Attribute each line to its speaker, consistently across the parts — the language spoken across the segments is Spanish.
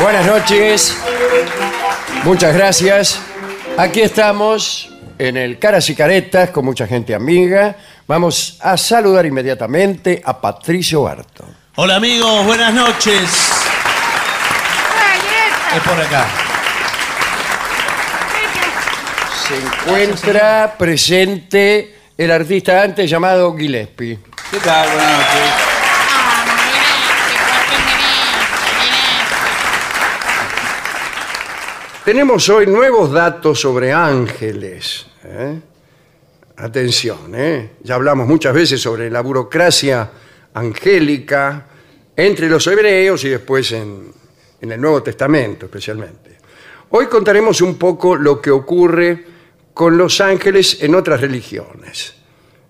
Speaker 1: Buenas noches, muchas gracias. Aquí estamos en el Caras y Caretas con mucha gente amiga. Vamos a saludar inmediatamente a Patricio Barto.
Speaker 2: Hola amigos, buenas noches. Es por acá.
Speaker 1: Se encuentra presente el artista antes llamado Gillespie.
Speaker 2: ¿Qué tal? Buenas noches.
Speaker 1: Tenemos hoy nuevos datos sobre ángeles. ¿eh? Atención, ¿eh? ya hablamos muchas veces sobre la burocracia angélica entre los hebreos y después en, en el Nuevo Testamento especialmente. Hoy contaremos un poco lo que ocurre con los ángeles en otras religiones.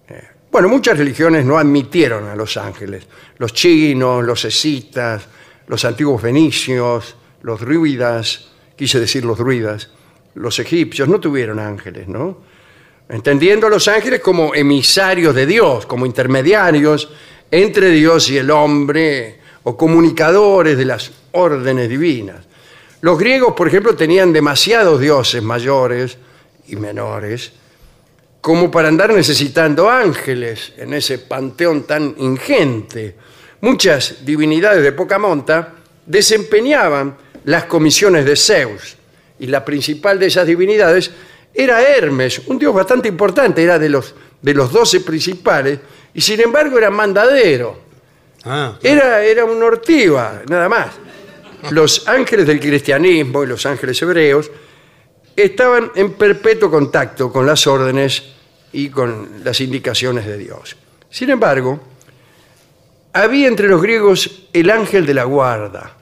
Speaker 1: Eh, bueno, muchas religiones no admitieron a los ángeles. Los chinos, los escitas, los antiguos fenicios, los druidas, quise decir los druidas, los egipcios no tuvieron ángeles, ¿no? Entendiendo a los ángeles como emisarios de Dios, como intermediarios entre Dios y el hombre, o comunicadores de las órdenes divinas. Los griegos, por ejemplo, tenían demasiados dioses mayores y menores como para andar necesitando ángeles en ese panteón tan ingente. Muchas divinidades de poca monta desempeñaban las comisiones de Zeus. Y la principal de esas divinidades era Hermes, un dios bastante importante, era de los, de los 12 principales, y sin embargo era mandadero,
Speaker 2: Ah,
Speaker 1: era, era un ortiva, nada más. Los ángeles del cristianismo y los ángeles hebreos estaban en perpetuo contacto con las órdenes y con las indicaciones de Dios. Sin embargo, había entre los griegos el ángel de la guarda,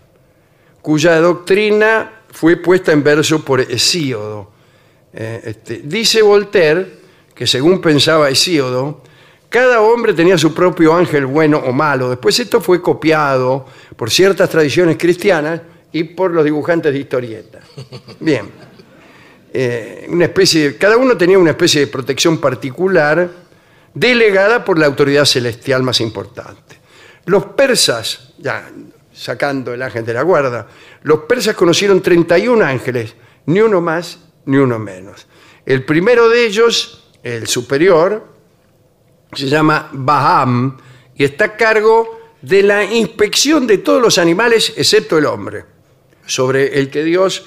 Speaker 1: cuya doctrina fue puesta en verso por Hesíodo. Eh, este, dice Voltaire que según pensaba Hesíodo, cada hombre tenía su propio ángel bueno o malo. Después esto fue copiado por ciertas tradiciones cristianas y por los dibujantes de historietas. Bien. Eh, una especie de- cada uno tenía una especie de protección particular delegada por la autoridad celestial más importante. Los persas, ya sacando el ángel de la guarda, los persas conocieron 31 ángeles, ni uno más ni uno menos. El primero de ellos, el superior, se llama Baham y está a cargo de la inspección de todos los animales excepto el hombre, sobre el que Dios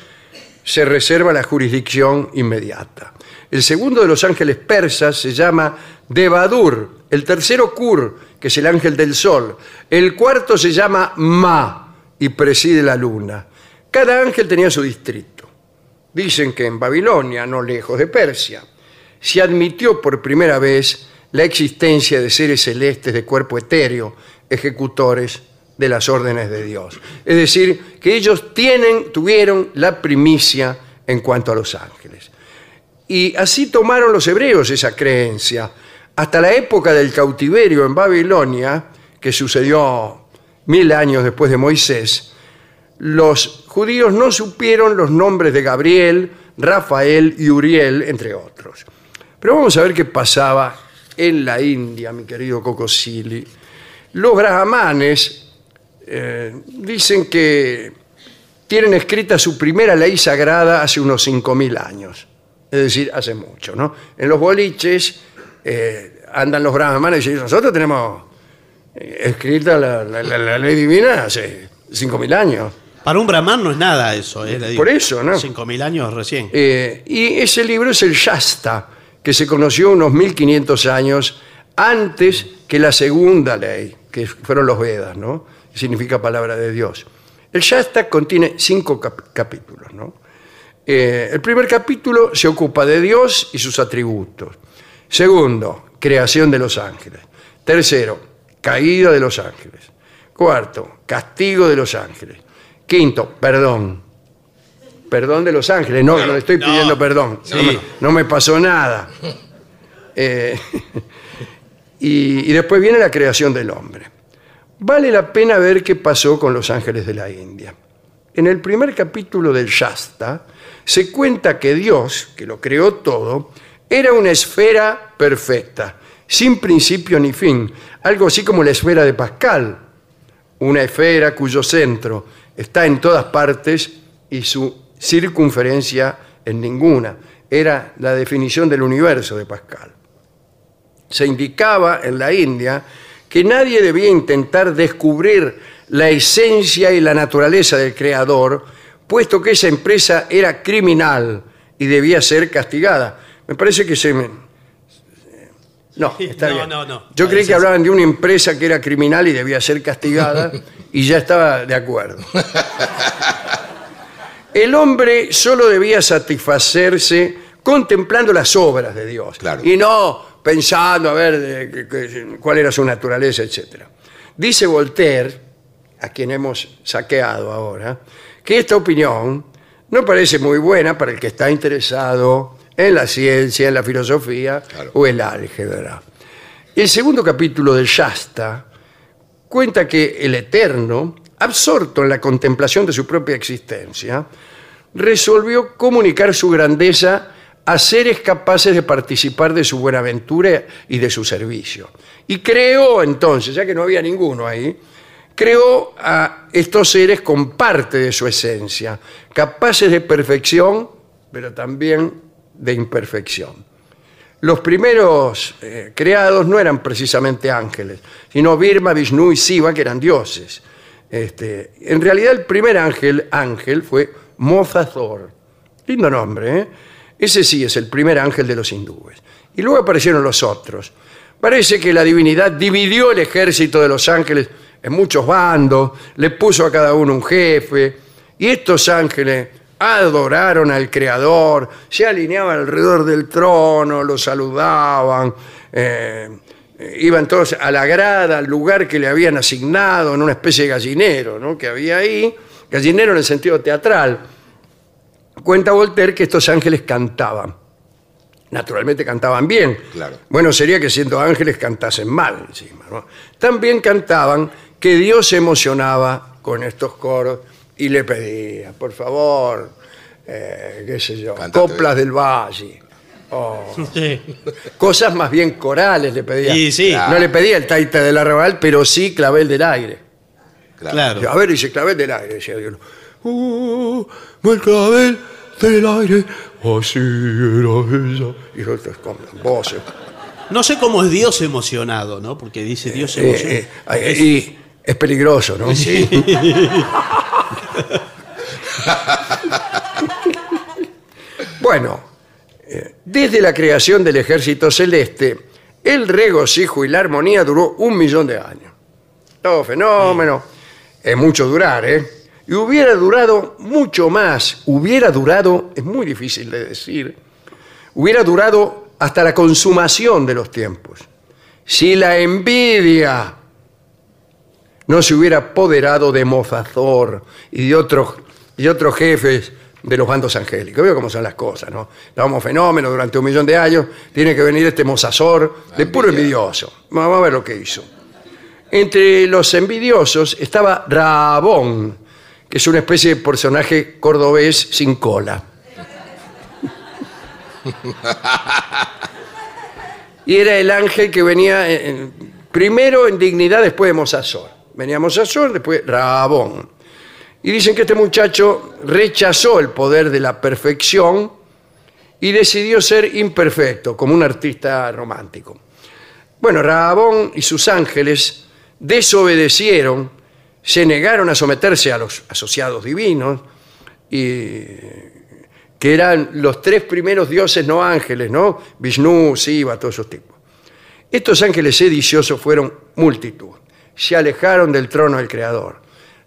Speaker 1: se reserva la jurisdicción inmediata. El segundo de los ángeles persas se llama Devadur, el tercero Kur, que es el ángel del sol, el cuarto se llama Ma y preside la luna. Cada ángel tenía su distrito. Dicen que en Babilonia, no lejos de Persia, se admitió por primera vez la existencia de seres celestes de cuerpo etéreo, ejecutores de las órdenes de Dios. Es decir, que ellos tienen, tuvieron la primicia en cuanto a los ángeles. Y así tomaron los hebreos esa creencia. Hasta la época del cautiverio en Babilonia, que sucedió mil años después de Moisés, los judíos no supieron los nombres de Gabriel, Rafael y Uriel, entre otros. Pero vamos a ver qué pasaba en la India, mi querido Cocosili. Los brahmanes eh, dicen que tienen escrita su primera ley sagrada hace unos 5.000 años. Es decir, hace mucho, ¿no? En los boliches eh, andan los brahmanes y dicen, nosotros tenemos eh, escrita la, la- la- la ley divina hace 5.000 años.
Speaker 2: Para un brahman no es nada eso, eh, le digo.
Speaker 1: Por eso, ¿no?
Speaker 2: 5.000 años recién.
Speaker 1: Eh, y ese libro es el Shasta, que se conoció unos 1500 años antes que la segunda ley, que fueron los Vedas, ¿no? Que significa palabra de Dios. El Shasta contiene cinco cap- capítulos, ¿no? Eh, el primer capítulo se ocupa de Dios y sus atributos. Segundo, creación de los ángeles. Tercero, caída de los ángeles. Cuarto, castigo de los ángeles. Quinto, perdón. Perdón de los ángeles. No, no le estoy
Speaker 2: No.
Speaker 1: pidiendo perdón. No, me,
Speaker 2: Sí.
Speaker 1: no me pasó nada. Eh, y, y después viene la creación del hombre. Vale la pena ver qué pasó con los ángeles de la India. En el primer capítulo del Shasta se cuenta que Dios, que lo creó todo, era una esfera perfecta, sin principio ni fin, algo así como la esfera de Pascal, una esfera cuyo centro está en todas partes y su circunferencia en ninguna. Era la definición del universo de Pascal se indicaba en la India que nadie debía intentar descubrir la esencia y la naturaleza del creador, puesto que esa empresa era criminal y debía ser castigada. Me parece que se me... No, está
Speaker 2: No,
Speaker 1: bien.
Speaker 2: no, no.
Speaker 1: Yo creí
Speaker 2: Parece
Speaker 1: que hablaban de una empresa que era criminal y debía ser castigada y ya estaba de acuerdo. El hombre solo debía satisfacerse contemplando las obras de Dios
Speaker 3: Claro.
Speaker 1: y no pensando a ver de- que- que- cuál era su naturaleza, etc. Dice Voltaire, a quien hemos saqueado ahora, que esta opinión no parece muy buena para el que está interesado en la ciencia, en la filosofía
Speaker 3: Claro.
Speaker 1: o el álgebra. El segundo capítulo del Shasta cuenta que el Eterno, absorto en la contemplación de su propia existencia, resolvió comunicar su grandeza a seres capaces de participar de su buenaventura y de su servicio. Y creó entonces, ya que no había ninguno ahí, creó a estos seres con parte de su esencia, capaces de perfección, pero también de imperfección los primeros eh, creados no eran precisamente ángeles, sino Birma, Vishnu y Siva, que eran dioses. Este, en realidad el primer ángel, ángel, fue Mozazor. Lindo nombre, ¿eh? Ese sí es el primer ángel de los hindúes. Y luego aparecieron los otros. Parece que la divinidad dividió el ejército de los ángeles en muchos bandos, le puso a cada uno un jefe, y estos ángeles adoraron al Creador, se alineaban alrededor del trono, lo saludaban, eh, eh, iban todos a la grada, al lugar que le habían asignado, en una especie de gallinero ¿no? que había ahí, gallinero en el sentido teatral. Cuenta Voltaire que estos ángeles cantaban. Naturalmente cantaban bien.
Speaker 3: Claro.
Speaker 1: Bueno, sería que siendo ángeles cantasen mal encima. ¿no? También cantaban que Dios se emocionaba con estos coros y le pedía, por favor, eh, qué sé yo,
Speaker 3: Cantate
Speaker 1: coplas del valle.
Speaker 2: Sí.
Speaker 1: Cosas más bien corales le pedía.
Speaker 2: Y sí.
Speaker 1: No le pedía el taita del arrabal, pero sí clavel del aire.
Speaker 3: Claro.
Speaker 2: Claro.
Speaker 1: A ver, dice clavel del aire, decía yo. Uh, el clavel del aire, así era ella. Y los otros con las voces.
Speaker 2: No sé cómo es Dios emocionado, ¿no? Porque dice Dios
Speaker 1: Eh,
Speaker 2: emocionado.
Speaker 1: eh, eh, y es peligroso, ¿no? Bueno, eh, desde la creación del ejército celeste, el regocijo y la armonía duró un millón de años. Todo fenómeno. Es mucho durar, ¿eh? Y hubiera durado mucho más. Hubiera durado, es muy difícil de decir, hubiera durado hasta la consumación de los tiempos. Si la envidia no se hubiera apoderado de Mofazor y de otros, y otros jefes de los bandos angélicos. Veo cómo son las cosas, ¿no? Estábamos fenómenos durante un millón de años, tiene que venir este Mozazor de puro envidioso. Vamos a ver lo que hizo. Entre los envidiosos estaba Rabón, que es una especie de personaje cordobés sin cola. y era el ángel que venía en- en- primero en dignidad, después de Mosasor. Venía Mosasor, después Rabón. Y dicen que este muchacho rechazó el poder de la perfección y decidió ser imperfecto, como un artista romántico. Bueno, Rabón y sus ángeles desobedecieron, se negaron a someterse a los asociados divinos, y que eran los tres primeros dioses no ángeles, ¿no? Vishnu, Siva, todos esos tipos. Estos ángeles sediciosos fueron multitud, se alejaron del trono del Creador.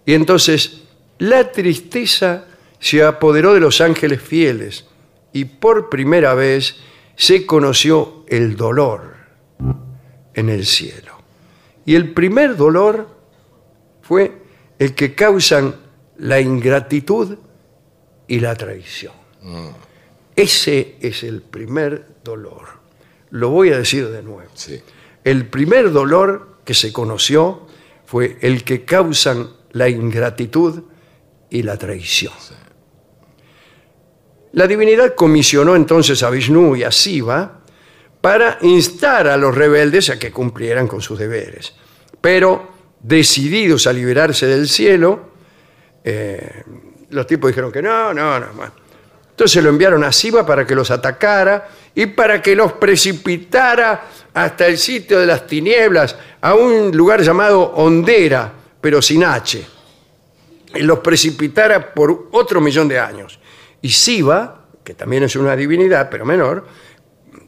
Speaker 1: Y entonces la tristeza se apoderó de los ángeles fieles y por primera vez se conoció el dolor en el cielo. Y el primer dolor fue el que causan la ingratitud y la traición. Ese es el primer dolor. Lo voy a decir de nuevo.
Speaker 3: Sí.
Speaker 1: El primer dolor que se conoció fue el que causan la ingratitud y la traición. La divinidad comisionó entonces a Vishnu y a Siva para instar a los rebeldes a que cumplieran con sus deberes. Pero decididos a liberarse del cielo, eh, los tipos dijeron que no, no, no. bueno. Entonces lo enviaron a Siva para que los atacara y para que los precipitara hasta el sitio de las tinieblas, a un lugar llamado Hondera, pero sin H. Y los precipitara por otro millón de años. Y Siva, que también es una divinidad, pero menor,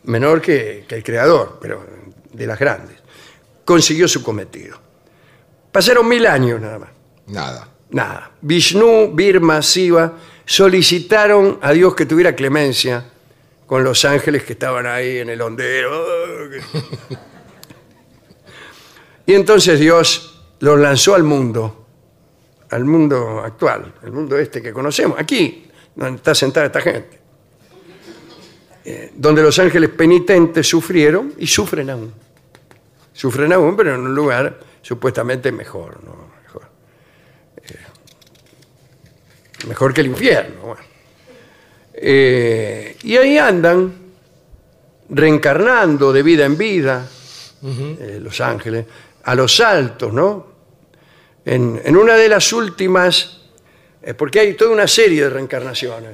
Speaker 1: menor que, que el creador, pero de las grandes, consiguió su cometido. Pasaron mil años nada más.
Speaker 3: Nada.
Speaker 1: Nada. Vishnu, Birma, Siva solicitaron a Dios que tuviera clemencia con los ángeles que estaban ahí en el hondero. Y entonces Dios los lanzó al mundo, al mundo actual, el mundo este que conocemos, aquí, donde está sentada esta gente, Eh, donde los ángeles penitentes sufrieron y sufren aún. Sufren aún, pero en un lugar supuestamente mejor, ¿no? Mejor mejor que el infierno. bueno. Eh, y ahí andan reencarnando de vida en vida eh, los ángeles, a los saltos, ¿no? En, en una de las últimas, eh, porque hay toda una serie de reencarnaciones.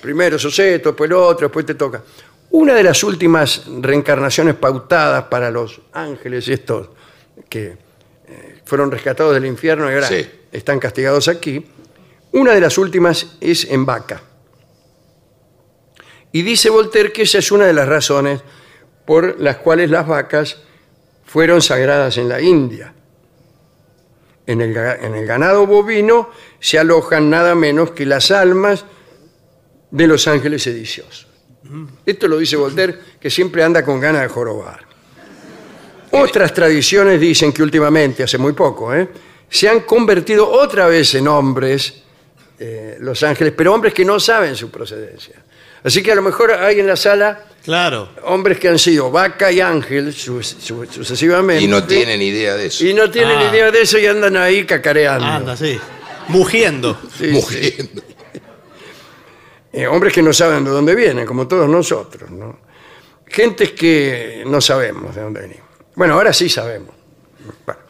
Speaker 1: Primero sos esto, después el otro, después te toca. Una de las últimas reencarnaciones pautadas para los ángeles estos que eh, fueron rescatados del infierno y ahora
Speaker 3: Sí.
Speaker 1: están castigados aquí, una de las últimas es en vaca. Y dice Voltaire que esa es una de las razones por las cuales las vacas fueron sagradas en la India. En el, ga- en el ganado bovino se alojan nada menos que las almas de los ángeles sediciosos. Esto lo dice Voltaire, que siempre anda con ganas de jorobar. Otras tradiciones dicen que últimamente, hace muy poco, ¿eh? se han convertido otra vez en hombres eh, los ángeles, pero hombres que no saben su procedencia. Así que a lo mejor hay en la sala
Speaker 2: Claro.
Speaker 1: hombres que han sido vaca y ángel su- su- sucesivamente.
Speaker 3: Y no tienen idea de eso.
Speaker 1: Y no tienen
Speaker 2: Ah.
Speaker 1: idea de eso y andan ahí cacareando.
Speaker 2: Anda, sí. Mugiendo.
Speaker 1: Sí, sí.
Speaker 3: Muriendo.
Speaker 1: Eh, hombres que no saben de dónde vienen, como todos nosotros. ¿no? Gentes que no sabemos de dónde venimos. Bueno, ahora sí sabemos. Bueno,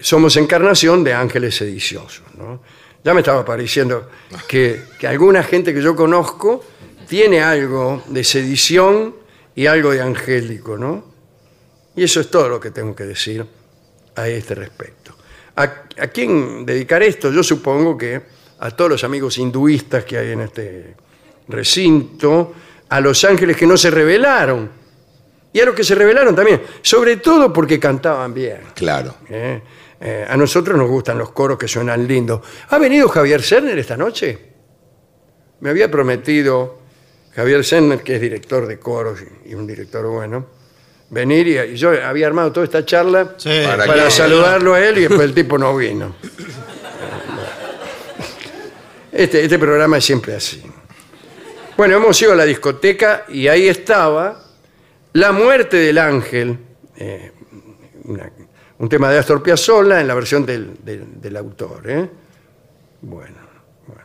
Speaker 1: somos encarnación de ángeles sediciosos. ¿no? Ya me estaba pareciendo que, que alguna gente que yo conozco tiene algo de sedición y algo de angélico, ¿no? Y eso es todo lo que tengo que decir a este respecto. ¿A, a quién dedicar esto? Yo supongo que a todos los amigos hinduistas que hay en este recinto, a los ángeles que no se rebelaron y a los que se rebelaron también, sobre todo porque cantaban bien.
Speaker 3: Claro.
Speaker 1: ¿eh? Eh, a nosotros nos gustan los coros que suenan lindos. ¿Ha venido Javier Serner esta noche? Me había prometido Javier Serner, que es director de coros y- y un director bueno, venir y, y yo había armado toda esta charla
Speaker 2: Sí.
Speaker 3: Para
Speaker 1: para
Speaker 3: que-
Speaker 1: saludarlo a él y después el tipo no vino. Este, este programa es siempre así. Bueno, hemos ido a la discoteca y ahí estaba La muerte del ángel, eh, una- un tema de Astor Piazzolla en la versión del, del- del autor. ¿eh? Bueno, bueno.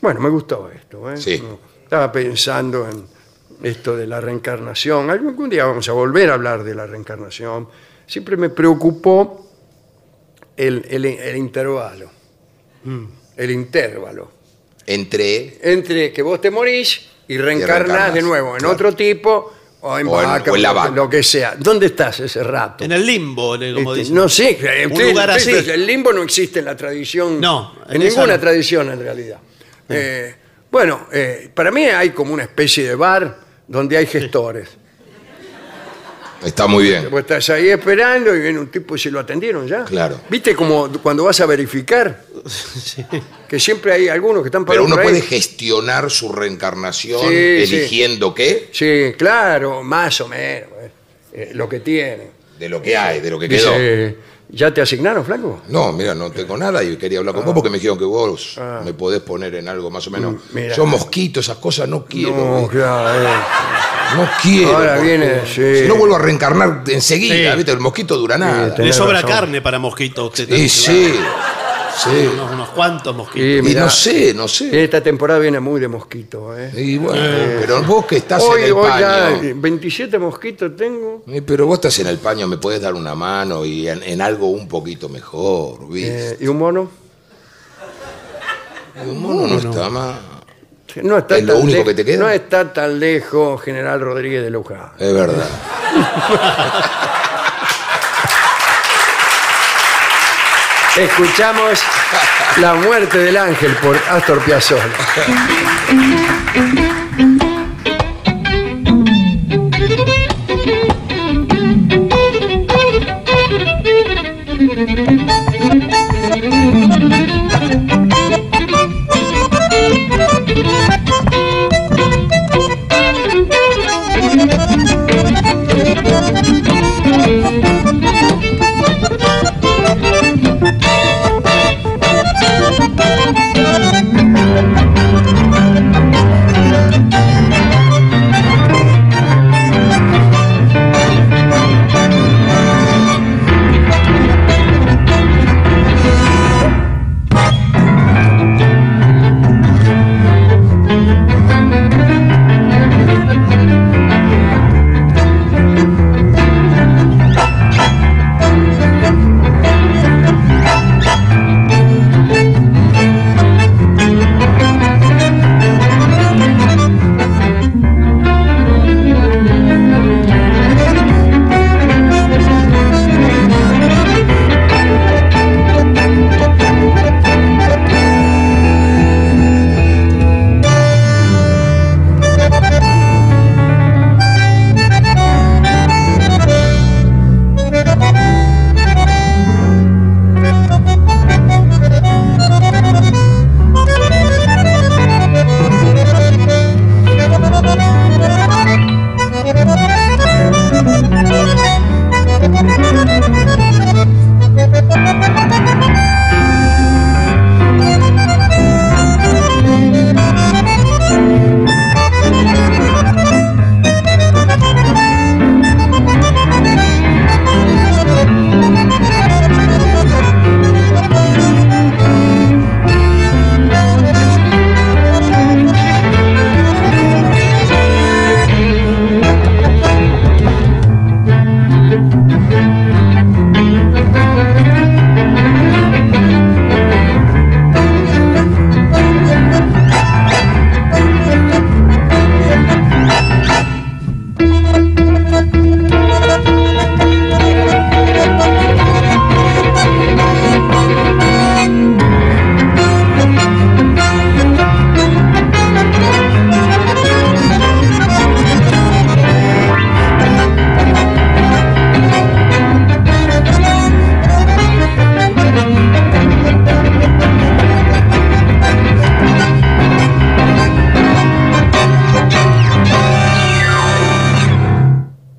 Speaker 1: Bueno, me gustó esto. ¿eh?
Speaker 3: Sí.
Speaker 1: Estaba pensando en esto de la reencarnación. Algún día vamos a volver a hablar de la reencarnación. Siempre me preocupó el, el- el intervalo. El intervalo.
Speaker 3: Entre.
Speaker 1: Entre que vos te morís y reencarnás
Speaker 3: reencarnás,
Speaker 1: de nuevo en
Speaker 3: claro.
Speaker 1: otro tipo o en,
Speaker 3: O en-
Speaker 1: vaca,
Speaker 3: o en la vaca.
Speaker 1: lo que sea. ¿Dóné estás ese rato?
Speaker 2: En el limbo, le- como
Speaker 1: Este,
Speaker 2: dicen.
Speaker 1: no sé, eh,
Speaker 2: Un
Speaker 1: usted-
Speaker 2: lugar
Speaker 1: usted-
Speaker 2: así.
Speaker 1: el limbo no existe en la tradición.
Speaker 2: No,
Speaker 1: en,
Speaker 2: en esa
Speaker 1: ninguna
Speaker 2: no.
Speaker 1: tradición en realidad. Eh, bueno, eh, para mí hay como una especie de bar donde hay gestores.
Speaker 3: Está muy bien.
Speaker 1: Vos estás ahí esperando y viene un tipo y se lo atendieron ya.
Speaker 3: Claro.
Speaker 1: ¿Viste como cuando vas a verificar? Que siempre hay algunos que están
Speaker 3: Pero
Speaker 1: parados
Speaker 3: uno
Speaker 1: por ahí.
Speaker 3: puede gestionar su reencarnación
Speaker 1: Sí, sí.
Speaker 3: eligiendo qué,
Speaker 1: Sí, claro, más o menos. eh, eh, lo que tiene.
Speaker 3: de lo que hay, de lo que quedó.
Speaker 1: Dice, ¿ya te asignaron, flaco?
Speaker 3: No, mira, no tengo nada y quería hablar con vos porque me dijeron que vos me podés poner en algo más o menos.
Speaker 1: Ah. Mm, mira.
Speaker 3: Yo mosquito, esas cosas no quiero.
Speaker 1: No,
Speaker 3: No,
Speaker 1: claro. eh.
Speaker 3: quiero.
Speaker 1: Ahora
Speaker 3: porque
Speaker 1: viene, sí.
Speaker 3: Si no vuelvo a reencarnar enseguida,
Speaker 2: Sí.
Speaker 3: ¿viste? El mosquito dura nada.
Speaker 1: tenés
Speaker 2: Le sobra
Speaker 1: razón.
Speaker 2: carne para mosquito a usted.
Speaker 3: Sí,
Speaker 2: también,
Speaker 3: sí. Sí.
Speaker 2: Unos, unos cuantos mosquitos.
Speaker 1: Sí,
Speaker 3: Y
Speaker 1: mirá,
Speaker 3: no sé, no sé.
Speaker 1: Esta temporada viene muy de mosquito. eh.
Speaker 3: Y bueno, pero vos que estás
Speaker 1: Hoy,
Speaker 3: en el
Speaker 1: hoy ya
Speaker 3: paño.
Speaker 1: eh, 27 mosquitos tengo.
Speaker 3: Eh, Pero vos estás en el paño, me podés dar una mano y en, en algo un poquito mejor, ¿viste?
Speaker 1: eh, ¿Y un mono?
Speaker 3: no, no está mal.
Speaker 1: No está
Speaker 3: ¿Es lo
Speaker 1: tan
Speaker 3: único
Speaker 1: lej-
Speaker 3: que te queda?
Speaker 1: No está tan lejos General Rodríguez de Luján.
Speaker 3: Es verdad.
Speaker 1: Escuchamos La muerte del ángel por Astor Piazzolla.
Speaker 4: Thank you.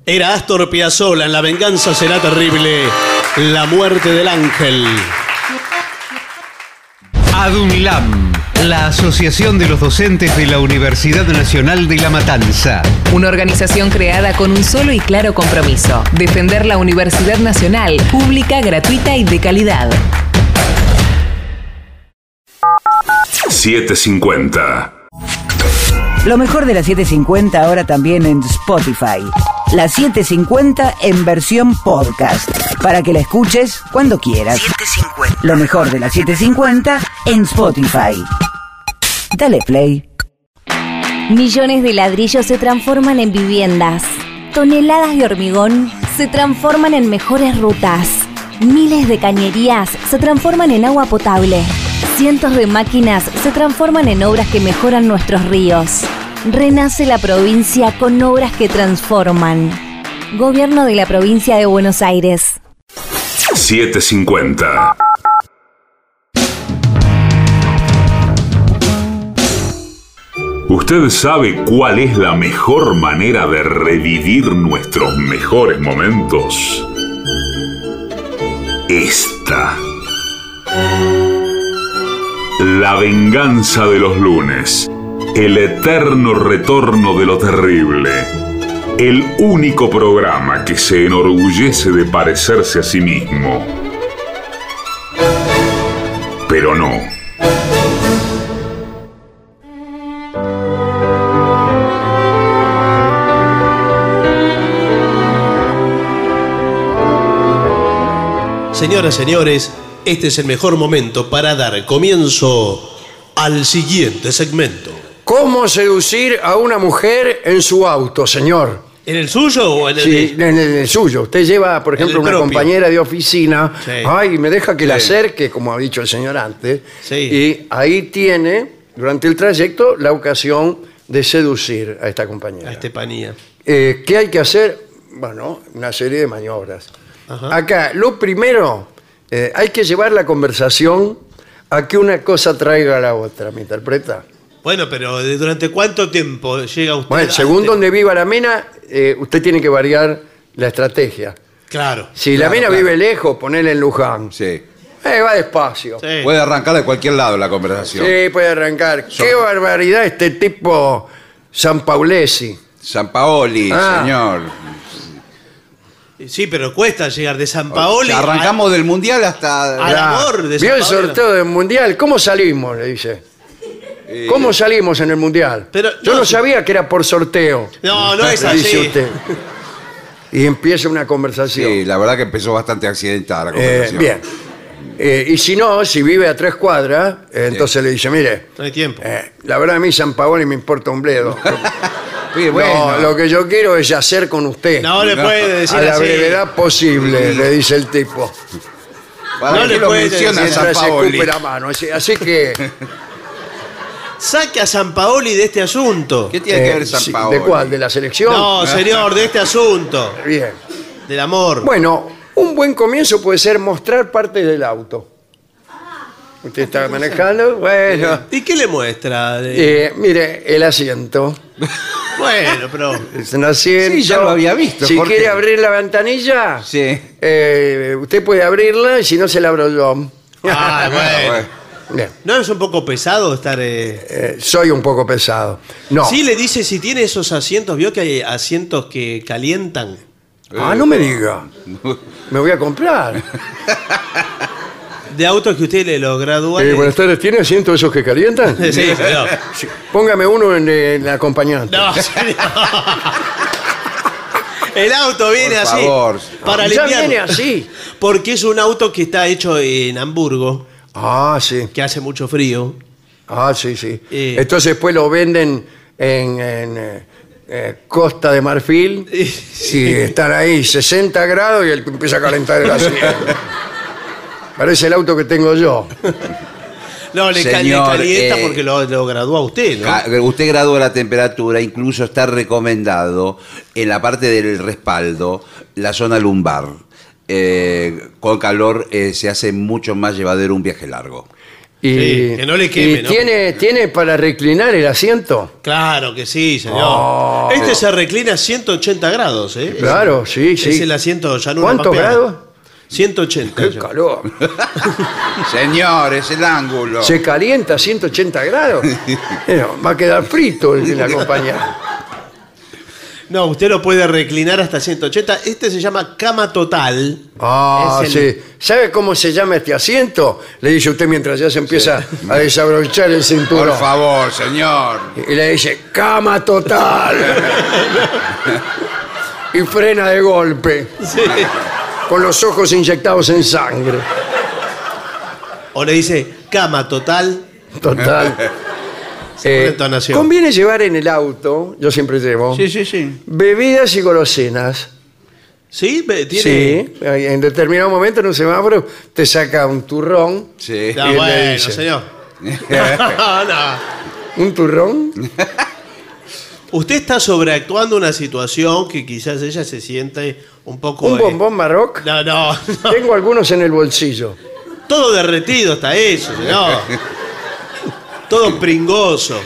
Speaker 2: Era Astor Piazzolla en La venganza será terrible. La muerte del ángel.
Speaker 4: ADUNLAM, la Asociación de los Docentes de la Universidad Nacional de La Matanza.
Speaker 5: Una organización creada con un solo y claro compromiso, defender la Universidad Nacional, pública, gratuita y de calidad.
Speaker 6: 750.
Speaker 7: Lo mejor de la 750 ahora también en Spotify. La 750 en versión podcast. Para que la escuches cuando quieras.
Speaker 8: 750.
Speaker 7: Lo mejor de la 750 en Spotify. Dale play.
Speaker 9: Millones de ladrillos se transforman en viviendas. Toneladas de hormigón se transforman en mejores rutas. Miles de cañerías se transforman en agua potable. Cientos de máquinas se transforman en obras que mejoran nuestros ríos. Renace la provincia con obras que transforman. Gobierno de la provincia de Buenos Aires.
Speaker 6: 750. ¿Usted sabe cuál es la mejor manera de revivir nuestros mejores momentos? Esta. La venganza de los lunes. El eterno retorno de lo terrible. El único programa que se enorgullece de parecerse a sí mismo. Pero no.
Speaker 2: Señoras, señores, este es el mejor momento para dar comienzo al siguiente segmento.
Speaker 1: ¿Cómo seducir a una mujer en su auto, señor?
Speaker 2: ¿En el suyo o en el
Speaker 1: Sí, en el, en el suyo. Usted lleva, por ejemplo,
Speaker 2: el
Speaker 1: una
Speaker 2: propio.
Speaker 1: compañera de oficina.
Speaker 2: Sí.
Speaker 1: Ay, me deja que la
Speaker 2: Sí.
Speaker 1: acerque, como ha dicho el señor antes.
Speaker 2: Sí.
Speaker 1: Y ahí tiene, durante el trayecto, la ocasión de seducir a esta compañera.
Speaker 2: a este- Estefanía?
Speaker 1: Eh, ¿Qué hay que hacer? Bueno, una serie de maniobras.
Speaker 2: Ajá.
Speaker 1: Acá, lo primero, eh, hay que llevar la conversación a que una cosa traiga a la otra, ¿me interpreta?
Speaker 2: Bueno, pero ¿de- ¿durante cuánto tiempo llega usted?
Speaker 1: Bueno,
Speaker 2: a- este?
Speaker 1: según donde viva la mina, eh, usted tiene que variar la estrategia.
Speaker 2: Claro.
Speaker 1: Si la
Speaker 3: Claro,
Speaker 1: mina
Speaker 3: claro.
Speaker 1: vive lejos, ponele en Luján.
Speaker 3: Sí.
Speaker 1: Eh, va despacio. Sí.
Speaker 2: Sí.
Speaker 3: Puede arrancar de cualquier lado la conversación.
Speaker 1: puede arrancar. Qué barbaridad este tipo San Paulesi.
Speaker 3: San Paoli,
Speaker 1: Ah.
Speaker 3: señor.
Speaker 2: Sí, pero cuesta llegar de San Paolo.
Speaker 3: Arrancamos del mundial hasta.
Speaker 2: Al
Speaker 1: Ya.
Speaker 2: amor de San
Speaker 1: Vio el
Speaker 2: Paoli.
Speaker 1: sorteo del mundial. ¿Cómo salimos? Le dice.
Speaker 3: Eh,
Speaker 1: ¿Cómo salimos en el mundial?
Speaker 2: Pero,
Speaker 1: Yo no,
Speaker 2: no, si-
Speaker 1: sabía que era por sorteo.
Speaker 2: No, no es
Speaker 1: le
Speaker 2: así.
Speaker 1: dice usted. Y empieza una conversación.
Speaker 3: Sí, la verdad que empezó bastante accidentada la
Speaker 1: Eh,
Speaker 3: conversación.
Speaker 1: bien. Eh, y si no, si vive a tres cuadras, eh, entonces le dice, mire,
Speaker 2: No hay tiempo.
Speaker 1: eh, la verdad a mí San Paoli me importa un bledo.
Speaker 3: Sí, bueno.
Speaker 1: No, lo que yo quiero es yacer con usted.
Speaker 2: No le
Speaker 3: no.
Speaker 2: puede decir
Speaker 1: a la
Speaker 2: así.
Speaker 1: brevedad posible,
Speaker 3: Sí.
Speaker 1: le dice el tipo.
Speaker 3: ¿Para
Speaker 2: no
Speaker 3: qué
Speaker 2: le
Speaker 3: lo
Speaker 2: puede
Speaker 3: menciona
Speaker 2: decir
Speaker 3: San
Speaker 1: Mientras se
Speaker 3: Paoli?
Speaker 1: escupe la mano. Así, así que,
Speaker 2: Saque a San Paoli de este asunto.
Speaker 3: ¿Qué tiene
Speaker 1: eh,
Speaker 3: que ver San
Speaker 1: sí,
Speaker 3: Paoli?
Speaker 1: ¿de cuál? ¿De la selección?
Speaker 2: No, señor, de este asunto.
Speaker 1: Bien.
Speaker 2: Del amor.
Speaker 1: Bueno, un buen comienzo puede ser mostrar parte del auto. Usted está manejando, bueno.
Speaker 2: ¿Y qué le muestra?
Speaker 1: eh, mire, el asiento.
Speaker 2: Bueno, pero.
Speaker 1: Es un asiento.
Speaker 3: Sí, ya lo había visto,
Speaker 1: Si
Speaker 3: Jorge.
Speaker 1: quiere abrir la ventanilla,
Speaker 3: Sí.
Speaker 1: eh, usted puede abrirla y si no se la abro yo.
Speaker 2: Ah, bueno.
Speaker 1: Bien,
Speaker 2: ¿No es un poco pesado estar.? eh?
Speaker 1: eh, soy un poco pesado. No.
Speaker 2: Sí, le dice si tiene esos asientos. Vio que hay asientos que calientan.
Speaker 1: Ah, no me diga. Me voy a comprar. Eh,
Speaker 2: De autos que usted le lo gradúa.
Speaker 1: Eh,
Speaker 2: le-
Speaker 1: buenas tardes, ¿tiene asiento de esos que calientan?
Speaker 2: Sí, señor.
Speaker 1: Póngame uno en, eh, en la acompañante.
Speaker 2: No, señor. El auto viene
Speaker 3: Por
Speaker 2: así.
Speaker 3: favor.
Speaker 2: Para
Speaker 1: ya
Speaker 2: limpiarlo.
Speaker 1: viene así.
Speaker 2: Porque es un auto que está hecho en Hamburgo,
Speaker 1: Ah, sí.
Speaker 2: que hace mucho frío.
Speaker 1: Ah, sí, sí.
Speaker 2: Eh.
Speaker 1: Entonces después lo venden en, en, eh, eh, Costa de Marfil
Speaker 2: Eh,
Speaker 1: y están ahí 60 grados y él empieza a calentar el asiento. Parece el auto que tengo yo.
Speaker 2: No, le, cal- le
Speaker 10: Señor,
Speaker 2: calienta
Speaker 10: eh,
Speaker 2: porque lo, lo gradúa usted, ¿no?
Speaker 10: Ca- Ah, Usted gradúa la temperatura, incluso está recomendado en la parte del respaldo, la zona lumbar. Eh, con calor eh, se hace mucho más llevadero un viaje largo.
Speaker 1: Y,
Speaker 2: Sí, que no le
Speaker 1: y
Speaker 2: queme, ¿no?
Speaker 1: tiene, ¿Tiene para reclinar el asiento?
Speaker 2: Claro que sí, señor.
Speaker 1: Oh.
Speaker 2: este se reclina 180 grados, ¿eh?
Speaker 1: Claro,
Speaker 2: Es-
Speaker 1: sí, sí.
Speaker 2: Es el asiento llanura
Speaker 1: ¿Cuántos
Speaker 2: pampeana.
Speaker 1: grados?
Speaker 2: 180.
Speaker 1: ¡Qué calor!
Speaker 10: Señor, es el ángulo.
Speaker 1: ¿Se calienta a 180 grados? Bueno, va a quedar frito el de la compañía.
Speaker 2: No, usted lo puede reclinar hasta 180. Este se llama cama total.
Speaker 1: Ah,
Speaker 2: Es el-
Speaker 1: sí. ¿Sabe cómo se llama este asiento? Le dice usted mientras ya se empieza a desabrochar el cinturón.
Speaker 10: Por favor, señor.
Speaker 1: Y le dice, cama total. y frena de golpe. Con los ojos inyectados en sangre.
Speaker 2: O le dice cama total.
Speaker 1: Total. Eh,
Speaker 2: Se pone entonación.
Speaker 1: Conviene llevar en el auto, yo siempre llevo,
Speaker 10: Sí, sí, sí.
Speaker 1: bebidas y golosinas.
Speaker 2: Sí, ve- tiene.
Speaker 1: Sí, en determinado momento en un semáforo te saca un turrón.
Speaker 10: Sí.
Speaker 2: No,
Speaker 1: Y le
Speaker 2: Ah, bueno,
Speaker 1: dice-
Speaker 2: señor. No, no.
Speaker 1: ¿Un turrón?
Speaker 2: Usted está sobreactuando una situación que quizás ella se siente un poco.
Speaker 1: ¿Un
Speaker 2: eh,
Speaker 1: bombón barroc?
Speaker 2: No, no, no.
Speaker 1: Tengo algunos en el bolsillo.
Speaker 2: Todo derretido está eso, señor. Todo pringoso.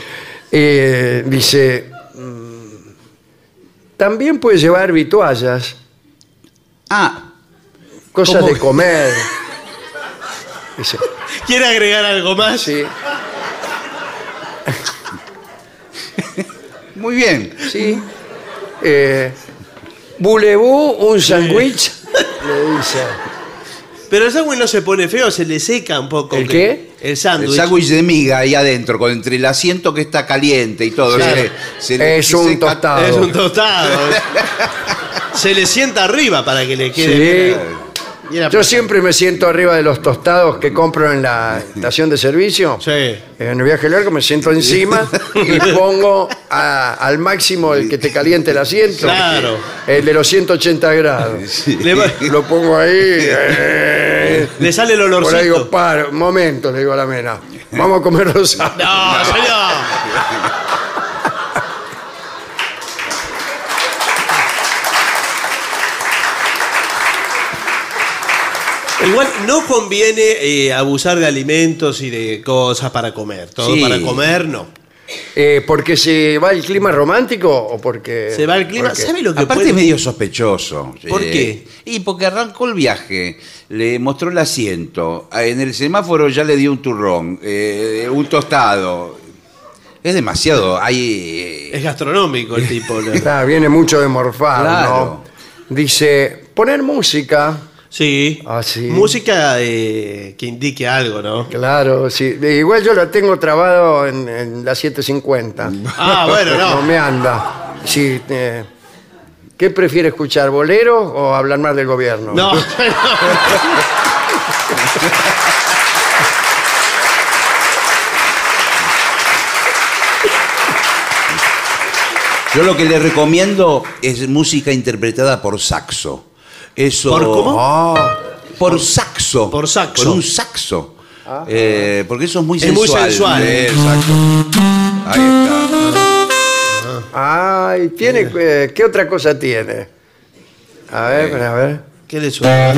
Speaker 1: Eh, dice, mm, también puedes llevar vituallas,
Speaker 10: Ah,
Speaker 1: cosas
Speaker 10: ¿Cómo?
Speaker 1: de comer. Dice,
Speaker 2: ¿Quiere agregar algo más?
Speaker 1: sí,
Speaker 10: muy bien.
Speaker 1: sí. Eh, Bulebú, un sándwich, le dice.
Speaker 2: Pero el sándwich no se pone feo, se le seca un poco.
Speaker 1: ¿El
Speaker 2: que- El
Speaker 10: El
Speaker 2: sándwich.
Speaker 10: sándwich de miga ahí adentro, con entre el asiento que está caliente y todo.
Speaker 2: Claro.
Speaker 10: se le- se le-
Speaker 1: Es
Speaker 10: se
Speaker 1: un
Speaker 10: seca-
Speaker 1: tostado.
Speaker 2: Es un tostado. se le sienta arriba para que le quede.
Speaker 1: Sí.
Speaker 2: Mira,
Speaker 1: Yo siempre me siento arriba de los tostados que compro en la estación de servicio.
Speaker 2: Sí.
Speaker 1: En el viaje largo me siento encima y pongo a- al máximo el que te caliente el asiento.
Speaker 2: Claro.
Speaker 1: El de los 180 grados.
Speaker 2: Le, va-
Speaker 1: Lo pongo ahí. eh,
Speaker 2: le sale el
Speaker 1: por ahí digo,
Speaker 2: olorcito.
Speaker 1: para, un momento, le digo a la mena. Vamos a comer rosado.
Speaker 2: No, señor. Igual no conviene eh, abusar de alimentos y de cosas para comer. Todo
Speaker 10: Sí.
Speaker 2: para comer, no.
Speaker 1: Eh, ¿Porque se va el clima romántico o porque.?
Speaker 2: Se va el clima.
Speaker 1: porque-
Speaker 2: ¿Sabe lo que
Speaker 10: Aparte
Speaker 2: puede-
Speaker 10: es medio sospechoso. eh.
Speaker 2: ¿Por qué?
Speaker 10: Y porque arrancó el viaje, le mostró el asiento, ah, en el semáforo ya le dio un turrón, eh, un tostado. Es demasiado, hay... eh,
Speaker 2: Es gastronómico el tipo. ¿no?
Speaker 1: Ah, viene mucho de morfar,
Speaker 10: Claro.
Speaker 1: ¿no? Dice, poner música.
Speaker 2: Sí.
Speaker 1: Ah, sí.
Speaker 2: Música eh, que indique algo, ¿no?
Speaker 1: Claro, sí. De- Igual yo lo tengo trabado en, en la 750.
Speaker 2: Ah, bueno, no.
Speaker 1: No me anda. Sí, eh, ¿Qué prefiere escuchar, bolero o hablar mal del gobierno?
Speaker 2: No, no.
Speaker 10: Yo lo que le recomiendo es música interpretada por saxo. Eso,
Speaker 2: ¿Por cómo?
Speaker 1: Oh.
Speaker 10: Ah, por, saxo.
Speaker 2: por saxo.
Speaker 10: Por un saxo. Eh, porque eso es muy
Speaker 2: Es muy
Speaker 10: sensual.
Speaker 2: sensual.
Speaker 10: Eh, el saxo. Ahí está.
Speaker 1: Ay, tiene, eh, ¿qué otra cosa tiene? A ver, a ver.
Speaker 2: ¿Qué le suena?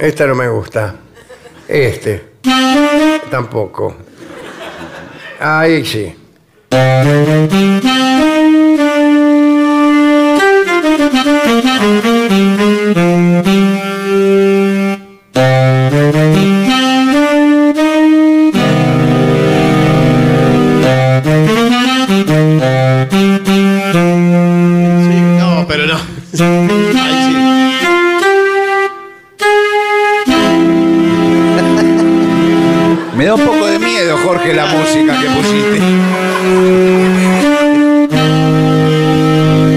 Speaker 1: Esta no me gusta. Este. Tampoco. Ahí sí.
Speaker 2: Sí, no, pero no. Ay,
Speaker 10: Me da un poco de miedo, Jorge, la música que pusiste.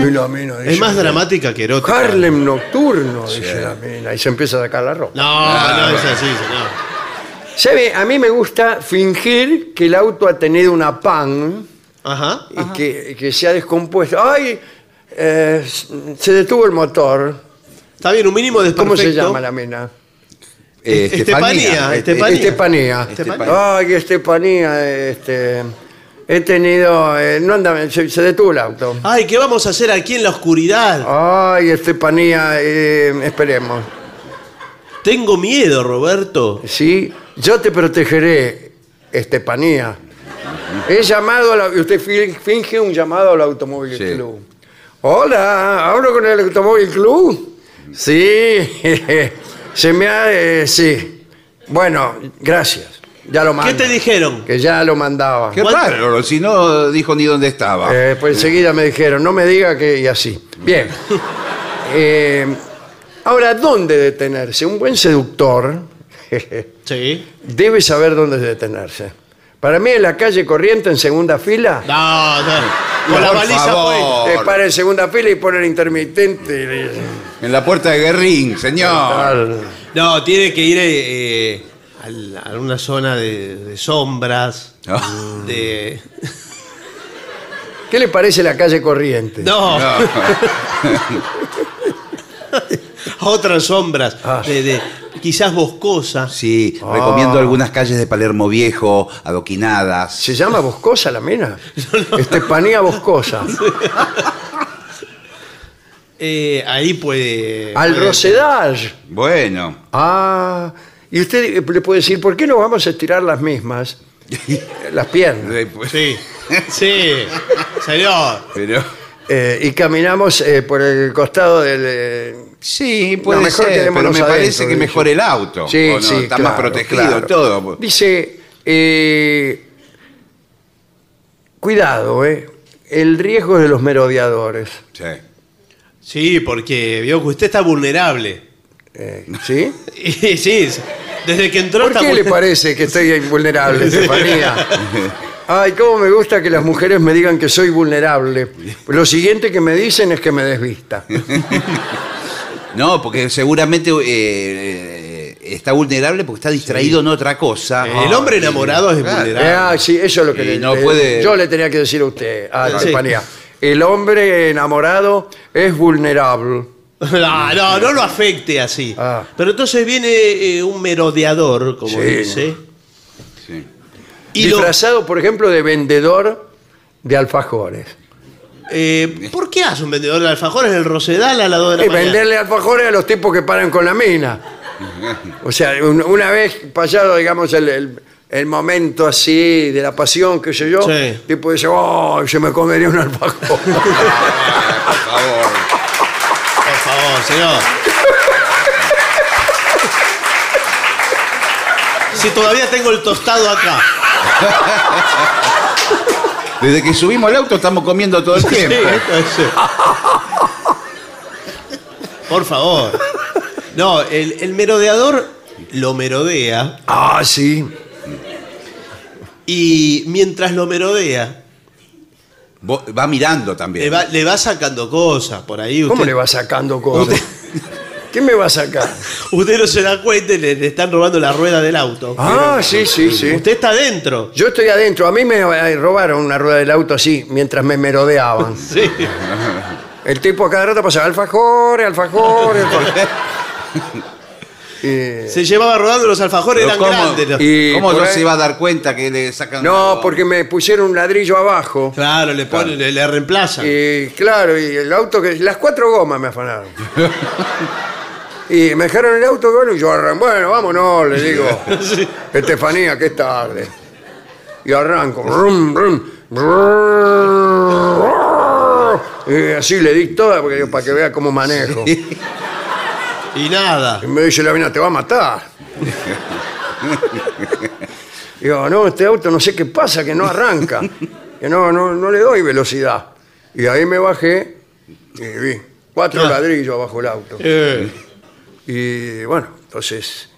Speaker 1: Y la mina
Speaker 2: sí. Es
Speaker 1: dice,
Speaker 2: más dramática que erótica.
Speaker 1: Harlem nocturno, dice la mina. Y se empieza a sacar la ropa.
Speaker 2: No,
Speaker 1: Ah,
Speaker 2: no es así, señor.
Speaker 1: ¿Sabe? A mí me gusta fingir que el auto ha tenido una pan
Speaker 2: Ajá.
Speaker 1: y que, que se ha descompuesto. ¡Ay! eh, se detuvo el motor.
Speaker 2: Está bien, un mínimo de
Speaker 1: ¿Cómo se llama la mina?
Speaker 10: Eh,
Speaker 2: Estefanía, Estefanía.
Speaker 1: Estefanía.
Speaker 10: Estefanía.
Speaker 1: Ay, Estefanía, este, he tenido... eh, no anda, se, se detuvo el auto.
Speaker 2: Ay, ¿qué vamos a hacer aquí en la
Speaker 1: Ah.
Speaker 2: oscuridad?
Speaker 1: Ay, Estefanía, eh, esperemos.
Speaker 2: Tengo miedo, Roberto.
Speaker 1: Sí, yo te protegeré, Estepanía. He llamado, a la- y usted fi- finge un llamado al Automóvil
Speaker 10: Sí.
Speaker 1: Club. Hola, ¿hablo con el Automóvil Club? Sí, se me ha... eh, sí. Bueno, gracias. Ya lo mando.
Speaker 10: ¿Qué te
Speaker 2: dijeron?
Speaker 1: Que ya lo mandaba.
Speaker 10: Qué raro, si no dijo ni dónde estaba.
Speaker 1: Eh, pues enseguida me dijeron, no me diga que... Y así. Bien. Eh, ahora, ¿dónde detenerse? Un buen seductor
Speaker 2: Sí.
Speaker 1: debe saber dónde detenerse. Para mí en la calle corriente en segunda fila...
Speaker 2: No, no. Con la
Speaker 1: Por
Speaker 2: baliza
Speaker 1: favor.
Speaker 2: puesta.
Speaker 1: Te para en segunda fila y pone el intermitente.
Speaker 10: En la puerta de Guerrín, señor.
Speaker 2: No, tiene que ir eh, al- a una zona de, de sombras.
Speaker 1: Ah.
Speaker 2: De...
Speaker 1: ¿Qué le parece la calle corriente?
Speaker 2: No. a otras sombras.
Speaker 1: Ah.
Speaker 2: de- de- quizás boscosa.
Speaker 10: Sí, recomiendo algunas calles de Palermo Viejo, adoquinadas.
Speaker 1: ¿Se llama Boscosa la mina? Estepanía Boscosa.
Speaker 2: Eh, ahí puede.
Speaker 1: Al
Speaker 2: puede-
Speaker 1: Rosedal.
Speaker 10: Bueno.
Speaker 1: Ah, y usted eh, le puede decir, ¿por qué no vamos a estirar las mismas? Las piernas.
Speaker 2: Sí. Sí. Señor.
Speaker 10: Pero.
Speaker 1: Eh, y caminamos eh, por el costado del... eh,
Speaker 10: Sí,
Speaker 1: No,
Speaker 10: puede ser,
Speaker 1: mejor
Speaker 10: pero
Speaker 1: quedémonos
Speaker 10: me parece
Speaker 1: adentro,
Speaker 10: que
Speaker 1: dice.
Speaker 10: mejor el auto.
Speaker 1: Sí,
Speaker 10: ¿o no?
Speaker 1: sí,
Speaker 10: Está
Speaker 1: claro,
Speaker 10: más protegido
Speaker 1: claro.
Speaker 10: todo.
Speaker 1: Dice, eh, cuidado, eh, el riesgo de los merodeadores.
Speaker 10: Sí.
Speaker 2: Sí, porque vio que usted está vulnerable.
Speaker 1: eh, ¿Sí?
Speaker 2: Y sí, desde que entró
Speaker 1: ¿Por
Speaker 2: está
Speaker 1: qué le
Speaker 2: vulnerable.
Speaker 1: parece que estoy vulnerable, Estefanía? Ay, cómo me gusta que las mujeres me digan que soy vulnerable. Lo siguiente que me dicen es que me desvista.
Speaker 10: No, porque seguramente eh, eh, está vulnerable porque está distraído en otra cosa.
Speaker 2: El hombre enamorado es vulnerable.
Speaker 1: Ah, sí, eso es lo que
Speaker 10: Y
Speaker 1: le,
Speaker 10: no
Speaker 1: le-
Speaker 10: puede-
Speaker 1: yo le tenía que decir a usted, a
Speaker 2: Sí.
Speaker 1: Estefanía. El hombre enamorado es vulnerable.
Speaker 2: No, no, no lo afecte así. Pero entonces viene eh, un merodeador, como
Speaker 1: Ah. Sí.
Speaker 2: dice.
Speaker 10: Sí.
Speaker 2: Y lo-
Speaker 1: disfrazado, por ejemplo, de vendedor de alfajores.
Speaker 2: eh, ¿Por qué hace un vendedor de alfajores en el Rosedal a las 2 de la
Speaker 1: Y
Speaker 2: mañana?
Speaker 1: venderle alfajores a los tipos que paran con la mina. O sea, un- una vez pasado, digamos, el, el- el momento así de la pasión, qué sé yo,
Speaker 2: Sí.
Speaker 1: tipo dice, oh, yo me comería un alfajor.
Speaker 10: Por favor.
Speaker 2: Por favor, señor. Si todavía tengo el tostado acá.
Speaker 10: Desde que subimos al auto estamos comiendo todo el
Speaker 2: Sí,
Speaker 10: tiempo.
Speaker 2: esto es, sí. Por favor. No, el, el merodeador lo merodea
Speaker 1: ah, sí.
Speaker 2: y mientras lo merodea,
Speaker 10: Vos- Va mirando también.
Speaker 1: Eh,
Speaker 2: le va, le va sacando cosas por ahí. Usted,
Speaker 1: ¿Cómo le va sacando cosas? ¿Qué me va a sacar?
Speaker 2: usted no se da cuenta y le, le están robando la rueda del auto.
Speaker 1: Ah, sí, sí, sí.
Speaker 2: Usted está adentro.
Speaker 1: Yo estoy adentro. A mí me eh, robaron una rueda del auto así mientras me merodeaban.
Speaker 2: Sí.
Speaker 1: El tipo a cada rato pasaba alfajores, alfajores, alfajores. Y-
Speaker 2: Se llevaba rodando los alfajores,
Speaker 10: Pero
Speaker 2: eran
Speaker 10: ¿cómo-
Speaker 2: grandes. los-
Speaker 1: Eh. Y
Speaker 10: ¿Cómo
Speaker 1: por
Speaker 10: no
Speaker 1: ahí-
Speaker 10: se va a dar cuenta que le sacan?
Speaker 1: No, porque me pusieron un ladrillo abajo.
Speaker 2: Claro, le, ponen, le, le reemplazan.
Speaker 1: Y claro, y el auto que. Las cuatro gomas me afanaron. Y me dejaron el auto, bueno, y yo arranco. Bueno, vámonos, le digo. Estefanía, que es tarde. Y arranco. Rum, rum, brrr. y así le di toda porque digo, para que vea cómo manejo.
Speaker 2: Y nada.
Speaker 1: Y me dice la mina, te va a matar. Digo, no, este auto no sé qué pasa, que no arranca. Que no, no, no le doy velocidad. Y ahí me bajé y vi cuatro
Speaker 2: Claro.
Speaker 1: ladrillos abajo el auto.
Speaker 2: Eh,
Speaker 1: Y bueno, entonces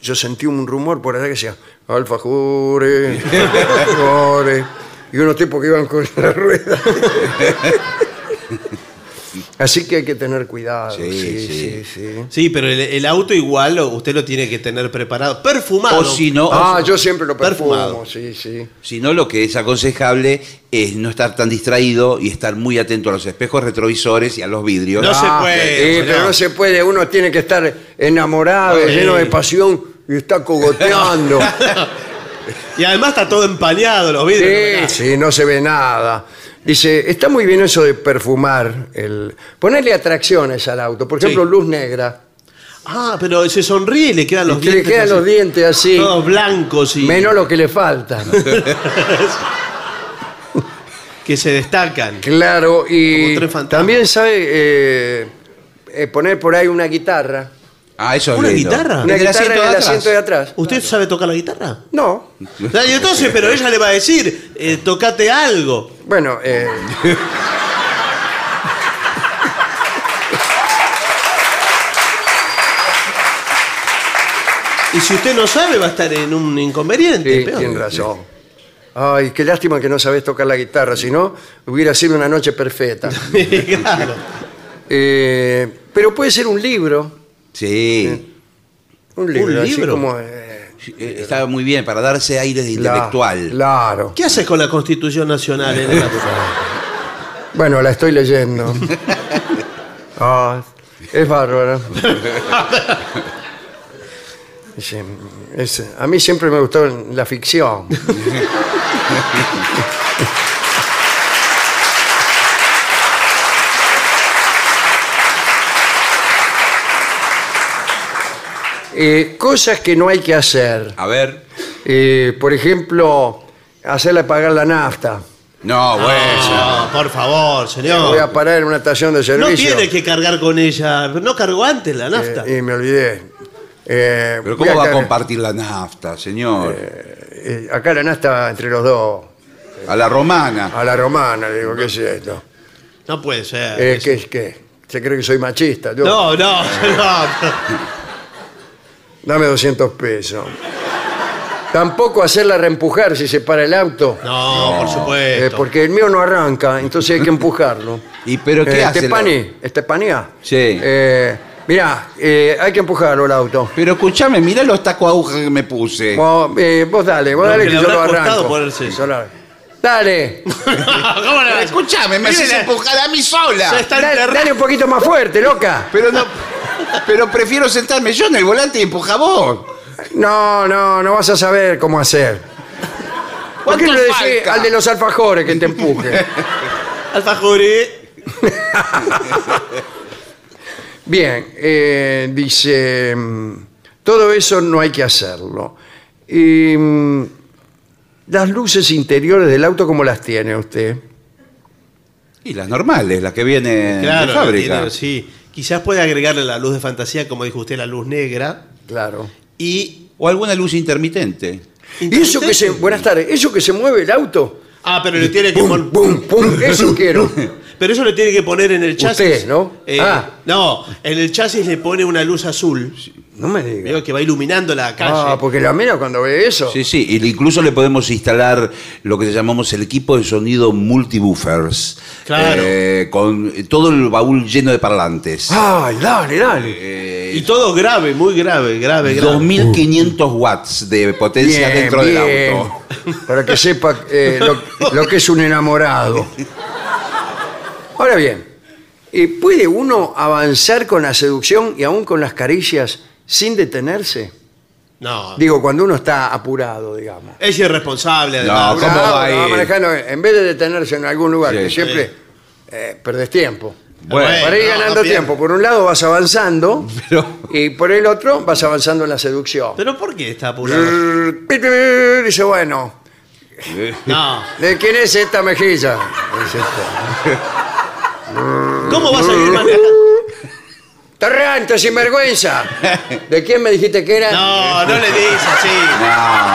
Speaker 1: yo sentí un rumor por allá que decía, alfajores, alfajores. Y unos tipos que iban con la rueda. Así que hay que tener cuidado.
Speaker 10: Sí, sí.
Speaker 1: sí, sí. sí.
Speaker 2: sí, pero el, el auto igual lo- usted lo tiene que tener preparado. Perfumado.
Speaker 10: O si no,
Speaker 1: Ah,
Speaker 10: o si-
Speaker 1: yo siempre lo perfumo,
Speaker 2: Perfumado.
Speaker 1: sí, sí.
Speaker 10: si no, lo que es aconsejable es no estar tan distraído y estar muy atento a los espejos retrovisores y a los vidrios.
Speaker 2: No se
Speaker 1: Ah,
Speaker 2: puede,
Speaker 1: sí,
Speaker 2: señor.
Speaker 1: pero no se puede, uno tiene que estar enamorado,
Speaker 2: Sí.
Speaker 1: lleno de pasión y está cogoteando.
Speaker 2: Y además está todo empañado, los vidrios.
Speaker 1: sí,
Speaker 2: mirá.
Speaker 1: sí, no se ve nada. Dice, está muy bien eso de perfumar, el ponerle atracciones al auto, por ejemplo,
Speaker 2: Sí.
Speaker 1: luz negra.
Speaker 2: Ah, pero se sonríe y le quedan los
Speaker 1: que le
Speaker 2: dientes.
Speaker 1: quedan
Speaker 2: así.
Speaker 1: los dientes así.
Speaker 2: Todos blancos y.
Speaker 1: Menos lo que le faltan.
Speaker 2: que se destacan.
Speaker 1: Claro, y también sabe eh, eh, poner por ahí una guitarra.
Speaker 10: Ah, eso es
Speaker 2: ¿Una
Speaker 10: lindo.
Speaker 2: guitarra?
Speaker 1: Una
Speaker 2: ¿En el
Speaker 1: guitarra en
Speaker 2: asiento
Speaker 1: el
Speaker 2: de atrás?
Speaker 1: asiento de atrás.
Speaker 2: ¿Usted sabe tocar la guitarra?
Speaker 1: No.
Speaker 2: Y entonces, pero ella le va a decir, eh, tocate algo.
Speaker 1: Bueno, eh,
Speaker 2: Y si usted no sabe, va a estar en un inconveniente.
Speaker 1: sí,
Speaker 2: peor.
Speaker 1: tiene razón. Ay, qué lástima que no sabés tocar la guitarra, si no, hubiera sido una noche perfecta.
Speaker 2: claro.
Speaker 1: Eh, pero puede ser un libro.
Speaker 10: Sí.
Speaker 1: Un libro, así
Speaker 2: libro?
Speaker 1: como, eh,
Speaker 10: Eh, Está muy bien para darse aires de intelectual.
Speaker 1: Claro.
Speaker 2: ¿Qué haces con la Constitución Nacional en la
Speaker 1: Bueno, la estoy leyendo. Ah, es bárbara. Sí, es- a mí siempre me gustó la ficción. Eh, cosas que no hay que hacer.
Speaker 10: A ver.
Speaker 1: Eh, por ejemplo, hacerle pagar la nafta.
Speaker 10: No,
Speaker 1: Ah.
Speaker 10: bueno.
Speaker 2: No, por favor,
Speaker 1: Voy a
Speaker 2: señor.
Speaker 1: parar en una estación de
Speaker 2: No
Speaker 1: servicio.
Speaker 2: tiene que cargar con ella. No cargó antes la nafta.
Speaker 1: Eh, y me olvidé. Eh,
Speaker 10: Pero
Speaker 1: voy
Speaker 10: ¿cómo va a
Speaker 1: acá-
Speaker 10: compartir la nafta, señor?
Speaker 1: eh, acá la nafta entre los dos.
Speaker 10: a la romana.
Speaker 1: A la romana, le digo, ¿qué es esto?
Speaker 2: No puede
Speaker 10: Ah,
Speaker 2: ser.
Speaker 1: Eh, ¿Qué es qué? ¿Se cree que soy machista? Yo,
Speaker 2: No, no, no.
Speaker 1: Dame 200 pesos. Tampoco hacerla reempujar si se para el auto.
Speaker 10: Ah,
Speaker 2: No, por
Speaker 1: eh,
Speaker 2: supuesto.
Speaker 1: porque el mío no arranca, entonces hay que empujarlo.
Speaker 10: ¿Y pero qué
Speaker 1: Eh,
Speaker 10: hace? la-
Speaker 1: Estepani, Estepanía.
Speaker 10: Sí.
Speaker 1: Eh, mirá, eh, hay que empujarlo el auto.
Speaker 10: Pero escúchame, mirá los tacos aguja que me puse.
Speaker 1: Vos, eh, vos dale, vos
Speaker 2: Lo
Speaker 1: dale
Speaker 2: que
Speaker 1: que,
Speaker 2: le
Speaker 1: yo lo
Speaker 2: habrá costado
Speaker 1: arranco.
Speaker 2: ponerse.
Speaker 1: Yo lo- Dale,
Speaker 2: ¿Cómo le va?
Speaker 10: Escúchame,
Speaker 2: Mire
Speaker 10: me haces
Speaker 2: la-
Speaker 10: empujar a mí
Speaker 2: Ya
Speaker 10: sola.
Speaker 2: está
Speaker 1: dale,
Speaker 2: enterrado.
Speaker 1: dale un poquito más fuerte, loca.
Speaker 10: Pero no. Pero prefiero sentarme yo en el volante y empuja vos.
Speaker 1: No, no, no vas a saber cómo hacer. ¿Por qué no le
Speaker 10: ¿Cuánto
Speaker 1: decís
Speaker 10: falta?
Speaker 1: al de los alfajores que te empuje?
Speaker 2: Alfajores.
Speaker 1: Eh, Bien, eh, dice, mm, todo eso no hay que hacerlo. Y, mm, las luces interiores del auto, ¿cómo las tiene usted?
Speaker 10: Y las normales, las que vienen
Speaker 2: Claro,
Speaker 10: de fábrica.
Speaker 2: tiene- sí. Quizás puede agregarle la luz de fantasía, como dijo usted, la luz negra.
Speaker 1: Claro.
Speaker 2: Y.
Speaker 10: O alguna luz intermitente.
Speaker 1: Eso que se, buenas tardes, eso que se mueve el auto.
Speaker 2: Ah, pero le tiene que pon-
Speaker 1: Pum, pum, eso quiero.
Speaker 2: Pero eso le tiene que poner en el chasis.
Speaker 1: Usted, ¿no?
Speaker 2: Eh,
Speaker 1: Ah.
Speaker 2: No, en el chasis le pone una luz azul.
Speaker 1: No me digas.
Speaker 2: Veo que va iluminando la calle.
Speaker 1: Ah, porque la mina cuando ve eso.
Speaker 10: Sí, sí, y le- incluso le podemos instalar lo que llamamos el equipo de sonido multibuffers.
Speaker 2: Claro.
Speaker 10: Eh, con todo el baúl lleno de parlantes.
Speaker 1: Ay, dale, dale.
Speaker 10: Eh,
Speaker 2: Y todo grave, muy grave, grave, grave.
Speaker 10: 2500 watts de potencia
Speaker 1: Bien,
Speaker 10: dentro del
Speaker 1: bien.
Speaker 10: auto.
Speaker 1: Para que sepa eh, lo, lo que es un enamorado. Ahora bien, eh, ¿puede uno avanzar con la seducción y aún con las caricias sin detenerse?
Speaker 2: No.
Speaker 1: Digo, cuando uno está apurado, digamos.
Speaker 2: Es irresponsable,
Speaker 10: No,
Speaker 2: además.
Speaker 10: Ah, ¿cómo
Speaker 1: Apurado,
Speaker 10: va
Speaker 1: no,
Speaker 10: ahí?
Speaker 1: manejando, eh, en vez de detenerse en algún lugar,
Speaker 10: Sí,
Speaker 1: que
Speaker 10: sí.
Speaker 1: siempre eh, perdés tiempo.
Speaker 10: Bueno,
Speaker 1: Para ir
Speaker 2: no,
Speaker 1: ganando
Speaker 2: no pierda.
Speaker 1: tiempo, por un lado vas avanzando
Speaker 10: Pero-
Speaker 1: y por el otro vas avanzando en la seducción.
Speaker 2: ¿Pero por qué está
Speaker 1: Eh.
Speaker 2: apurado?
Speaker 1: Brrr, Dice, bueno,
Speaker 2: No.
Speaker 1: ¿de quién es esta mejilla? Dice este.
Speaker 2: ¿Cómo va a seguir manejando?
Speaker 1: Torrante, sinvergüenza. ¿De quién me dijiste que era?
Speaker 2: No, no le dice así.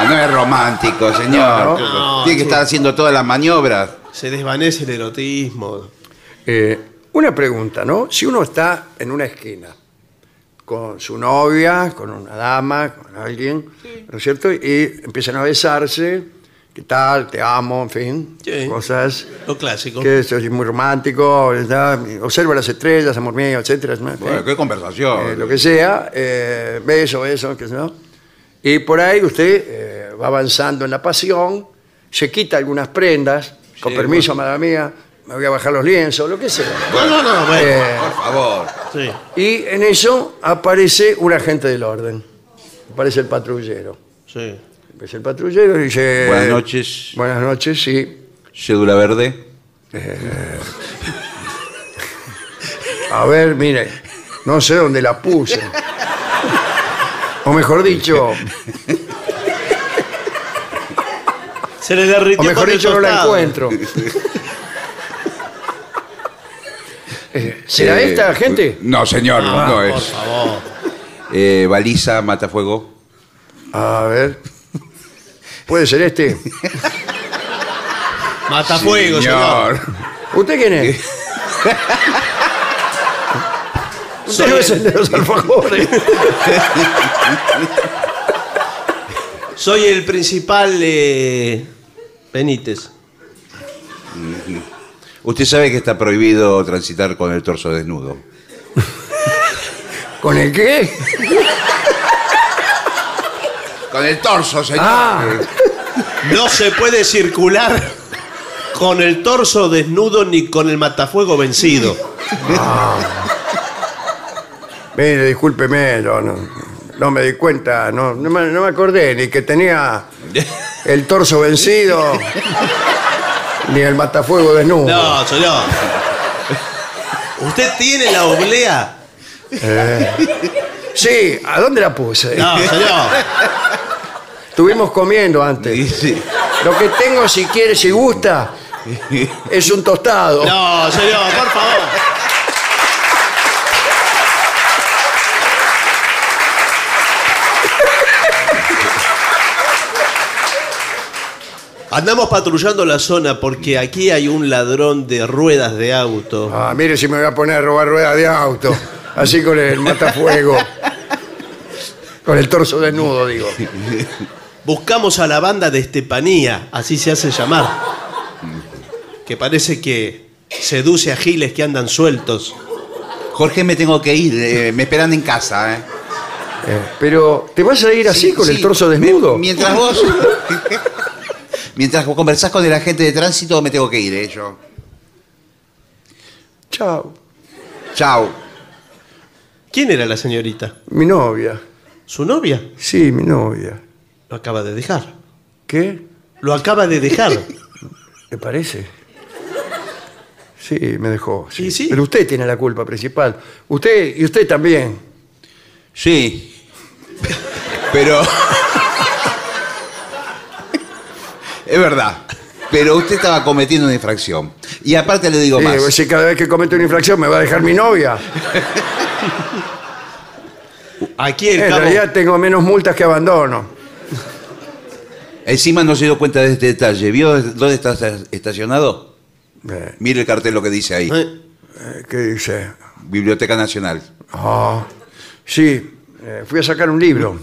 Speaker 10: No, no es romántico, señor.
Speaker 2: No,
Speaker 10: Tiene que estar haciendo todas las maniobras.
Speaker 2: Se desvanece el erotismo.
Speaker 1: Eh, una pregunta, ¿no? Si uno está en una esquina con su novia, con una dama, con alguien, ¿no es cierto? Y empiezan a besarse, ¿qué tal? Te amo, en fin,
Speaker 2: Sí.
Speaker 1: cosas.
Speaker 2: Lo clásico.
Speaker 1: Que soy muy romántico, ¿verdad? observa las estrellas, amor mío, etcétera. ¿no?
Speaker 10: Bueno, qué
Speaker 1: eh,
Speaker 10: conversación.
Speaker 1: lo que sea, eh, beso, beso, qué sé yo. Y por ahí usted eh, va avanzando en la pasión, se quita algunas prendas, con permiso, madre mía, me voy a bajar los lienzos, lo que sea.
Speaker 2: No, no, no, bueno.
Speaker 1: Eh,
Speaker 10: Por favor.
Speaker 2: Sí.
Speaker 1: y en eso aparece un agente del orden, aparece el patrullero.
Speaker 2: Sí.
Speaker 1: Aparece el patrullero y dice...
Speaker 10: Buenas noches,
Speaker 1: Buenas noches, sí.
Speaker 10: cédula verde.
Speaker 1: A ver, mire, no sé dónde la puse. O mejor dicho,
Speaker 2: Se le derritió
Speaker 1: o mejor
Speaker 2: con el
Speaker 1: dicho, no la
Speaker 2: tostado.
Speaker 1: encuentro. ¿Será
Speaker 10: Eh,
Speaker 1: esta, gente?
Speaker 10: No, señor,
Speaker 1: Ah,
Speaker 10: no
Speaker 1: por
Speaker 10: es. Eh, baliza, matafuego.
Speaker 1: A ver. Puede ser este.
Speaker 2: Matafuego, señor.
Speaker 1: ¿Usted quién es? Usted
Speaker 2: Soy
Speaker 1: no es
Speaker 2: el-
Speaker 1: el de los alfajores.
Speaker 2: Soy el principal eh, Benítez.
Speaker 10: Usted sabe que está prohibido transitar con el torso desnudo.
Speaker 1: ¿Con el qué?
Speaker 10: eh, Con el torso, señor.
Speaker 1: Ah.
Speaker 2: No se puede circular con el torso desnudo ni con el matafuego vencido.
Speaker 1: Mire, discúlpeme, yo no, no me di cuenta, no, no, me, no me acordé ni que tenía el torso vencido, ni el matafuego desnudo.
Speaker 2: No, señor. ¿Usted tiene la oblea?
Speaker 1: Sí, ¿a dónde la puse?
Speaker 2: No, señor.
Speaker 1: Estuvimos comiendo antes.
Speaker 10: Sí.
Speaker 1: Lo que tengo, si quiere, si gusta, es un tostado.
Speaker 2: No, señor, por favor. Andamos patrullando la zona porque aquí hay un ladrón de ruedas de auto.
Speaker 1: Ah, mire si me voy a poner a robar ruedas de auto, así con el matafuego. Con el torso desnudo, digo.
Speaker 2: Buscamos a la banda de Estepanía, así se hace llamar. Que parece que seduce a giles que andan sueltos.
Speaker 10: Jorge, me tengo que ir. eh, me esperan en casa. eh.
Speaker 1: Eh, Pero, ¿te vas a ir así
Speaker 10: Sí,
Speaker 1: con el
Speaker 10: sí.
Speaker 1: torso desnudo?
Speaker 10: Me- mientras vos. mientras vos conversás con el agente de tránsito, me tengo que ir, eh, yo.
Speaker 1: Chao.
Speaker 10: Chao.
Speaker 2: ¿Quién era la señorita?
Speaker 1: Mi novia.
Speaker 2: ¿Su novia?
Speaker 1: Sí, mi novia.
Speaker 2: Lo acaba de dejar.
Speaker 1: ¿Qué?
Speaker 2: Lo acaba de dejar.
Speaker 1: ¿Le parece? Sí, me dejó. Sí.
Speaker 2: Y sí.
Speaker 1: Pero usted tiene la culpa principal. Usted y usted también.
Speaker 10: Sí. Pero. es verdad. Pero usted estaba cometiendo una infracción. Y aparte le digo
Speaker 1: Eh, Sí,
Speaker 10: más.
Speaker 1: si cada vez que comete una infracción me va a dejar mi novia.
Speaker 2: Aquí el
Speaker 1: en
Speaker 2: cabo.
Speaker 1: realidad tengo menos multas que abandono.
Speaker 10: Encima no se dio cuenta de este detalle. ¿Vio dónde está estacionado?
Speaker 1: Eh,
Speaker 10: Mire el cartel lo que dice ahí.
Speaker 2: Eh,
Speaker 1: eh, ¿Qué dice?
Speaker 10: Biblioteca Nacional.
Speaker 1: Ah, sí, eh, fui a sacar un libro.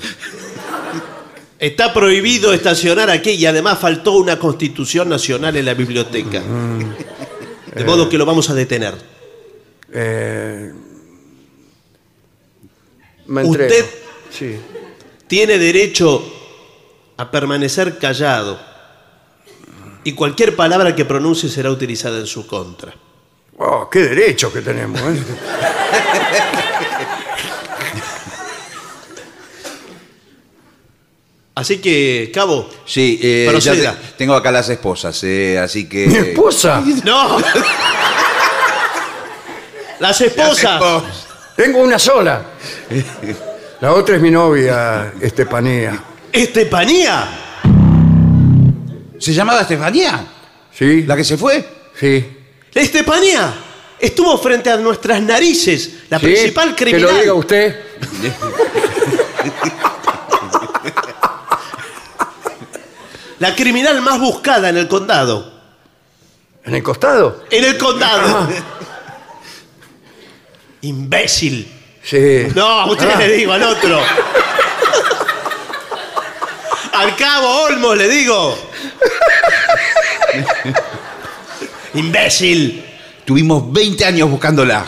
Speaker 2: Está prohibido estacionar aquí y además faltó una constitución nacional en la biblioteca. Mm. De modo que lo vamos a detener.
Speaker 1: Eh, me entrego.
Speaker 2: Usted-
Speaker 1: Sí.
Speaker 2: Tiene derecho a permanecer callado y cualquier palabra que pronuncie será utilizada en su contra.
Speaker 1: Oh, qué derecho que tenemos. ¿eh?
Speaker 2: Así que, cabo.
Speaker 10: Sí, eh, ya
Speaker 2: Proceda.
Speaker 10: te- tengo acá las esposas, eh, así que.
Speaker 1: Mi esposa.
Speaker 2: ¡No! Las esposas.
Speaker 1: Tengo una sola. La otra es mi novia, Estepanía.
Speaker 2: Este Estepanía.
Speaker 10: ¿Se llamaba Estefanía?
Speaker 1: ¿Sí?
Speaker 10: ¿La que se fue?
Speaker 1: Sí.
Speaker 2: La Estepanía estuvo frente a nuestras narices, la
Speaker 1: Sí,
Speaker 2: principal criminal.
Speaker 1: Que lo diga usted.
Speaker 2: La criminal más buscada en el condado.
Speaker 1: ¿En el costado?
Speaker 2: En el
Speaker 1: Ah.
Speaker 2: condado. Imbécil.
Speaker 1: Sí.
Speaker 2: No, a usted
Speaker 1: Ah.
Speaker 2: le digo, al otro. Al cabo Olmos le digo. Imbécil.
Speaker 10: Tuvimos 20 años buscándola.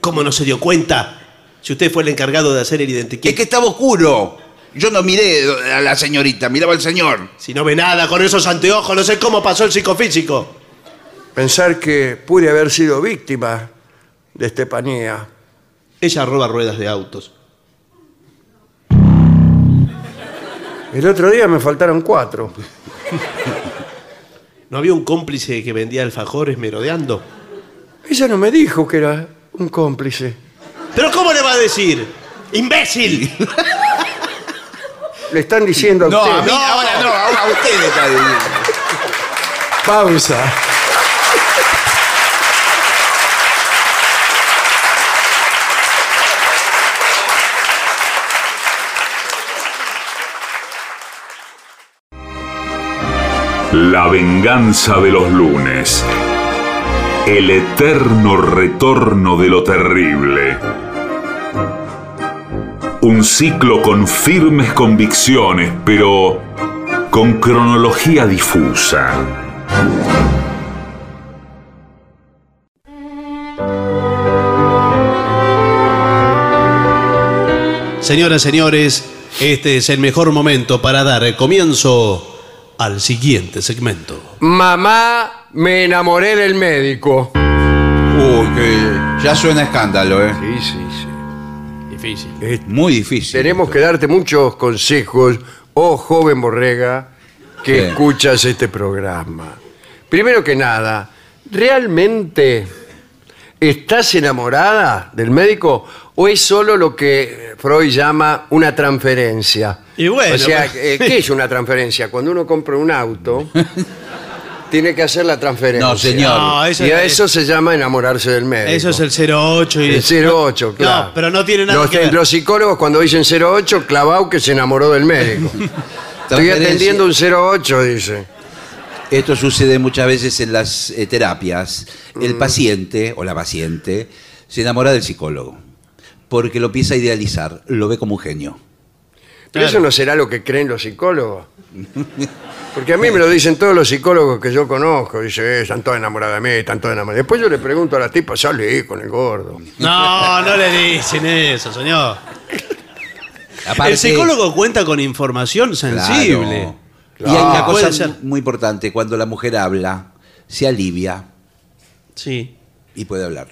Speaker 2: ¿Cómo no se dio cuenta? Si usted fue el encargado de hacer el identikit.
Speaker 10: Es que estaba oscuro. Yo no miré a la señorita, miraba al señor.
Speaker 2: Si no ve nada con esos anteojos, no sé cómo pasó el psicofísico.
Speaker 1: Pensar que pude haber sido víctima de Estepanía.
Speaker 2: Ella roba ruedas de autos.
Speaker 1: El otro día me faltaron cuatro.
Speaker 2: ¿No había un cómplice que vendía alfajores merodeando?
Speaker 1: Ella no me dijo que era un cómplice.
Speaker 2: ¿Pero cómo le va a decir? ¡Imbécil!
Speaker 1: le están diciendo a
Speaker 10: No,
Speaker 1: usted.
Speaker 10: a mí, ahora no, ahora a usted le está diciendo.
Speaker 1: Pausa.
Speaker 6: La venganza de los lunes. El eterno retorno de lo terrible. Un ciclo con firmes convicciones, pero con cronología difusa.
Speaker 2: Señoras, señores, este es el mejor momento para dar comienzo al siguiente segmento.
Speaker 1: Mamá, me enamoré del médico.
Speaker 10: Uy, que ya suena escándalo, ¿eh?
Speaker 1: Sí, sí, sí.
Speaker 2: Difícil.
Speaker 1: Es
Speaker 10: muy difícil.
Speaker 1: Tenemos que darte muchos consejos, oh joven borrega, que
Speaker 10: Sí.
Speaker 1: escuchas este programa. Primero que nada, ¿realmente estás enamorada del médico o es solo lo que Freud llama una transferencia?
Speaker 2: Y bueno, pues,
Speaker 1: o sea,
Speaker 2: pero-
Speaker 1: eh, ¿qué es una transferencia? Cuando uno compra un auto, tiene que hacer la transferencia.
Speaker 10: No, señor.
Speaker 2: No, eso
Speaker 1: y a
Speaker 2: es-
Speaker 1: eso se llama enamorarse del médico.
Speaker 2: Eso es el 08 y
Speaker 1: El 08, claro.
Speaker 2: No, pero no tiene nada
Speaker 1: los,
Speaker 2: que ver.
Speaker 1: los psicólogos cuando dicen 08, clavau que se enamoró del médico. Estoy
Speaker 10: Transferencia.
Speaker 1: atendiendo un 08, dice.
Speaker 10: Esto sucede muchas veces en las eh, terapias. El paciente o la paciente se enamora del psicólogo porque lo empieza a idealizar, lo ve como un genio.
Speaker 1: Pero eso no será lo que creen los psicólogos. Porque a mí me lo dicen todos los psicólogos que yo conozco. Dice, eh, están todos enamorados de mí, están todos enamorados. Después yo le pregunto a la tipa, salí con el gordo.
Speaker 2: No, no le dicen eso, señor.
Speaker 10: Aparte-
Speaker 2: el psicólogo cuenta con información sensible.
Speaker 10: Claro. Y hay una
Speaker 2: Ah, puede
Speaker 10: cosa
Speaker 2: ser.
Speaker 10: mu- muy importante, cuando la mujer habla, se alivia
Speaker 2: Sí.
Speaker 10: y puede hablar.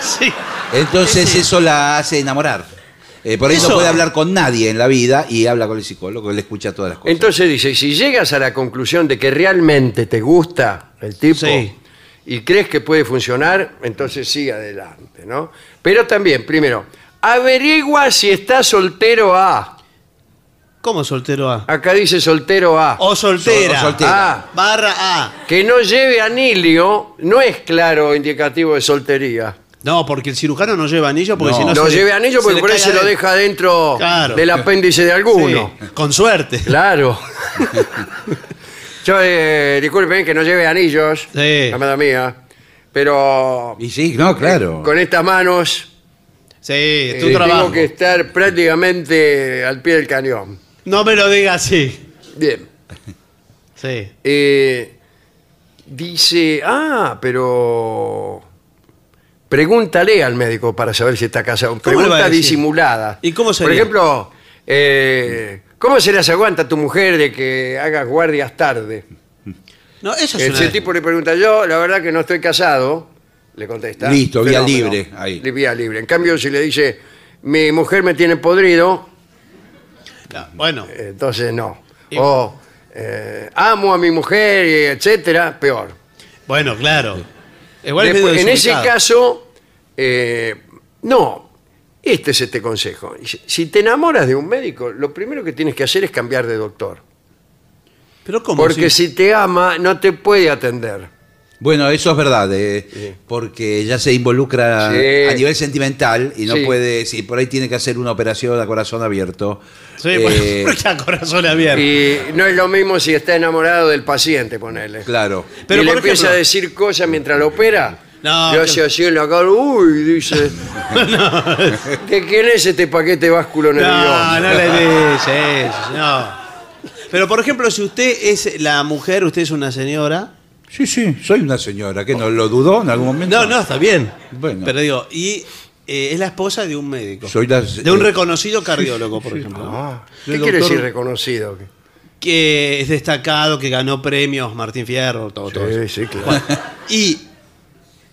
Speaker 2: Sí.
Speaker 10: Entonces
Speaker 2: Sí.
Speaker 10: eso la hace enamorar. Eh, por eso
Speaker 2: Eso-
Speaker 10: puede hablar con nadie en la vida y habla con el psicólogo, él escucha todas las cosas.
Speaker 1: Entonces dice, si llegas a la conclusión de que realmente te gusta el tipo
Speaker 2: Sí.
Speaker 1: y crees que puede funcionar, entonces sigue adelante, ¿no? Pero también, primero, averigua si está soltero A.
Speaker 2: ¿Cómo soltero A?
Speaker 1: Acá dice soltero A.
Speaker 2: O soltera.
Speaker 10: O soltera.
Speaker 1: Ah,
Speaker 2: Barra A.
Speaker 1: que no lleve anillo no es claro indicativo de soltería.
Speaker 2: No, porque el cirujano no lleva anillo porque
Speaker 10: No.
Speaker 2: si no
Speaker 1: No
Speaker 2: se le-
Speaker 1: lleve anillo porque
Speaker 2: le
Speaker 1: por ahí
Speaker 2: cae
Speaker 1: se lo
Speaker 2: adentro.
Speaker 1: deja dentro
Speaker 2: Claro.
Speaker 1: del apéndice de alguno.
Speaker 2: Sí, Con suerte.
Speaker 1: Claro. Yo, eh, disculpen que no lleve anillos,
Speaker 2: Sí.
Speaker 1: amada mía, pero
Speaker 10: Y sí, no, claro.
Speaker 1: Eh, con estas manos
Speaker 2: Sí, es tu
Speaker 1: eh,
Speaker 2: trabajo.
Speaker 1: tengo que estar prácticamente al pie del cañón.
Speaker 2: No me lo diga así.
Speaker 1: Bien.
Speaker 2: Sí.
Speaker 1: Eh, dice, ah, pero pregúntale al médico para saber si está casado.
Speaker 2: ¿Cómo le va a
Speaker 1: Pregunta
Speaker 2: decir?
Speaker 1: disimulada.
Speaker 2: ¿Y cómo
Speaker 1: Por
Speaker 2: sería?
Speaker 1: ejemplo, eh, ¿cómo se las aguanta tu mujer de que hagas guardias tarde?
Speaker 2: No, eso es
Speaker 1: Ese
Speaker 2: una...
Speaker 1: Eh, tipo le pregunta, yo la verdad que no estoy casado, le contesta.
Speaker 10: Listo, vía
Speaker 1: Fenómeno.
Speaker 10: libre, ahí.
Speaker 1: Li- Vía libre. En cambio, si le dice, mi mujer me tiene podrido, eh,
Speaker 2: No, Bueno,
Speaker 1: entonces no.
Speaker 2: Y-
Speaker 1: O eh, amo a mi mujer, y etcétera, peor.
Speaker 2: bueno, claro. Igual es
Speaker 1: Después,
Speaker 2: medio
Speaker 1: en ese
Speaker 2: desubicado.
Speaker 1: caso, eh, no, este es este consejo. Si- Si te enamoras de un médico, lo primero que tienes que hacer es cambiar de doctor.
Speaker 2: Pero ¿cómo?
Speaker 1: Porque
Speaker 2: Sí.
Speaker 1: si te ama, no te puede atender.
Speaker 10: Bueno, eso es verdad, eh, porque ya se involucra
Speaker 1: Sí.
Speaker 10: a nivel sentimental y no
Speaker 1: Sí.
Speaker 10: puede, si por ahí tiene que hacer una operación a corazón abierto.
Speaker 2: Sí,
Speaker 10: eh,
Speaker 2: porque a corazón abierto.
Speaker 1: Y no es lo mismo si está enamorado del paciente, ponele.
Speaker 10: claro.
Speaker 2: Pero,
Speaker 1: y le
Speaker 2: por
Speaker 1: empieza
Speaker 2: ejemplo-
Speaker 1: a decir cosas mientras lo opera.
Speaker 2: No,
Speaker 1: Le
Speaker 2: que-
Speaker 1: hace así en la cara, uy, dice. ¿De quién es este paquete básculo
Speaker 2: No,
Speaker 1: nervioso?
Speaker 2: no le dice eso, no. Pero, por ejemplo, si usted es la mujer, usted es una señora.
Speaker 10: Sí, sí, soy una señora, que no lo dudó en algún momento.
Speaker 2: No, no, está bien.
Speaker 10: Bueno.
Speaker 2: Pero digo, y eh, es la esposa de un médico.
Speaker 10: Soy la- eh,
Speaker 2: de un reconocido cardiólogo, por ejemplo.
Speaker 1: Ah, ¿Qué
Speaker 10: El
Speaker 1: quiere
Speaker 10: doctor-
Speaker 1: decir reconocido?
Speaker 2: Que es destacado, que ganó premios, Martín Fierro, todo, todo eso.
Speaker 1: Sí, sí, claro.
Speaker 2: Y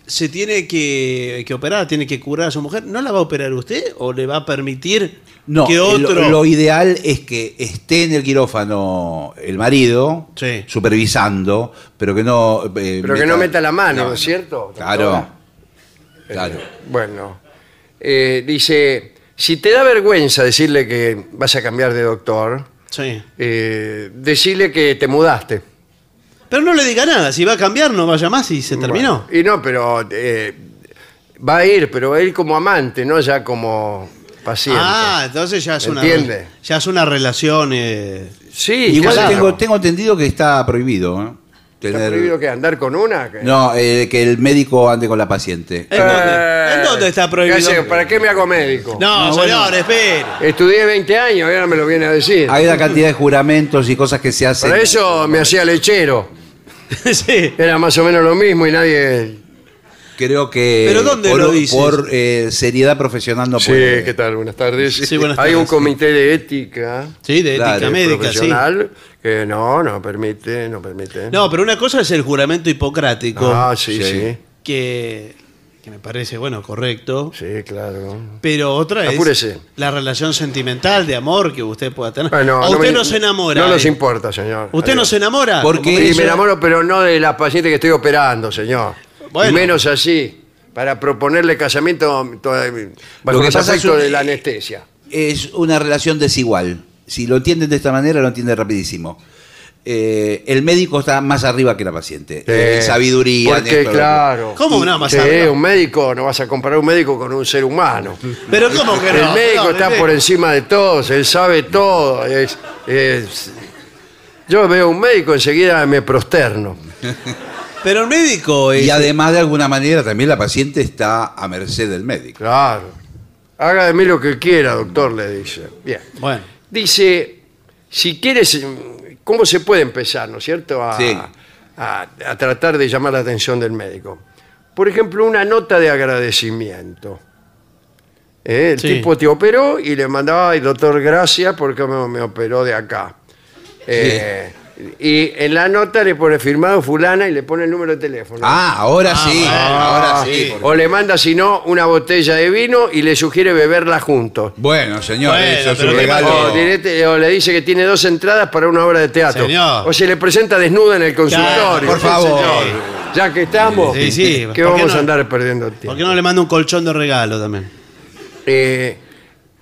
Speaker 2: se tiene que, que operar, tiene que curar a su mujer. ¿No la va a operar usted o le va a permitir
Speaker 10: No, eh,
Speaker 2: que
Speaker 10: lo-
Speaker 2: otro...
Speaker 10: Lo, ideal es que esté en el quirófano el marido
Speaker 2: Sí.
Speaker 10: supervisando, pero que no. eh,
Speaker 1: Pero que no meta la mano, ¿no es cierto,
Speaker 10: Claro.
Speaker 1: doctora?
Speaker 10: Claro.
Speaker 1: Bueno, eh, dice, Si te da vergüenza decirle que vas a cambiar de doctor, eh, decirle que te mudaste.
Speaker 2: Pero no le diga nada, si va a cambiar no vaya más y se terminó.
Speaker 1: Y no, pero eh, va a ir, pero va a ir como amante, no ya como paciente.
Speaker 2: Ah, entonces ya es una
Speaker 1: ¿Entiende?
Speaker 2: ya es una relación eh,
Speaker 1: Sí,
Speaker 10: Igual
Speaker 1: claro.
Speaker 10: tengo, tengo entendido que está prohibido. ¿eh?
Speaker 1: ¿Está
Speaker 10: Tener-
Speaker 1: prohibido que andar con una? ¿Qué?
Speaker 10: No, eh, que el médico ande con la paciente.
Speaker 1: ¿En dónde?
Speaker 2: ¿En dónde está prohibido?
Speaker 1: ¿Para Eh, qué me hago médico?
Speaker 2: No, señor, espere.
Speaker 1: Estudié 20 años y ahora me lo viene a decir.
Speaker 10: Hay una cantidad de juramentos y cosas que se hacen.
Speaker 1: Para eso me hacía lechero. Era más o menos lo mismo y nadie...
Speaker 10: Creo que
Speaker 1: ¿Pero dónde
Speaker 10: por,
Speaker 1: lo dices?
Speaker 10: por, eh, seriedad profesional no
Speaker 1: Sí,
Speaker 10: puede.
Speaker 1: ¿qué tal? Buenas tardes.
Speaker 10: Sí, buenas
Speaker 1: Hay
Speaker 10: tardes,
Speaker 1: un
Speaker 10: sí.
Speaker 1: comité de ética.
Speaker 2: Sí, de ética
Speaker 1: Claro,
Speaker 2: médica,
Speaker 1: profesional que no, no permite, no permite.
Speaker 2: No, pero una cosa es el juramento hipocrático.
Speaker 1: Ah, sí, sí.
Speaker 2: Que, que me parece, bueno, correcto.
Speaker 1: Sí, claro.
Speaker 2: Pero otra es
Speaker 1: Apúrese.
Speaker 2: la relación sentimental de amor que usted pueda tener.
Speaker 1: Bueno,
Speaker 2: A
Speaker 1: no
Speaker 2: usted
Speaker 1: me-
Speaker 2: no, se enamora.
Speaker 1: No
Speaker 2: eh.
Speaker 1: nos importa, señor.
Speaker 2: ¿Usted no
Speaker 1: Adiós.
Speaker 2: se enamora?
Speaker 1: Sí, me enamoro, pero no de la paciente que estoy operando, señor.
Speaker 2: Bueno.
Speaker 1: Y menos así, para proponerle casamiento to- eh, bajo
Speaker 10: Lo que
Speaker 1: los
Speaker 10: pasa es
Speaker 1: efectos
Speaker 10: un-
Speaker 1: de la anestesia.
Speaker 10: Es una relación desigual. Si lo entienden de esta manera, lo entienden rapidísimo. Eh, el médico está más arriba que la paciente. Eh, sabiduría. en
Speaker 1: Porque,
Speaker 10: esto, lo-
Speaker 1: claro.
Speaker 10: ¿Cómo no, más
Speaker 1: Sí,
Speaker 10: arriba?
Speaker 1: un médico, no vas a comparar un médico con un ser humano.
Speaker 2: Pero ¿cómo que
Speaker 1: El
Speaker 2: no?
Speaker 1: médico
Speaker 2: No,
Speaker 1: está
Speaker 2: Pepe.
Speaker 1: por encima de todos, él sabe todo. es- es- Yo veo un médico, enseguida me prosterno.
Speaker 2: Pero el médico es...
Speaker 10: Y además, de alguna manera, también la paciente está a merced del médico.
Speaker 1: Claro. Haga de mí lo que quiera, doctor, le dice. Bien.
Speaker 2: Bueno.
Speaker 1: Dice, si quieres, mm, ¿cómo se puede empezar, no es cierto? A,
Speaker 10: Sí.
Speaker 1: a- a tratar de llamar la atención del médico. Por ejemplo, una nota de agradecimiento. ¿Eh? El
Speaker 8: Sí.
Speaker 1: tipo te operó y le mandaba, ay, doctor, gracias porque me, me operó de acá. Eh, y en la nota le pone firmado fulana y le pone el número de teléfono.
Speaker 10: Ah, ahora sí, ahora
Speaker 1: Ah,
Speaker 10: sí.
Speaker 1: O le manda, si no, una botella de vino y le sugiere beberla juntos.
Speaker 10: Bueno, señor,
Speaker 1: Bueno,
Speaker 10: eso es
Speaker 1: pero
Speaker 10: un
Speaker 1: le-
Speaker 10: regalo.
Speaker 1: O, direct- o le dice que tiene dos entradas para una obra de teatro.
Speaker 10: Señor.
Speaker 1: O se le presenta desnuda en el consultorio.
Speaker 10: por
Speaker 1: Sí,
Speaker 10: favor.
Speaker 1: señor. Ya que estamos,
Speaker 2: Sí, sí,
Speaker 1: que
Speaker 2: ¿por
Speaker 1: vamos
Speaker 2: qué
Speaker 1: a
Speaker 2: no?
Speaker 1: andar perdiendo tiempo.
Speaker 2: ¿Por qué no le manda un colchón de regalo también?
Speaker 1: Eh,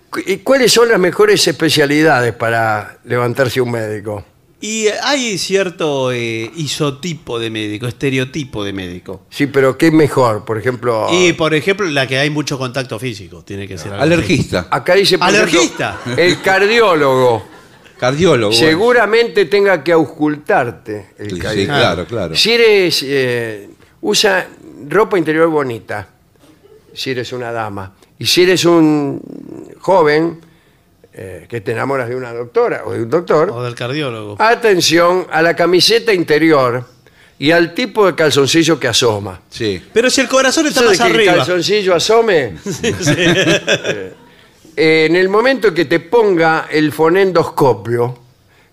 Speaker 1: cu- ¿Y cuáles son las mejores especialidades para levantarse un médico?
Speaker 2: Y hay cierto eh, isotipo de médico, estereotipo de médico.
Speaker 1: Sí, pero ¿qué es mejor? Por ejemplo...
Speaker 2: Y, por ejemplo, la que hay mucho contacto físico. Tiene que ser algo
Speaker 1: Acá dice, por ejemplo,
Speaker 2: Alergista.
Speaker 1: el cardiólogo.
Speaker 10: Cardiólogo.
Speaker 1: Seguramente tenga que auscultarte el
Speaker 10: Sí, sí,
Speaker 1: cardiólogo.
Speaker 10: claro, claro.
Speaker 1: Si eres. eh, usa ropa interior bonita, si eres una dama. Y si eres un joven eh, que te enamoras de una doctora o de un doctor,
Speaker 2: O del cardiólogo.
Speaker 1: Ah. atención a la camiseta interior y al tipo de calzoncillo que asoma.
Speaker 10: Sí.
Speaker 2: Pero si el corazón está
Speaker 1: Eso de
Speaker 2: más
Speaker 1: que el
Speaker 2: arriba.
Speaker 1: calzoncillo asome. Eh, en el momento que te ponga el fonendoscopio,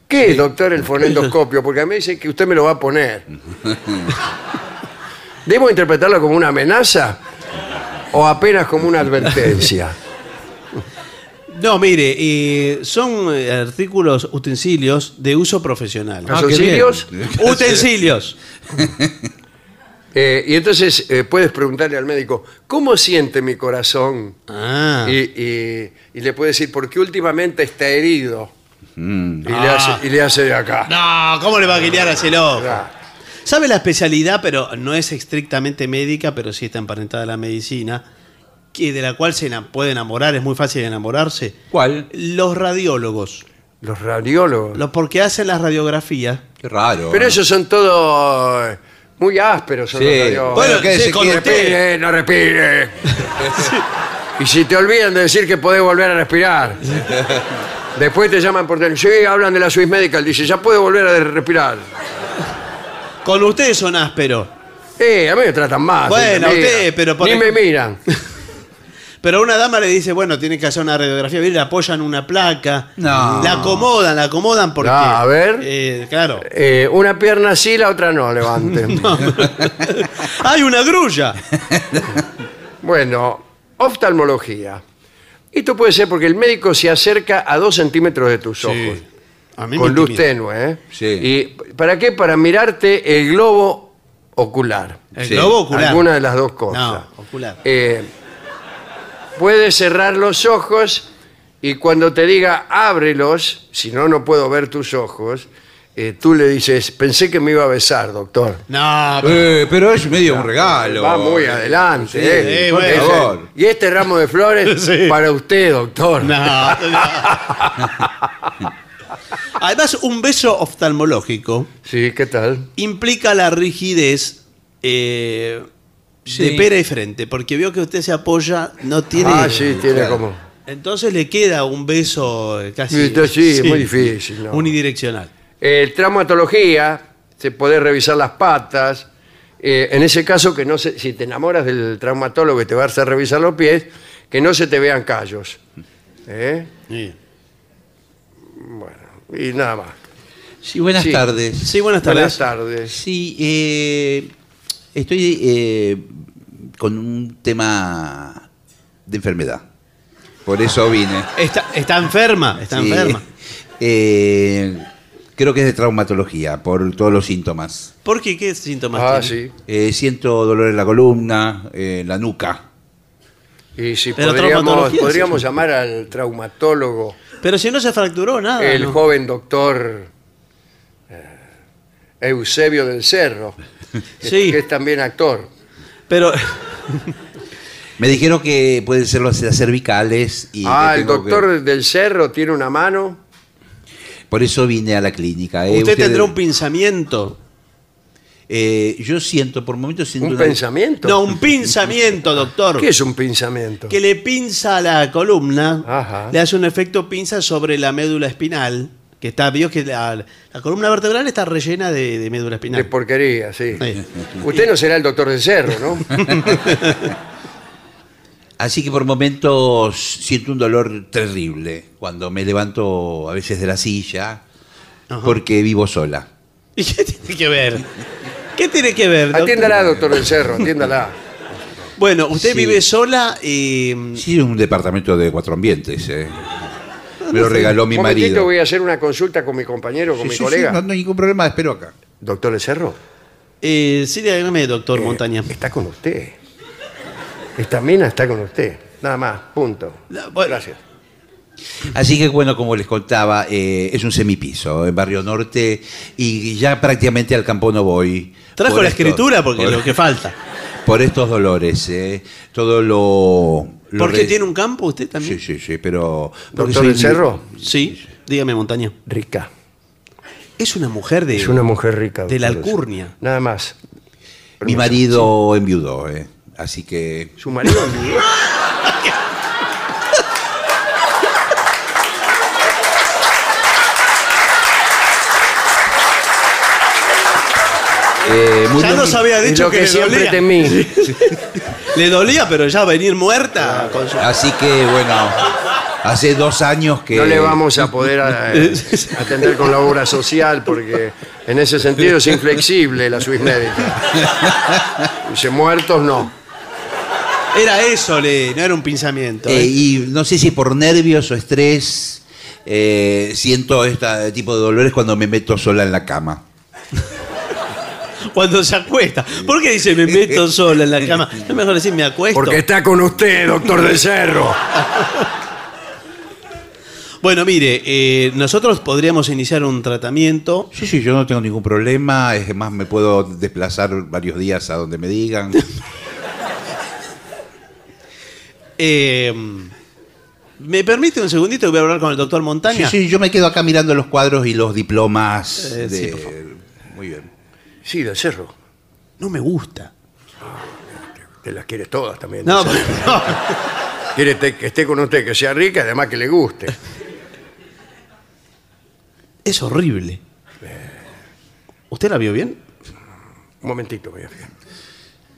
Speaker 1: ¿qué es, doctor, el fonendoscopio? Porque a mí dice que usted me lo va a poner. ¿Debo interpretarlo como una amenaza o apenas como una advertencia?
Speaker 2: No, mire, eh, son eh, artículos, utensilios de uso profesional.
Speaker 1: Ah, qué bien. ¿Utensilios?
Speaker 2: Utensilios.
Speaker 1: Eh, y entonces eh, puedes preguntarle al médico, ¿cómo siente mi corazón?
Speaker 2: Ah.
Speaker 1: Y, y- y le puedes decir, porque últimamente está herido. Y, le,
Speaker 2: Ah.
Speaker 1: hace, y le hace de acá.
Speaker 2: No, ¿cómo le va a guiñar a ese loco? ¿Sabe la especialidad, pero no es estrictamente médica, pero sí está emparentada a la medicina, que de la cual se ena- puede enamorar, es muy fácil enamorarse?
Speaker 10: ¿Cuál?
Speaker 2: Los radiólogos.
Speaker 1: ¿Los radiólogos?
Speaker 2: Los porque hacen las radiografías.
Speaker 10: Qué raro.
Speaker 1: Pero esos son todos eh, muy ásperos. Son
Speaker 10: Sí.
Speaker 1: los radiólogos.
Speaker 10: Bueno, Bueno, quédese sí, con quieto. usted.
Speaker 1: Respire, no respire. y si te olvidan de decir que podés volver a respirar. Después te llaman por teléfono. Sí, hablan de la Swiss Medical. Dice, ya puede volver a respirar.
Speaker 2: Con ustedes son ásperos.
Speaker 1: Eh, a mí me tratan más.
Speaker 2: Bueno,
Speaker 1: ni me
Speaker 2: usted,
Speaker 1: miran.
Speaker 2: pero por
Speaker 1: Ni me
Speaker 2: ejemplo-
Speaker 1: miran.
Speaker 2: Pero una dama le dice, bueno, tiene que hacer una radiografía, bien, le apoyan una placa,
Speaker 1: No.
Speaker 2: la acomodan, la acomodan porque...
Speaker 1: Ah, a ver.
Speaker 2: eh, claro.
Speaker 1: Eh, una pierna sí, la otra no, levanten.
Speaker 2: Hay una grulla.
Speaker 1: Bueno, oftalmología. Esto puede ser porque el médico se acerca a dos centímetros de tus ojos.
Speaker 2: mí me
Speaker 1: con luz
Speaker 2: intimida.
Speaker 1: tenue, ¿eh? ¿Y para qué? Para mirarte el globo ocular.
Speaker 2: El globo ocular.
Speaker 1: Alguna de las dos cosas.
Speaker 2: No, ocular.
Speaker 1: Eh, Puedes Eh, cerrar los ojos y cuando te diga ábrelos, si no, no puedo ver tus ojos, eh, tú le dices, pensé que me iba a besar, doctor.
Speaker 2: No,
Speaker 10: Eh, pero, es medio un regalo.
Speaker 1: Va muy
Speaker 10: Sí,
Speaker 1: adelante. eh.
Speaker 10: por
Speaker 1: Ese-
Speaker 10: favor.
Speaker 1: Y este ramo de flores
Speaker 2: Sí.
Speaker 1: para usted, doctor.
Speaker 2: Además, un beso oftalmológico
Speaker 1: Sí, ¿qué tal?
Speaker 2: implica la rigidez eh, de
Speaker 10: Sí.
Speaker 2: pera y frente, porque veo que usted se apoya, no tiene.
Speaker 1: ah, sí, tiene como...
Speaker 2: Entonces le queda un beso eh, casi.
Speaker 1: Sí, está- sí, es muy difícil, no.
Speaker 2: Unidireccional.
Speaker 1: El Eh, traumatología, se puede revisar las patas. Eh, en ese caso, que no se- si te enamoras del traumatólogo que te va a hacer revisar los pies, que no se te vean callos. ¿Eh?
Speaker 2: Sí.
Speaker 1: Y nada más.
Speaker 10: Sí, buenas
Speaker 1: Sí.
Speaker 10: tardes.
Speaker 2: Sí, buenas tardes.
Speaker 1: Buenas tardes.
Speaker 10: Sí, eh, estoy eh, con un tema de enfermedad. Por eso vine.
Speaker 2: Está, está enferma, está
Speaker 10: Sí.
Speaker 2: enferma.
Speaker 10: Eh, creo que es de traumatología, por todos los síntomas.
Speaker 2: ¿Por qué? ¿Qué síntomas
Speaker 1: Ah,
Speaker 2: tiene?
Speaker 1: sí.
Speaker 10: Eh, siento dolor en la columna, eh, en la nuca.
Speaker 1: Y si
Speaker 2: Pero
Speaker 1: podríamos,
Speaker 2: traumatología,
Speaker 1: podríamos
Speaker 2: sí.
Speaker 1: llamar al traumatólogo,
Speaker 2: Pero si no se fracturó nada.
Speaker 1: el
Speaker 2: Ah, ¿no?
Speaker 1: joven doctor eh, Eusebio del Cerro, que-
Speaker 2: Sí.
Speaker 1: que es también actor.
Speaker 2: Pero
Speaker 10: Me dijeron que pueden ser las las cervicales y
Speaker 1: Ah,
Speaker 10: que
Speaker 1: el
Speaker 10: tengo que-
Speaker 1: doctor del Cerro tiene una mano.
Speaker 10: por eso vine a la clínica. eh.
Speaker 2: usted, tendrá un pinzamiento.
Speaker 10: eh, yo siento, por momentos siento
Speaker 1: ¿Un
Speaker 10: una-
Speaker 1: pensamiento?
Speaker 2: No, un pinzamiento, doctor.
Speaker 1: ¿Qué es un pinzamiento?
Speaker 2: Que le pinza la columna,
Speaker 1: Ajá.
Speaker 2: le hace un efecto pinza sobre la médula espinal, que está, vio que la, la columna vertebral está rellena de, de médula
Speaker 1: De
Speaker 2: espinal.
Speaker 1: porquería, sí.
Speaker 2: Sí.
Speaker 1: Usted no será el doctor del cerro, ¿no?
Speaker 10: Así que por momentos siento un dolor terrible cuando me levanto a veces de la silla
Speaker 2: Ajá.
Speaker 10: porque vivo sola.
Speaker 2: ¿Y qué tiene que ver? ¿Qué tiene que ver? doctor?
Speaker 1: Atiéndala, doctor del cerro, atiéndala.
Speaker 2: Bueno, usted
Speaker 10: Sí.
Speaker 2: vive sola eh, y...
Speaker 10: Sí, un departamento de cuatro ambientes. eh. Me lo regaló mi
Speaker 1: Un momentito
Speaker 10: marido.
Speaker 1: voy a hacer una consulta con mi compañero, con
Speaker 10: Sí,
Speaker 1: mi
Speaker 10: sí,
Speaker 1: colega.
Speaker 10: sí, no, no hay ningún problema, espero acá.
Speaker 1: Doctor del cerro,
Speaker 2: Eh, sí, dígame, doctor
Speaker 1: eh,
Speaker 2: Montaña.
Speaker 1: está con usted. Esta mina está con usted. Nada más, punto.
Speaker 2: La- bueno,
Speaker 1: Gracias.
Speaker 10: Así que bueno, como les contaba, eh, es un semipiso en Barrio Norte y ya prácticamente al campo no voy.
Speaker 2: Trajo
Speaker 10: Por
Speaker 2: la
Speaker 10: esto-
Speaker 2: escritura porque
Speaker 10: por-
Speaker 2: es lo que falta.
Speaker 10: Por estos dolores, eh. todo lo... lo
Speaker 2: Porque
Speaker 10: re-
Speaker 2: tiene un campo usted también.
Speaker 10: Sí, sí, sí, pero... porque
Speaker 1: Doctor
Speaker 10: soy
Speaker 1: del
Speaker 10: li-
Speaker 1: cerro,
Speaker 2: Sí, dígame, Montaña.
Speaker 1: rica.
Speaker 2: Es una mujer de.
Speaker 1: Es una mujer rica.
Speaker 2: de la
Speaker 1: doctor del Cerro.
Speaker 2: alcurnia.
Speaker 1: Nada más.
Speaker 10: Mi marido enviudó, eh. así que...
Speaker 1: Su marido.
Speaker 10: eh, muy-
Speaker 2: Ya nos había
Speaker 1: es
Speaker 2: dicho
Speaker 1: lo
Speaker 2: que,
Speaker 1: que
Speaker 2: le
Speaker 1: siempre
Speaker 2: dolía.
Speaker 1: temí.
Speaker 2: Le dolía, pero ya va a venir muerta. con su-
Speaker 10: Así que bueno, hace dos años que...
Speaker 1: No le vamos a poder eh, atender con la obra social porque en ese sentido es inflexible la Swiss Medica. Dice, muertos no.
Speaker 2: Era eso, le, no era un pinzamiento.
Speaker 10: Eh,
Speaker 2: ¿eh?
Speaker 10: y no sé si por nervios o estrés eh, siento este tipo de dolores cuando me meto sola en la cama.
Speaker 2: Cuando se acuesta. ¿Por qué dice me meto sola en la cama? No mejor decir me acuesto.
Speaker 1: Porque está con usted, doctor del Cerro.
Speaker 2: Bueno, mire, eh, nosotros podríamos iniciar un tratamiento.
Speaker 10: Sí, sí, yo no tengo ningún problema, es más, me puedo desplazar varios días a donde me digan.
Speaker 2: Eh, ¿Me permite un segundito? Voy a hablar con el doctor
Speaker 10: Sí,
Speaker 2: Montaña.
Speaker 10: sí, yo me quedo acá mirando los cuadros y los diplomas.
Speaker 2: Eh,
Speaker 10: de-
Speaker 2: sí, por favor.
Speaker 10: Muy bien.
Speaker 1: Sí, del Cerro.
Speaker 2: No me gusta.
Speaker 1: Te las quieres todas también.
Speaker 2: No, pues-
Speaker 1: del Cerro.
Speaker 2: no.
Speaker 1: Quiere te- que esté con usted, que sea rica y además que le guste.
Speaker 2: Es horrible. ¿Usted la vio bien?
Speaker 1: Un momentito, voy a fijar.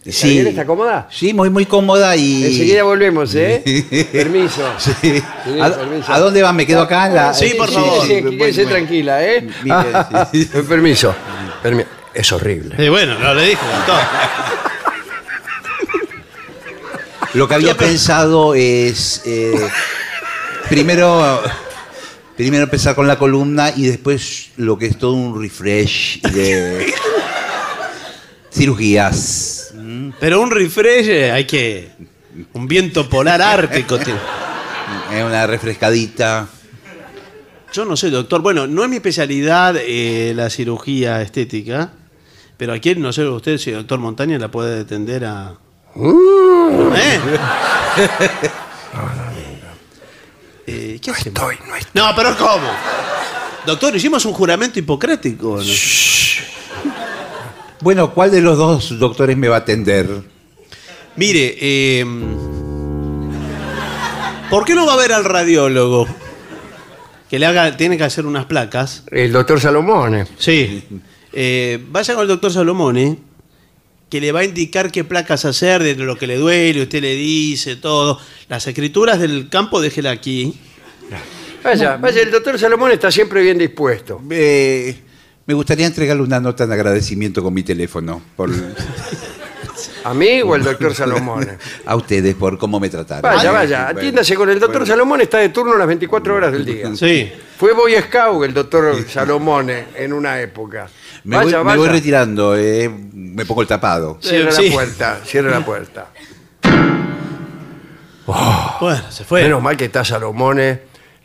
Speaker 10: Sí.
Speaker 1: bien? ¿Está cómoda?
Speaker 10: Sí, muy, muy cómoda y...
Speaker 1: Enseguida volvemos, ¿eh? Permiso.
Speaker 10: Sí.
Speaker 1: Sí,
Speaker 10: ¿A,
Speaker 1: permiso.
Speaker 10: a dónde va? ¿Me quedo acá? en la- eh,
Speaker 2: Sí, por
Speaker 1: Sí,
Speaker 2: favor.
Speaker 1: sí, quédese
Speaker 10: bueno, bueno.
Speaker 1: tranquila, ¿eh?
Speaker 10: Mire, sí.
Speaker 1: Permiso. Permi- Es horrible.
Speaker 2: Eh, bueno, no le dije, doctor.
Speaker 10: Lo que había
Speaker 2: Lo que-
Speaker 10: pensado es eh, primero, primero empezar con la columna y después lo que es todo un refresh de cirugías.
Speaker 2: Pero un refresh eh, hay que Un viento polar ártico. tiene.
Speaker 10: Es Eh, una refrescadita.
Speaker 2: Yo no soy doctor. Bueno, no es mi especialidad eh, la cirugía estética, pero aquí no sé usted si el doctor Montaña la puede atender a... ¿Eh? Eh, ¿Qué hacemos? no No, pero ¿cómo? Doctor, hicimos un juramento hipocrático. ¿no?
Speaker 10: Bueno, ¿cuál de los dos doctores me va a atender?
Speaker 2: Mire, eh, ¿por qué no va a ver al radiólogo? Que le haga, tiene que hacer unas placas.
Speaker 1: El doctor Salomone.
Speaker 2: Sí. Eh, vaya con el doctor Salomone, que le va a indicar qué placas hacer, de lo que le duele, usted le dice, todo. Las escrituras del campo, déjela aquí.
Speaker 1: Vaya, vaya, el doctor Salomón está siempre bien dispuesto.
Speaker 10: Eh, me gustaría entregarle una nota en agradecimiento con mi teléfono. Por,
Speaker 1: ¿A mí o al doctor Salomón?
Speaker 10: a ustedes por cómo me trataron.
Speaker 1: Vaya,
Speaker 10: Eh,
Speaker 1: vaya,
Speaker 10: bueno.
Speaker 1: atiéndase con el doctor Salomón, está de turno las 24 horas del día.
Speaker 2: Sí.
Speaker 1: Fue Boy Scout el doctor Salomón en una época.
Speaker 10: Me, voy, me voy retirando, eh, me pongo el tapado.
Speaker 1: Cierra
Speaker 2: Sí.
Speaker 1: la puerta, cierra la puerta.
Speaker 2: Bueno, se fue.
Speaker 1: Menos mal que está Salomone,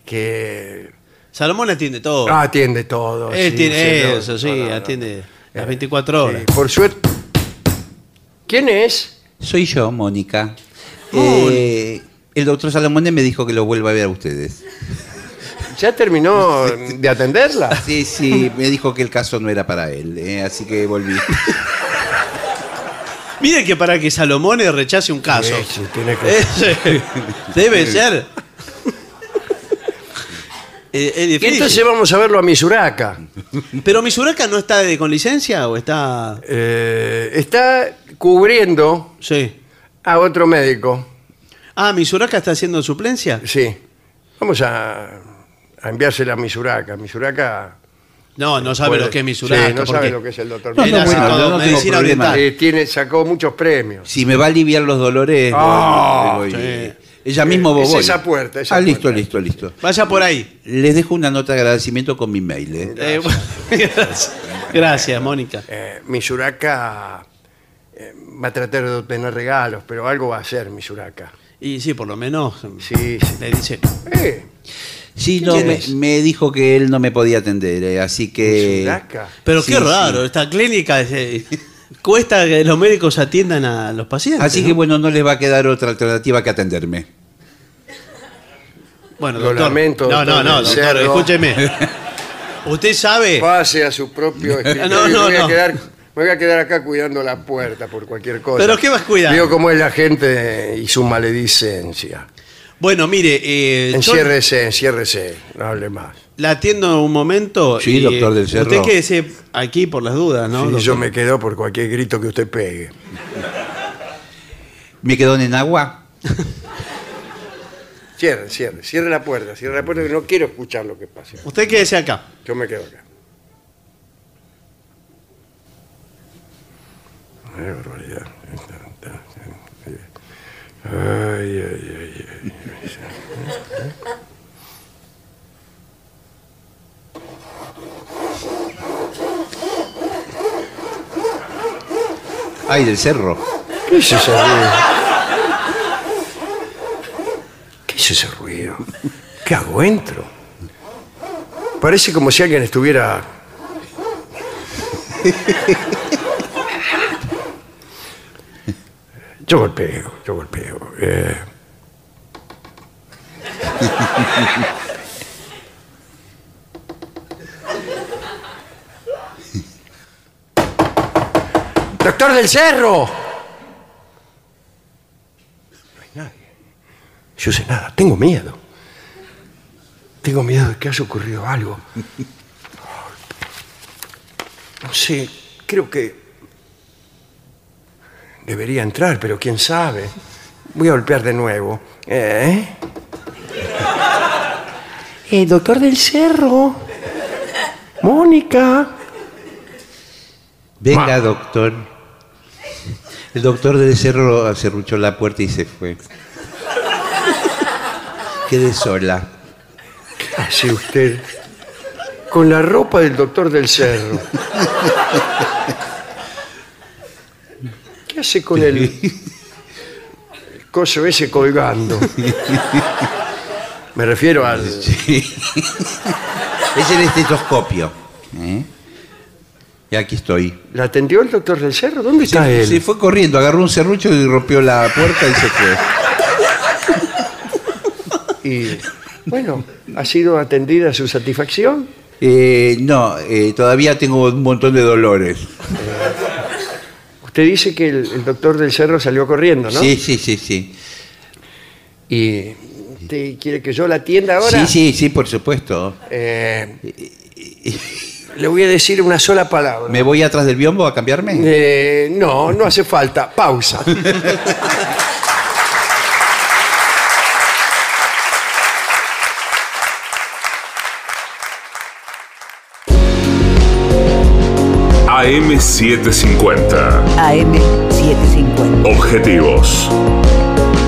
Speaker 1: que
Speaker 2: Salomón atiende todo.
Speaker 1: ah, atiende todo.
Speaker 2: Él
Speaker 1: sí,
Speaker 2: tiene
Speaker 1: sí, no,
Speaker 2: eso, sí,
Speaker 1: no, no, no.
Speaker 2: atiende las 24 horas.
Speaker 1: Sí, por suerte. ¿Quién es?
Speaker 10: Soy yo, Mónica.
Speaker 1: Mon-
Speaker 10: Eh, el doctor Salomone me dijo que lo vuelva a ver a ustedes.
Speaker 1: ¿Ya terminó de atenderla?
Speaker 10: Sí, sí, me dijo que el caso no era para él, eh, así que volví.
Speaker 2: Mire que para que Salomón rechace un caso.
Speaker 1: Sí, sí, tiene que-
Speaker 2: Ese- Debe ser. Eh, es
Speaker 1: Y
Speaker 2: difícil.
Speaker 1: entonces vamos a verlo a Misuraca.
Speaker 2: Pero Misuraka no está de- con licencia o está.
Speaker 1: Eh, está cubriendo
Speaker 2: Sí.
Speaker 1: a otro médico.
Speaker 2: Ah, Misuraka está haciendo suplencia.
Speaker 1: Sí. Vamos a, a enviársela a Misuraca. Misuraca.
Speaker 2: No, no sabe
Speaker 1: puede-
Speaker 2: lo que es Misuraka.
Speaker 1: Sí, no
Speaker 2: porque
Speaker 1: sabe lo que es el doctor
Speaker 2: Él
Speaker 10: No, no,
Speaker 2: hace
Speaker 10: bueno,
Speaker 2: todo,
Speaker 10: yo no tengo
Speaker 2: medicina
Speaker 10: problema.
Speaker 2: oriental.
Speaker 1: Eh, tiene, sacó muchos premios.
Speaker 10: Si me va a aliviar los dolores, lo-
Speaker 1: Ah, Eh,
Speaker 10: le voy-
Speaker 2: sí.
Speaker 10: ella mismo
Speaker 1: Es
Speaker 10: voy.
Speaker 1: esa puerta, esa
Speaker 10: ah, listo,
Speaker 1: puerta.
Speaker 10: listo, listo.
Speaker 2: Vaya por ahí.
Speaker 10: Les dejo una nota de agradecimiento con mi mail. eh.
Speaker 2: Eh, Gracias, Gracias, Mónica.
Speaker 1: Eh, Misuraca eh, va a tratar de obtener regalos, pero algo va a hacer Misuraca.
Speaker 2: Y sí, por lo menos.
Speaker 1: Sí, sí.
Speaker 2: Le dice.
Speaker 1: Eh,
Speaker 10: Sí, no,
Speaker 2: ¿Quién
Speaker 10: me,
Speaker 2: es?
Speaker 10: me dijo que él no me podía atender, eh, así que...
Speaker 1: Misuraca.
Speaker 2: Pero
Speaker 10: Sí,
Speaker 2: qué
Speaker 10: sí.
Speaker 2: raro, esta clínica eh, cuesta que los médicos atiendan a los pacientes.
Speaker 10: Así que
Speaker 2: ¿no?
Speaker 10: bueno, no les va a quedar otra alternativa que atenderme.
Speaker 2: bueno,
Speaker 1: lo lamento,
Speaker 2: No, no,
Speaker 1: doctor
Speaker 2: no,
Speaker 1: del
Speaker 2: doctor,
Speaker 1: Cerro.
Speaker 2: escúcheme. Usted sabe.
Speaker 1: Pase a su propio escritorio.
Speaker 2: eh. No, no,
Speaker 1: me, voy a
Speaker 2: no.
Speaker 1: quedar, me voy a quedar acá cuidando la puerta por cualquier cosa.
Speaker 2: ¿Pero qué vas cuidando?
Speaker 1: Veo cómo es la gente y su maledicencia.
Speaker 2: Bueno, mire, eh, yo
Speaker 1: Enciérrese, enciérrese, no hable más.
Speaker 2: la atiendo un momento.
Speaker 10: Sí,
Speaker 2: y,
Speaker 10: doctor del
Speaker 2: eh,
Speaker 10: Cerro.
Speaker 2: Usted quédese aquí por las dudas, ¿no?
Speaker 1: Sí,
Speaker 2: doctor?
Speaker 1: yo me quedo por cualquier grito que usted pegue.
Speaker 10: ¿Me quedó en agua?
Speaker 1: Cierre, cierre, cierre la puerta, cierre la puerta, que no quiero escuchar lo que pase.
Speaker 2: Usted quédese acá.
Speaker 1: Yo me quedo acá. Qué barbaridad. Ay, ay, ay, ay.
Speaker 10: Ay, del cerro.
Speaker 1: ¿Qué es ese ruido? ¿Qué es ese ruido? ¿Qué agüentro? Parece como si alguien estuviera. Yo golpeo, yo golpeo. eh. ¡Doctor del Cerro! Yo sé nada, tengo miedo. Tengo miedo de que haya ocurrido algo. No sé, creo que debería entrar, pero quién sabe. Voy a golpear de nuevo. ¿Eh? Eh, doctor del Cerro. Mónica.
Speaker 10: Venga, doctor. El doctor del cerro cerruchó la puerta y se fue. Quedé sola.
Speaker 1: Así usted. Con la ropa del doctor del cerro. ¿Qué hace con el, coso ese colgando. Me refiero al...
Speaker 10: Es el estetoscopio. ¿eh? Y aquí estoy.
Speaker 1: ¿La atendió el doctor del Cerro? ¿Dónde está
Speaker 10: se,
Speaker 1: él?
Speaker 10: se fue corriendo, agarró un serrucho y rompió la puerta y se fue.
Speaker 1: Y, bueno, ¿ha sido atendida a su satisfacción?
Speaker 10: Eh, no, eh, todavía tengo un montón de dolores.
Speaker 1: Usted dice que el, el doctor del Cerro salió corriendo, ¿no?
Speaker 10: Sí, sí, sí, sí.
Speaker 1: Y usted quiere que yo la atienda
Speaker 10: Sí,
Speaker 1: ahora.
Speaker 10: sí, sí, por supuesto.
Speaker 1: Eh, le voy a decir una sola palabra.
Speaker 10: ¿Me voy atrás del biombo a cambiarme?
Speaker 1: Eh, no, no hace falta. Pausa.
Speaker 6: AM750.
Speaker 7: AM750.
Speaker 6: Objetivos,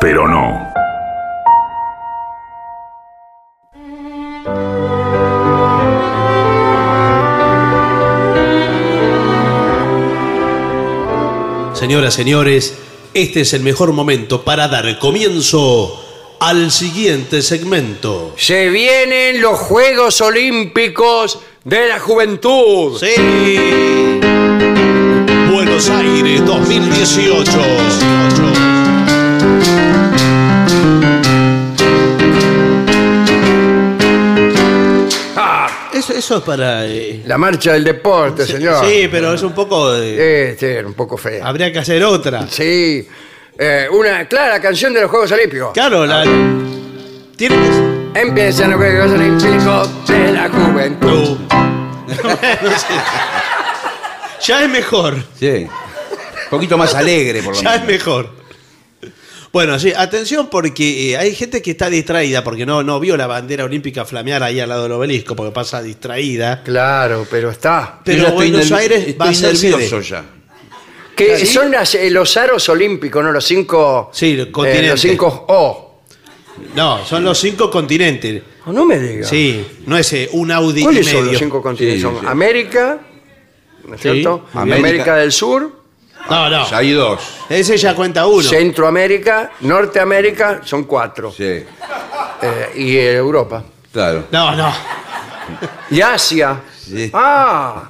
Speaker 6: Pero no.
Speaker 2: Señoras, señores, este es el mejor momento para dar comienzo al siguiente segmento.
Speaker 1: Se vienen los Juegos Olímpicos de la Juventud.
Speaker 2: Sí. Buenos Aires 2018.
Speaker 1: Ah,
Speaker 2: Eso, eso es para... eh,
Speaker 1: la marcha del deporte, señor.
Speaker 2: Sí, pero es un poco... de-
Speaker 1: Eh, sí, era un poco fea.
Speaker 2: habría que hacer otra.
Speaker 1: Sí. Eh, una clara canción de los Juegos Olímpicos.
Speaker 2: Claro, la... Tiene que ser-
Speaker 1: Empiezan los Juegos Olímpicos de la Juventud.
Speaker 2: No. Sí. ya es mejor.
Speaker 10: Sí. Un poquito más alegre, por lo
Speaker 2: Ya es
Speaker 10: menos.
Speaker 2: mejor. Bueno, sí, atención porque eh, hay gente que está distraída porque no, no vio la bandera olímpica flamear ahí al lado del obelisco porque pasa distraída.
Speaker 1: Claro, pero está.
Speaker 10: Yo
Speaker 2: Pero
Speaker 10: ya estoy
Speaker 2: Buenos
Speaker 10: nervi-
Speaker 2: Aires va a
Speaker 10: estoy
Speaker 2: ser
Speaker 10: nervioso
Speaker 2: sede.
Speaker 10: ya.
Speaker 1: Que
Speaker 2: ¿Sí?
Speaker 1: son las- eh, los aros olímpicos, ¿no? Los cinco. eh,
Speaker 2: Sí, los continentes.
Speaker 1: los cinco O.
Speaker 2: No, son los cinco continentes.
Speaker 1: No, No me digas.
Speaker 2: Sí, no es eh, un Audi y
Speaker 1: ¿Cuáles son los
Speaker 2: medio.
Speaker 1: cinco continentes?
Speaker 10: Sí,
Speaker 1: son
Speaker 10: sí.
Speaker 1: América, ¿no es
Speaker 2: Sí.
Speaker 1: cierto?
Speaker 10: Muy bien.
Speaker 1: América. del Sur,
Speaker 2: No, no.
Speaker 10: Ya hay dos.
Speaker 2: Ese ya cuenta uno.
Speaker 1: Centroamérica, Norteamérica, son cuatro.
Speaker 10: Sí,
Speaker 1: Eh, y eh, Europa.
Speaker 10: claro.
Speaker 2: No, no.
Speaker 1: Y Asia.
Speaker 10: Sí.
Speaker 1: Ah,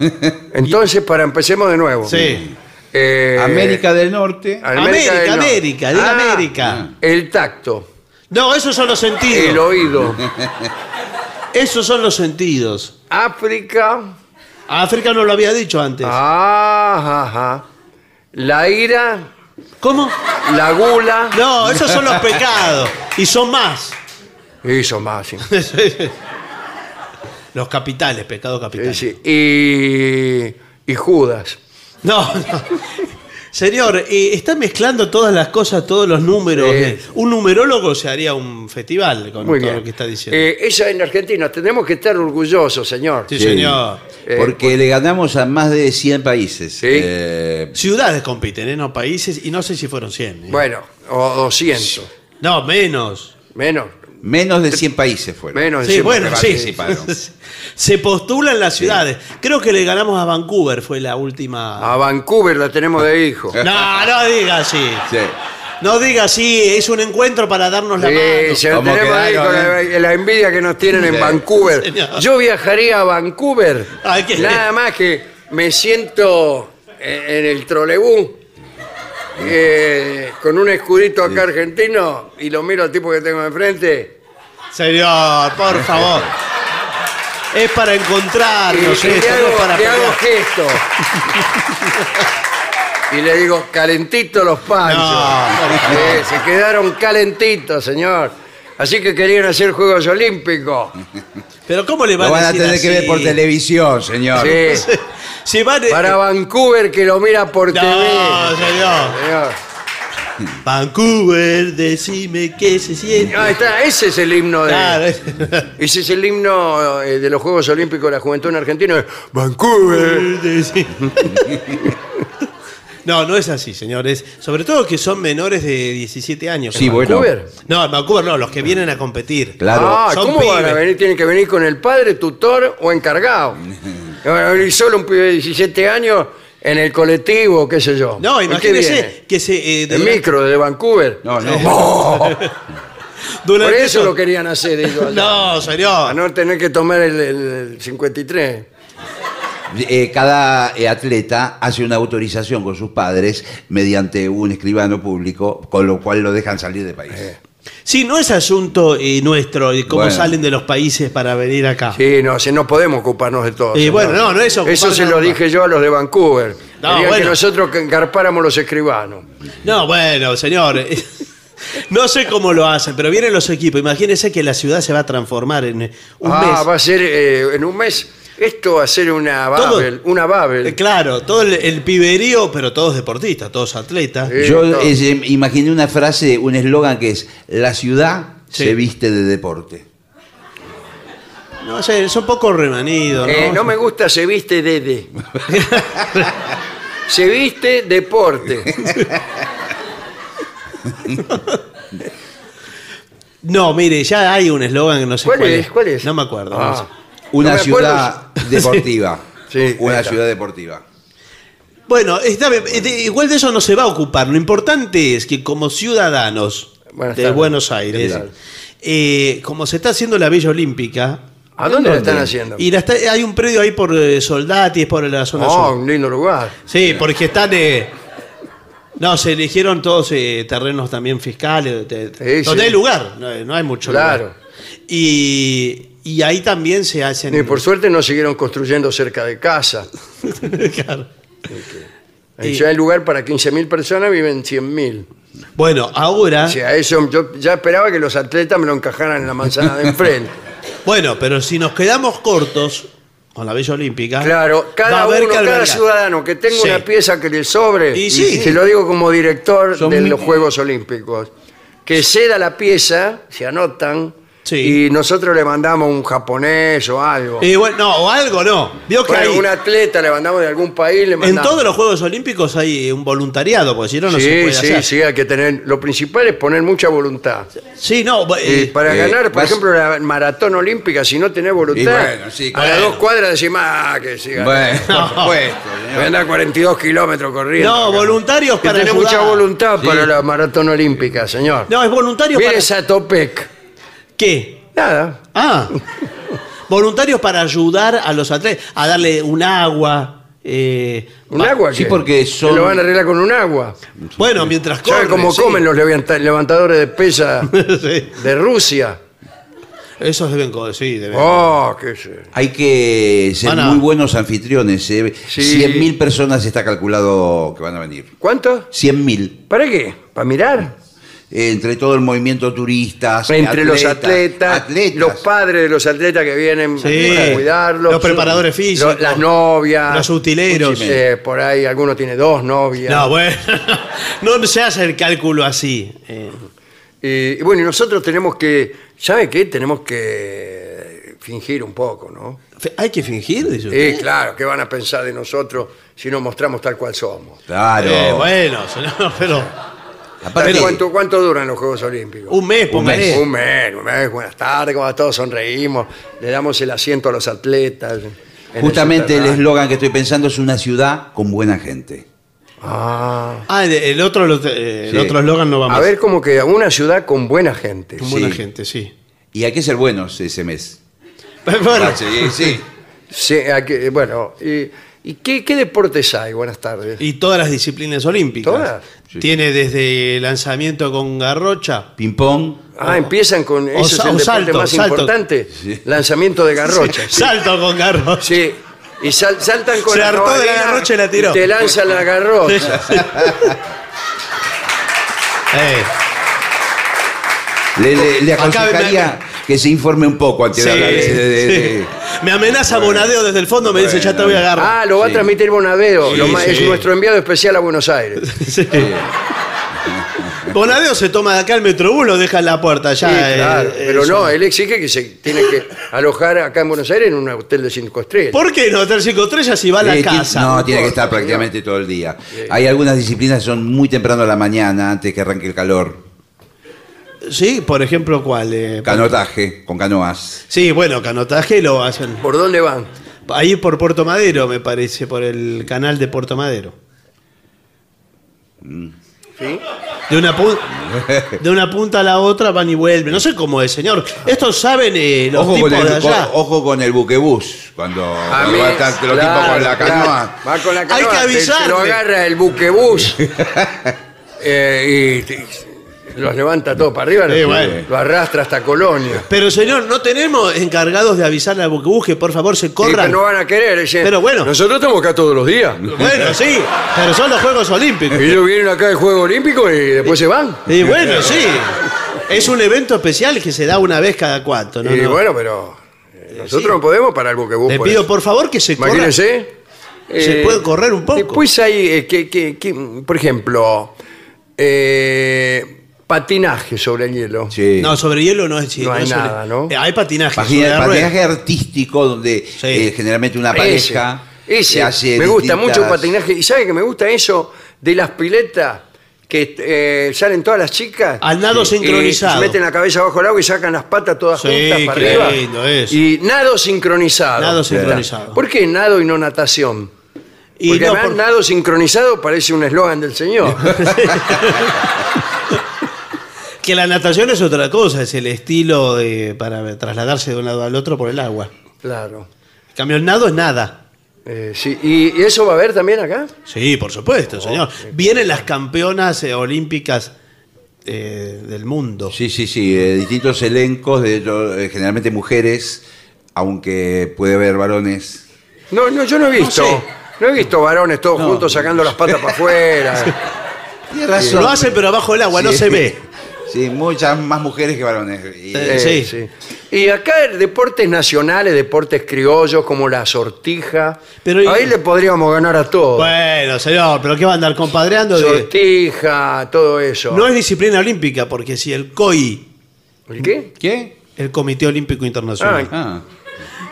Speaker 1: entonces para empecemos de nuevo.
Speaker 2: Sí.
Speaker 1: Eh,
Speaker 10: América del Norte.
Speaker 2: Ah,
Speaker 1: América,
Speaker 2: América,
Speaker 1: del Norte.
Speaker 2: América, de la
Speaker 1: Ah,
Speaker 2: América.
Speaker 1: El tacto,
Speaker 2: No, esos son los
Speaker 1: el
Speaker 2: sentidos.
Speaker 1: oído,
Speaker 2: Esos son los sentidos.
Speaker 1: África,
Speaker 2: África no lo había dicho antes.
Speaker 1: Ah. ajá, ajá. la ira,
Speaker 2: ¿Cómo?
Speaker 1: la gula,
Speaker 2: No, esos son los pecados. Y son más.
Speaker 1: Eso más, sí.
Speaker 2: Los capitales, pecado
Speaker 1: Sí,
Speaker 2: capital.
Speaker 1: Eh, sí. Y, y Judas.
Speaker 2: No, no. Señor, eh, está mezclando todas las cosas, todos los números.
Speaker 1: Sí.
Speaker 2: Eh, Un numerólogo se haría un festival con
Speaker 1: Muy
Speaker 2: todo
Speaker 1: bien.
Speaker 2: lo que está diciendo.
Speaker 1: Eh, esa en Argentina, tenemos que estar orgullosos, señor.
Speaker 2: sí, señor.
Speaker 1: Eh,
Speaker 10: Porque le ganamos a más de 100 países.
Speaker 1: Sí.
Speaker 10: Eh,
Speaker 2: Ciudades compiten, ¿eh? no países, y no sé si fueron 100. ¿eh?
Speaker 1: Bueno, o 200.
Speaker 2: No, menos.
Speaker 1: Menos,
Speaker 10: menos de 100 países fueron.
Speaker 1: menos.
Speaker 2: Sí,
Speaker 1: encima.
Speaker 2: bueno, sí.
Speaker 10: participaron.
Speaker 2: Se postulan las ciudades. Creo que le ganamos a Vancouver, fue la última.
Speaker 1: A Vancouver la tenemos de hijo.
Speaker 10: Ah,
Speaker 2: No, no diga así.
Speaker 10: Sí.
Speaker 2: No diga así, es un encuentro para darnos la mano. eh?
Speaker 1: Sí, se la
Speaker 10: ¿Cómo
Speaker 1: tenemos de hijo, la,
Speaker 10: quedaron,
Speaker 1: la envidia que nos tienen en
Speaker 10: Sí.
Speaker 1: Vancouver.
Speaker 2: Señor.
Speaker 1: Yo viajaría a Vancouver.
Speaker 2: Ay, qué-
Speaker 1: Nada más que me siento en, en el trolebús eh, con un escudito acá argentino y lo miro al tipo que tengo enfrente.
Speaker 2: Señor,
Speaker 10: Este.
Speaker 2: por favor. Es para encontrarnos
Speaker 1: Y le
Speaker 2: esto,
Speaker 1: hago,
Speaker 2: no es para
Speaker 1: le hago
Speaker 2: pelear.
Speaker 1: gesto. y le digo, calentitos los panchos.
Speaker 2: No.
Speaker 1: Eh, se quedaron calentitos, señor. Así que querían hacer Juegos Olímpicos.
Speaker 2: Pero ¿cómo le van,
Speaker 10: Lo van a
Speaker 2: decir
Speaker 10: tener que
Speaker 2: así?
Speaker 10: ver por televisión, señor.
Speaker 1: Sí.
Speaker 2: Se van a-
Speaker 1: Para Vancouver que lo mira por TV.
Speaker 2: No, señor.
Speaker 1: Señor.
Speaker 2: Vancouver, decime qué se siente.
Speaker 1: Ah, está, ese es el himno de.
Speaker 2: Claro,
Speaker 1: Ese es el himno eh, de los Juegos Olímpicos de la Juventud en Argentina. Vancouver.
Speaker 2: No, no es así, señores. Sobre todo que son menores de 17 años.
Speaker 10: Sí,
Speaker 2: ¿En
Speaker 10: bueno.
Speaker 2: Vancouver? No, en Vancouver no, los que vienen a competir.
Speaker 1: Ah,
Speaker 2: Son
Speaker 1: ¿cómo van a
Speaker 2: pibes.
Speaker 1: venir? Tienen que venir con el padre, tutor o encargado. Y van a venir solo un pibe de 17 años en el colectivo, qué sé yo.
Speaker 2: No,
Speaker 1: ¿Y qué viene?
Speaker 2: imagínese que se. eh,
Speaker 1: El micro de Vancouver.
Speaker 10: No, no.
Speaker 1: Por
Speaker 2: durante
Speaker 1: eso
Speaker 2: esos-
Speaker 1: lo querían hacer ellos. allá.
Speaker 2: No,
Speaker 1: A
Speaker 2: señor.
Speaker 1: Ah, no tener que tomar el, el 53.
Speaker 10: Eh, cada eh, atleta hace una autorización con sus padres mediante un escribano público, con lo cual lo dejan salir del país.
Speaker 1: Eh,
Speaker 2: Sí, no es asunto eh, nuestro y cómo
Speaker 10: Bueno.
Speaker 2: salen de los países para venir acá.
Speaker 1: Sí, no, si no podemos ocuparnos de todo.
Speaker 2: Ah. Y
Speaker 1: señor.
Speaker 2: bueno, no, no es ocuparnos
Speaker 1: Eso se
Speaker 2: de
Speaker 1: lo
Speaker 2: nada.
Speaker 1: dije yo a los de Vancouver.
Speaker 2: No,
Speaker 1: Querían que
Speaker 2: bueno.
Speaker 1: nosotros que encarpáramos los escribanos.
Speaker 2: No, bueno, señor. No sé cómo lo hacen, pero vienen los equipos. Imagínense que la ciudad se va a transformar en eh, un
Speaker 1: ah,
Speaker 2: mes.
Speaker 1: va a ser eh, en un mes. Esto va a ser una Babel.
Speaker 2: Todo-
Speaker 1: Una Babel.
Speaker 2: Eh, Claro, todo el, el piberío, pero todos deportistas, todos atletas.
Speaker 1: Sí,
Speaker 10: Yo
Speaker 1: no.
Speaker 10: eh, em- imaginé una frase, un eslogan que es, la ciudad
Speaker 2: Sí.
Speaker 10: se viste de deporte.
Speaker 2: No sé, son poco remanidos, ¿no?
Speaker 1: Eh, no me gusta se viste Dede. se viste deporte.
Speaker 2: No, mire, ya hay un eslogan que no sé
Speaker 1: ¿Cuál
Speaker 2: cuál,
Speaker 1: es? ¿Cuál es?
Speaker 2: No me acuerdo. no
Speaker 1: Ah.
Speaker 2: sé.
Speaker 10: Una
Speaker 1: No me acuerdo
Speaker 10: ciudad deportiva.
Speaker 1: Sí, sí, ahí
Speaker 10: una
Speaker 1: está.
Speaker 10: ciudad deportiva.
Speaker 2: Bueno, está bien, eh, de- igual de eso no se va a ocupar. Lo importante es que como ciudadanos
Speaker 1: Buenas
Speaker 2: de
Speaker 1: tardes.
Speaker 2: Buenos
Speaker 1: ¿Qué
Speaker 2: Aires,
Speaker 1: tal?
Speaker 2: eh, como se está haciendo la Villa Olímpica,
Speaker 1: ¿A dónde lo están haciendo?
Speaker 2: y la está- hay un predio ahí por eh, Soldati, es por la zona
Speaker 1: Oh,
Speaker 2: sur.
Speaker 1: un lindo lugar.
Speaker 2: Sí, porque están... eh, no, se eligieron todos eh, terrenos también fiscales, te- te-
Speaker 1: Sí,
Speaker 2: donde
Speaker 1: sí.
Speaker 2: hay lugar, no, hay- no hay mucho
Speaker 1: Claro.
Speaker 2: lugar. Y, y ahí también se hacen...
Speaker 1: Y por suerte no siguieron construyendo cerca de casa.
Speaker 2: Claro.
Speaker 1: Ahí
Speaker 2: Y-
Speaker 1: Ya hay lugar para 15.000 personas, viven 100.000.
Speaker 2: Bueno, ahora...
Speaker 1: O sea, eso yo ya esperaba que los atletas me lo encajaran en la manzana de enfrente.
Speaker 2: Bueno, pero si nos quedamos cortos con la Bella Olímpica. Ah.
Speaker 1: Claro,
Speaker 2: va a
Speaker 1: cada
Speaker 2: haber
Speaker 1: uno,
Speaker 2: que
Speaker 1: cada
Speaker 2: albergar.
Speaker 1: ciudadano que tenga
Speaker 2: Sí.
Speaker 1: una pieza que le sobre,
Speaker 2: Y
Speaker 1: y
Speaker 2: sí.
Speaker 1: se lo digo como director
Speaker 10: Son
Speaker 1: de
Speaker 10: mil-
Speaker 1: los Juegos Olímpicos, que ceda la pieza, se anotan,
Speaker 2: Sí. Eh,
Speaker 1: y nosotros le mandamos un japonés o algo.
Speaker 2: Y bueno, no, o algo no. Vio que
Speaker 1: Bueno,
Speaker 2: hay-
Speaker 1: un atleta le mandamos de algún país, le
Speaker 2: en
Speaker 1: mandamos.
Speaker 2: todos los Juegos Olímpicos hay un voluntariado, porque si no, no
Speaker 1: sí,
Speaker 2: se puede
Speaker 1: sí,
Speaker 2: hacer.
Speaker 1: sí, hay que tener. Lo principal es poner mucha voluntad.
Speaker 2: Sí, no.
Speaker 1: Y
Speaker 2: eh,
Speaker 1: para
Speaker 10: eh,
Speaker 1: ganar, por
Speaker 10: vas-
Speaker 1: ejemplo, la maratón olímpica, si no tenés voluntad,
Speaker 10: Y bueno, sí,
Speaker 1: a las
Speaker 10: claro.
Speaker 1: dos cuadras decimos, ah, que siga.
Speaker 10: Bueno,
Speaker 2: No.
Speaker 10: por supuesto.
Speaker 1: Voy a andar 42 kilómetros corriendo.
Speaker 2: no, voluntarios
Speaker 1: Que
Speaker 2: para
Speaker 1: tiene
Speaker 2: ayudar.
Speaker 1: mucha voluntad
Speaker 10: Sí.
Speaker 1: para la maratón olímpica, señor.
Speaker 2: No, es voluntarios
Speaker 1: Mire
Speaker 2: para.
Speaker 1: esa Topec.
Speaker 2: ¿Qué?
Speaker 1: Nada.
Speaker 2: Ah. voluntarios para ayudar a los atletas, a darle un agua. eh,
Speaker 1: Un agua
Speaker 10: sí,
Speaker 1: que-
Speaker 10: porque
Speaker 1: que
Speaker 10: son-
Speaker 1: lo van a arreglar con un agua.
Speaker 2: Bueno, mientras
Speaker 1: ¿Sabe
Speaker 2: corren.
Speaker 1: cómo
Speaker 2: sí.
Speaker 1: comen los levanta- levantadores de pesa
Speaker 2: Sí.
Speaker 1: de Rusia?
Speaker 2: Esos deben. co- Sí, deben.
Speaker 1: Oh, qué sé.
Speaker 10: Hay que ser
Speaker 2: Van a-
Speaker 10: muy buenos anfitriones. ¿eh?
Speaker 1: Sí.
Speaker 10: 100.000 personas está calculado que van a venir.
Speaker 1: ¿Cuánto?
Speaker 10: 100.000.
Speaker 1: ¿Para qué? ¿Para mirar?
Speaker 10: eh, Entre todo el movimiento turistas.
Speaker 1: Entre los atletas,
Speaker 10: atletas.
Speaker 1: los padres de los atletas que vienen
Speaker 2: Sí.
Speaker 1: para cuidarlos.
Speaker 2: Los preparadores físicos.
Speaker 1: Lo- las novias.
Speaker 2: Los utileros.
Speaker 1: Eh, por ahí alguno tiene dos novias.
Speaker 2: No, bueno, no se hace el cálculo así. eh.
Speaker 1: Eh, y bueno, y nosotros tenemos que, ¿sabe qué? Tenemos que fingir un poco, ¿no?
Speaker 2: Fe- Hay que fingir, dice usted.
Speaker 1: Sí, claro, ¿qué van a pensar de nosotros si nos mostramos tal cual somos?
Speaker 10: Claro.
Speaker 2: Eh, bueno, señor, pero
Speaker 10: Aparte-
Speaker 1: Pero ¿Cuánto, cuánto duran los Juegos Olímpicos? Eh,
Speaker 2: un mes, póngale.
Speaker 1: Un mes, un mes. Buenas tardes, ¿cómo va? Todos sonreímos, le damos el asiento a los atletas. en el
Speaker 10: Justamente el
Speaker 1: subterráneo.
Speaker 10: eslogan que estoy pensando es una ciudad con buena gente.
Speaker 1: Ah.
Speaker 2: Ah, el, el otro lo- eh, el
Speaker 10: Sí.
Speaker 2: otro eslogan no va más.
Speaker 1: A ver cómo queda. Una ciudad con buena gente.
Speaker 2: Con buena
Speaker 10: sí.
Speaker 2: gente, sí.
Speaker 10: Y hay que ser buenos ese mes.
Speaker 2: Bueno,
Speaker 10: Ah, sí, sí.
Speaker 1: Sí, hay que- eh, bueno, ¿y, y qué, qué deportes hay? Buenas tardes.
Speaker 2: y todas las disciplinas olímpicas.
Speaker 1: Todas.
Speaker 10: Sí.
Speaker 2: Tiene desde lanzamiento con garrocha.
Speaker 10: Ping-pong.
Speaker 1: Ah, empiezan con. Eso es
Speaker 2: sa-
Speaker 1: el
Speaker 2: o
Speaker 1: deporte
Speaker 2: salto,
Speaker 1: más
Speaker 2: salto.
Speaker 1: importante. Lanzamiento de garrocha. sí.
Speaker 2: Salto con garrocha.
Speaker 1: Sí. Y sal- saltan con
Speaker 2: Se
Speaker 1: la
Speaker 2: hartó de la
Speaker 1: rodadera
Speaker 2: garrocha y la tiró.
Speaker 1: te lanzan la garrocha.
Speaker 2: Eh,
Speaker 10: Le, le- le
Speaker 2: Acá me-
Speaker 10: aconsejaría que se informe un poco antes
Speaker 2: sí,
Speaker 10: de hablar de- de-
Speaker 2: sí.
Speaker 10: de-
Speaker 2: Me amenaza Bonadeo desde el fondo, me dice, ya te voy a agarrar.
Speaker 1: Ah, lo va a
Speaker 10: Sí.
Speaker 1: transmitir Bonadeo.
Speaker 10: Sí,
Speaker 1: lo ma- Es
Speaker 2: sí.
Speaker 1: nuestro enviado especial a Buenos Aires.
Speaker 2: Sí. Bonadeo se toma de acá el metrobús, lo deja en la puerta ya.
Speaker 1: Sí, claro,
Speaker 2: eh,
Speaker 1: pero
Speaker 2: eh,
Speaker 1: no, él exige que se tiene que alojar acá en Buenos Aires en un hotel de cinco estrellas.
Speaker 2: ¿Por qué no? Hotel 5 estrellas y va a la
Speaker 10: Eh, ti-
Speaker 2: casa.
Speaker 10: No, tiene que estar prácticamente todo el día. Hay algunas disciplinas que son muy temprano a la mañana, antes que arranque el calor.
Speaker 2: Sí, por ejemplo, ¿cuál? Eh,
Speaker 10: Canotaje, con canoas.
Speaker 2: Sí, bueno, canotaje lo hacen.
Speaker 1: ¿Por dónde van?
Speaker 2: Ahí por Puerto Madero, me parece, por el canal de Puerto Madero.
Speaker 10: Mm.
Speaker 1: ¿Sí?
Speaker 2: De una, pu- de una punta a la otra van y vuelven. No sé cómo es, señor. Esto saben eh, los
Speaker 10: Ojo
Speaker 2: tipos
Speaker 10: con, el,
Speaker 2: de allá.
Speaker 10: con- ojo con el buquebús, cuando, cuando
Speaker 1: mí,
Speaker 10: va a estar los
Speaker 1: Ah, claro,
Speaker 10: tipos con la
Speaker 1: claro.
Speaker 10: canoa.
Speaker 1: Va con la
Speaker 2: Hay
Speaker 1: canoa,
Speaker 2: que
Speaker 1: te- te
Speaker 2: avisarle.
Speaker 1: lo agarra el buquebús eh, y te- los levanta todo para arriba,
Speaker 2: Sí,
Speaker 1: lo,
Speaker 2: bueno.
Speaker 1: lo arrastra hasta Colonia.
Speaker 2: Pero, señor, no tenemos encargados de avisarle a Buquebús que por favor se
Speaker 1: Y que
Speaker 2: corran.
Speaker 1: no van a querer, dicen,
Speaker 2: Pero bueno.
Speaker 1: Nosotros estamos acá todos los días.
Speaker 2: Bueno, sí, pero son los Juegos Olímpicos.
Speaker 1: Ellos vienen acá del Juego Olímpico y después se van.
Speaker 2: Y bueno, sí. Es un evento especial que se da una vez cada cuánto, ¿no?
Speaker 1: y
Speaker 2: No.
Speaker 1: bueno, pues, pero eh, nosotros
Speaker 2: sí.
Speaker 1: no podemos parar el buquebús.
Speaker 2: Le
Speaker 1: por
Speaker 2: pido
Speaker 1: eso.
Speaker 2: por favor que se corran.
Speaker 1: Imagínense. Eh,
Speaker 2: Se puede correr un poco.
Speaker 1: Después hay, eh, que, que- que, por ejemplo, eh, patinaje sobre el hielo.
Speaker 10: Sí.
Speaker 2: No, sobre hielo no es
Speaker 1: No hay
Speaker 2: es sobre-
Speaker 1: nada, ¿no?
Speaker 2: Eh, Hay patinaje.
Speaker 10: Pagina-
Speaker 2: sobre la rueda.
Speaker 10: patinaje artístico donde
Speaker 2: Sí.
Speaker 10: eh, generalmente una
Speaker 1: Ese,
Speaker 10: pareja
Speaker 1: ese.
Speaker 10: se hace
Speaker 1: me gusta mucho el
Speaker 10: distintas-
Speaker 1: patinaje. ¿Y sabe que me gusta eso de las piletas que eh, salen todas las chicas?
Speaker 2: Al nado
Speaker 1: Sí.
Speaker 2: sincronizado.
Speaker 1: Y se meten la cabeza bajo el agua y sacan las patas todas
Speaker 2: Sí,
Speaker 1: juntas para
Speaker 2: qué
Speaker 1: arriba.
Speaker 2: lindo eso.
Speaker 1: Y nado sincronizado.
Speaker 2: Nado
Speaker 1: Claro.
Speaker 2: sincronizado.
Speaker 1: ¿Por qué nado y no natación?
Speaker 2: Y
Speaker 1: Porque
Speaker 2: no,
Speaker 1: además
Speaker 2: por-
Speaker 1: nado sincronizado parece un eslogan del señor.
Speaker 2: Que la natación es otra cosa, es el estilo de, para trasladarse de un lado al otro por el agua.
Speaker 1: claro.
Speaker 2: En cambio, el nado es nada.
Speaker 1: Eh, sí. ¿Y eso va a haber también acá?
Speaker 2: Sí, por supuesto,
Speaker 1: Oh,
Speaker 2: señor. Vienen las campeonas eh, olímpicas eh, del mundo.
Speaker 10: Sí, sí, sí, eh, distintos elencos, de, lo- eh, generalmente mujeres, aunque puede haber varones.
Speaker 1: No, no, yo no he visto. No,
Speaker 2: sé.
Speaker 1: he visto varones todos
Speaker 2: No.
Speaker 1: juntos sacando las patas para afuera.
Speaker 10: Tiene
Speaker 2: Lo hacen, pero abajo del agua, no se ve.
Speaker 10: Sí, muchas más mujeres que varones. Y-
Speaker 2: Eh, sí.
Speaker 1: Y acá deportes nacionales, deportes criollos como la sortija.
Speaker 2: Pero y-
Speaker 1: Ahí le podríamos ganar a todos.
Speaker 2: Bueno, señor, pero ¿qué va a andar compadreando? De...
Speaker 1: sortija, todo eso.
Speaker 2: No es disciplina olímpica, porque si el COI,
Speaker 1: ¿El qué?
Speaker 10: ¿Qué?
Speaker 2: el Comité Olímpico Internacional,
Speaker 10: Ah,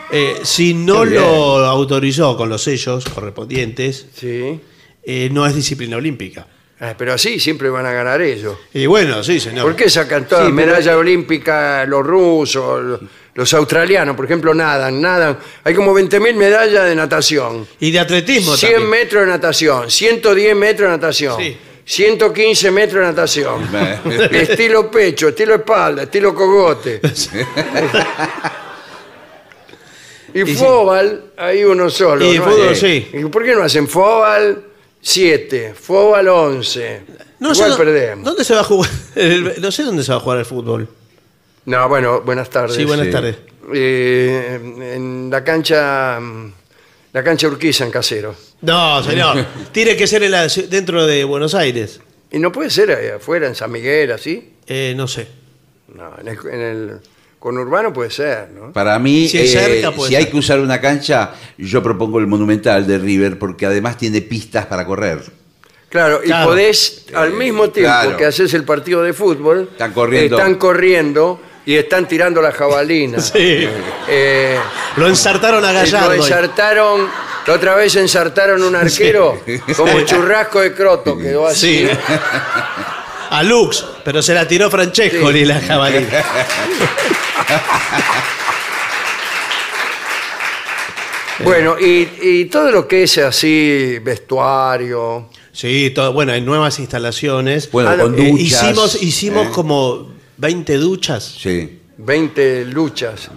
Speaker 2: eh, si no
Speaker 10: Qué bien.
Speaker 2: lo autorizó con los sellos correspondientes,
Speaker 1: Sí.
Speaker 2: eh, no es disciplina olímpica.
Speaker 1: Ah, pero así siempre van a ganar ellos.
Speaker 2: Y bueno, sí, señor.
Speaker 1: ¿Por qué sacan todas
Speaker 10: Sí, pero-
Speaker 1: medallas olímpicas los rusos, los, los australianos? Por ejemplo, nadan, nadan. Hay como 20.000 medallas de natación.
Speaker 2: Y de atletismo
Speaker 1: 100
Speaker 2: también.
Speaker 1: metros de natación, 110 metros de natación,
Speaker 2: Sí.
Speaker 1: 115 metros de natación, estilo pecho, estilo espalda, estilo cogote. y
Speaker 2: sí.
Speaker 1: fóbal, hay uno solo.
Speaker 2: Y
Speaker 1: ¿no?
Speaker 2: fútbol,
Speaker 1: Hay-
Speaker 2: sí.
Speaker 1: ¿Y ¿Por qué no hacen fóbal 7, fóbal 11?
Speaker 2: No sé
Speaker 1: Igual
Speaker 2: dó-
Speaker 1: perdemos.
Speaker 2: ¿Dónde se va a jugar? el- no sé dónde se va a jugar el fútbol.
Speaker 1: No, bueno, buenas tardes.
Speaker 2: Sí, buenas
Speaker 10: sí.
Speaker 2: tardes.
Speaker 1: Eh, en la cancha, mm, la cancha Urquiza en Casero.
Speaker 2: No, señor. Tiene que ser en la ci- dentro de Buenos Aires.
Speaker 1: Y no puede ser ahí afuera, en San Miguel, así.
Speaker 2: Eh, no sé.
Speaker 1: No, en el, en el conurbano puede ser, ¿no?
Speaker 10: Para mí,
Speaker 2: Si es
Speaker 10: eh,
Speaker 2: cerca, puede
Speaker 10: si hay
Speaker 2: ser.
Speaker 10: que usar una cancha, yo propongo el Monumental de River porque además tiene pistas para correr.
Speaker 1: Claro, y
Speaker 2: Claro.
Speaker 1: podés, al mismo tiempo
Speaker 10: claro.
Speaker 1: que haces el partido de fútbol,
Speaker 10: Están corriendo.
Speaker 1: están corriendo y están tirando la jabalina.
Speaker 2: Sí.
Speaker 1: Eh,
Speaker 2: Lo ensartaron a
Speaker 1: y lo
Speaker 2: Gallardo.
Speaker 1: ensartaron, la otra vez ensartaron un arquero como churrasco de croto, quedó así.
Speaker 2: Sí. A Lux, pero se la tiró Francesco
Speaker 1: Sí.
Speaker 2: y la jabalina.
Speaker 1: Bueno, y, y todo lo que es así, vestuario.
Speaker 2: Sí, todo, bueno, hay nuevas instalaciones.
Speaker 10: Bueno,
Speaker 1: Ah,
Speaker 10: con
Speaker 2: Eh,
Speaker 10: duchas.
Speaker 2: hicimos hicimos
Speaker 10: ¿eh?
Speaker 2: como 20 duchas.
Speaker 10: Sí.
Speaker 1: 20 luchas.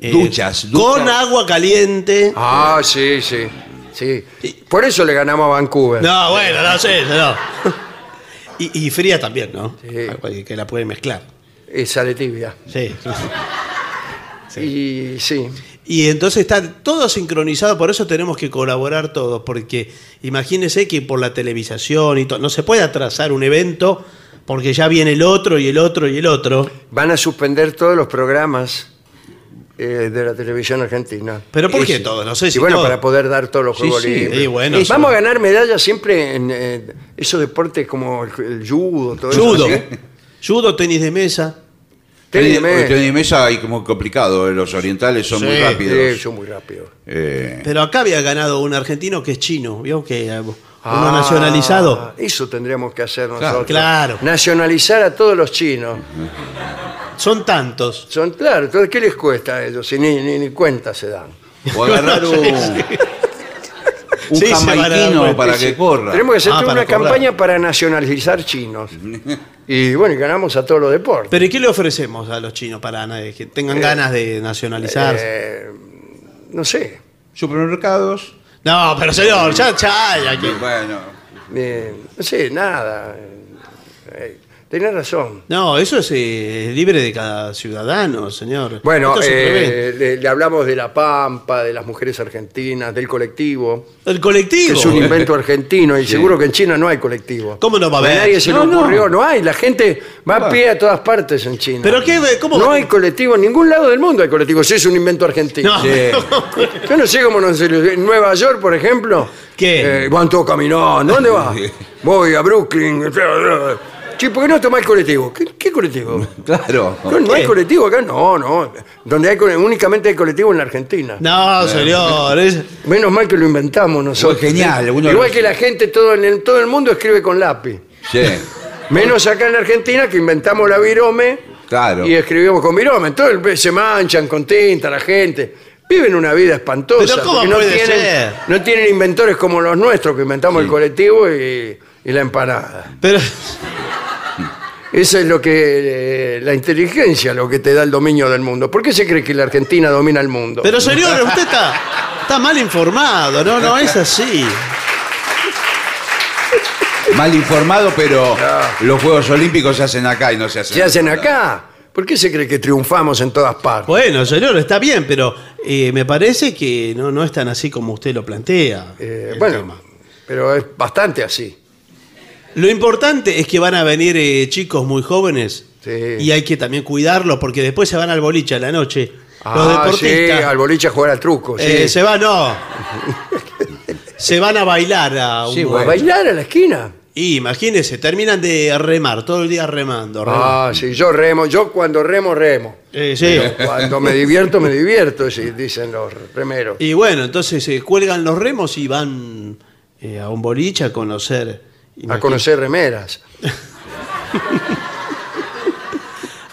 Speaker 2: Eh,
Speaker 10: Duchas,
Speaker 2: Con
Speaker 10: duchas.
Speaker 2: agua caliente.
Speaker 1: Ah, sí, sí. sí. Por eso le ganamos a Vancouver.
Speaker 2: No, bueno, no sé, no. Y, y fría también, ¿no?
Speaker 1: Sí.
Speaker 2: Agua que- Que la pueden mezclar.
Speaker 1: Y sale tibia.
Speaker 2: Sí.
Speaker 1: Y sí.
Speaker 2: Y entonces está todo sincronizado, por eso tenemos que colaborar todos, porque imagínense que por la televisación y todo, no se puede atrasar un evento porque ya viene el otro y el otro y el otro.
Speaker 1: Van a suspender todos los programas eh, de la televisión argentina.
Speaker 2: ¿Pero por
Speaker 1: Y
Speaker 2: qué
Speaker 1: sí.
Speaker 2: todos? No sé
Speaker 1: Y
Speaker 2: si
Speaker 1: bueno,
Speaker 2: todos.
Speaker 1: para poder dar todos los
Speaker 2: Sí,
Speaker 1: Juegos
Speaker 2: sí.
Speaker 1: Olímpicos.
Speaker 2: Y bueno, eso-
Speaker 1: Vamos a ganar medallas siempre en eh, esos deportes como el, el judo, todo
Speaker 2: Judo.
Speaker 1: eso. ¿sí?
Speaker 2: Judo, tenis de mesa.
Speaker 1: Tenis de
Speaker 10: El
Speaker 1: mesa.
Speaker 10: tenis de mesa es como complicado. eh, Los orientales son
Speaker 2: Sí,
Speaker 10: muy rápidos.
Speaker 1: Sí, son muy rápidos.
Speaker 10: Eh,
Speaker 2: Pero acá había ganado un argentino que es chino. ¿Vio que eh, uno
Speaker 1: Ah,
Speaker 2: nacionalizado?
Speaker 1: Eso tendríamos que hacer
Speaker 2: Claro,
Speaker 1: nosotros.
Speaker 2: claro.
Speaker 1: Nacionalizar a todos los chinos.
Speaker 2: Son tantos.
Speaker 1: Son, claro, entonces, ¿qué les cuesta a ellos? Si ni, ni, ni cuenta se dan.
Speaker 10: o agarrar un, un
Speaker 2: Sí, se van a dar
Speaker 10: jamaiquino
Speaker 2: cuenta,
Speaker 10: para
Speaker 2: sí.
Speaker 10: que corra.
Speaker 1: Tenemos que hacer
Speaker 2: Ah,
Speaker 1: toda
Speaker 2: para
Speaker 1: una
Speaker 2: cobrar.
Speaker 1: campaña para nacionalizar chinos. Y bueno, y ganamos a todos los deportes.
Speaker 2: ¿Pero y qué le ofrecemos a los chinos para na- que tengan
Speaker 1: Eh,
Speaker 2: ganas de nacionalizarse?
Speaker 1: Eh, no sé.
Speaker 10: Supermercados.
Speaker 2: no, pero señor, ya, ya hay aquí.
Speaker 10: Bueno.
Speaker 1: eh, no sé, nada. Eh, tenés razón.
Speaker 2: No, eso es eh, libre de cada ciudadano, señor.
Speaker 1: Bueno,
Speaker 2: Esto se prevé.
Speaker 1: eh, le, le hablamos de la Pampa, de las mujeres argentinas, del colectivo,
Speaker 2: el
Speaker 1: que
Speaker 2: colectivo.
Speaker 1: es un invento argentino y
Speaker 10: Sí.
Speaker 1: seguro que en China no hay colectivo.
Speaker 2: ¿Cómo no va a haber?
Speaker 1: nadie se
Speaker 2: No,
Speaker 1: le
Speaker 2: no.
Speaker 1: ocurrió, no. hay. La gente va a pie a todas partes en China.
Speaker 2: ¿Pero qué? ¿Cómo?
Speaker 1: No hay colectivo, en ningún lado del mundo hay colectivo. Sí, es un invento argentino.
Speaker 2: No.
Speaker 10: Sí.
Speaker 1: Yo no sé cómo no se le- En Nueva York, por ejemplo.
Speaker 2: ¿Qué?
Speaker 1: eh, van todos caminando. ¿Dónde vas? Voy a Brooklyn. Che, ¿por qué no tomás el colectivo? ¿Qué, qué colectivo?
Speaker 10: Claro.
Speaker 1: No, no hay colectivo acá, no, no. Donde hay cole- únicamente hay colectivo en la Argentina.
Speaker 2: No, señor. es-
Speaker 1: Menos mal que lo inventamos nosotros.
Speaker 10: Fue genial, uno
Speaker 1: Igual
Speaker 10: lo-
Speaker 1: que la gente todo en el, todo el mundo escribe con lápiz.
Speaker 10: Sí,
Speaker 1: Menos acá en la Argentina que inventamos la virome
Speaker 10: claro.
Speaker 1: y escribimos con virome. Entonces se manchan con tinta la gente. Viven una vida espantosa.
Speaker 2: Pero ¿cómo
Speaker 1: porque no,
Speaker 2: puede
Speaker 1: tienen,
Speaker 2: ser?
Speaker 1: no tienen inventores como los nuestros que inventamos el colectivo y, y la empanada.
Speaker 2: Pero,
Speaker 1: Eso es lo que eh, la inteligencia, lo que te da el dominio del mundo. ¿Por qué se cree que la Argentina domina el mundo?
Speaker 2: pero señor, usted está, está mal informado. No, no, es así.
Speaker 10: Mal informado, pero los Juegos Olímpicos se hacen acá y no se hacen.
Speaker 1: se hacen acá. ¿Por qué se cree que triunfamos en todas partes?
Speaker 2: Bueno, señor, está bien, pero eh, me parece que no, no es tan así como usted lo plantea.
Speaker 1: Eh,
Speaker 2: el
Speaker 1: bueno,
Speaker 2: tema.
Speaker 1: pero es bastante así.
Speaker 2: Lo importante es que van a venir eh, chicos muy jóvenes
Speaker 1: Sí.
Speaker 2: y hay que también cuidarlos porque después se van al boliche a la noche. Los
Speaker 1: Ah,
Speaker 2: deportistas
Speaker 1: sí, al boliche a jugar al truco. sí.
Speaker 2: eh, se van, no. se van a bailar a un
Speaker 10: Sí,
Speaker 1: ¿O
Speaker 2: lugar.
Speaker 1: a bailar a la esquina.
Speaker 2: Y imagínense, terminan de remar, todo el día remando. remando.
Speaker 1: Ah, sí, yo remo. Yo cuando remo, remo.
Speaker 2: Eh, sí.
Speaker 1: Cuando me divierto, me divierto, sí, dicen los remeros.
Speaker 2: Y bueno, entonces se cuelgan los remos y van eh, a un boliche a conocer.
Speaker 1: A conocer remeras.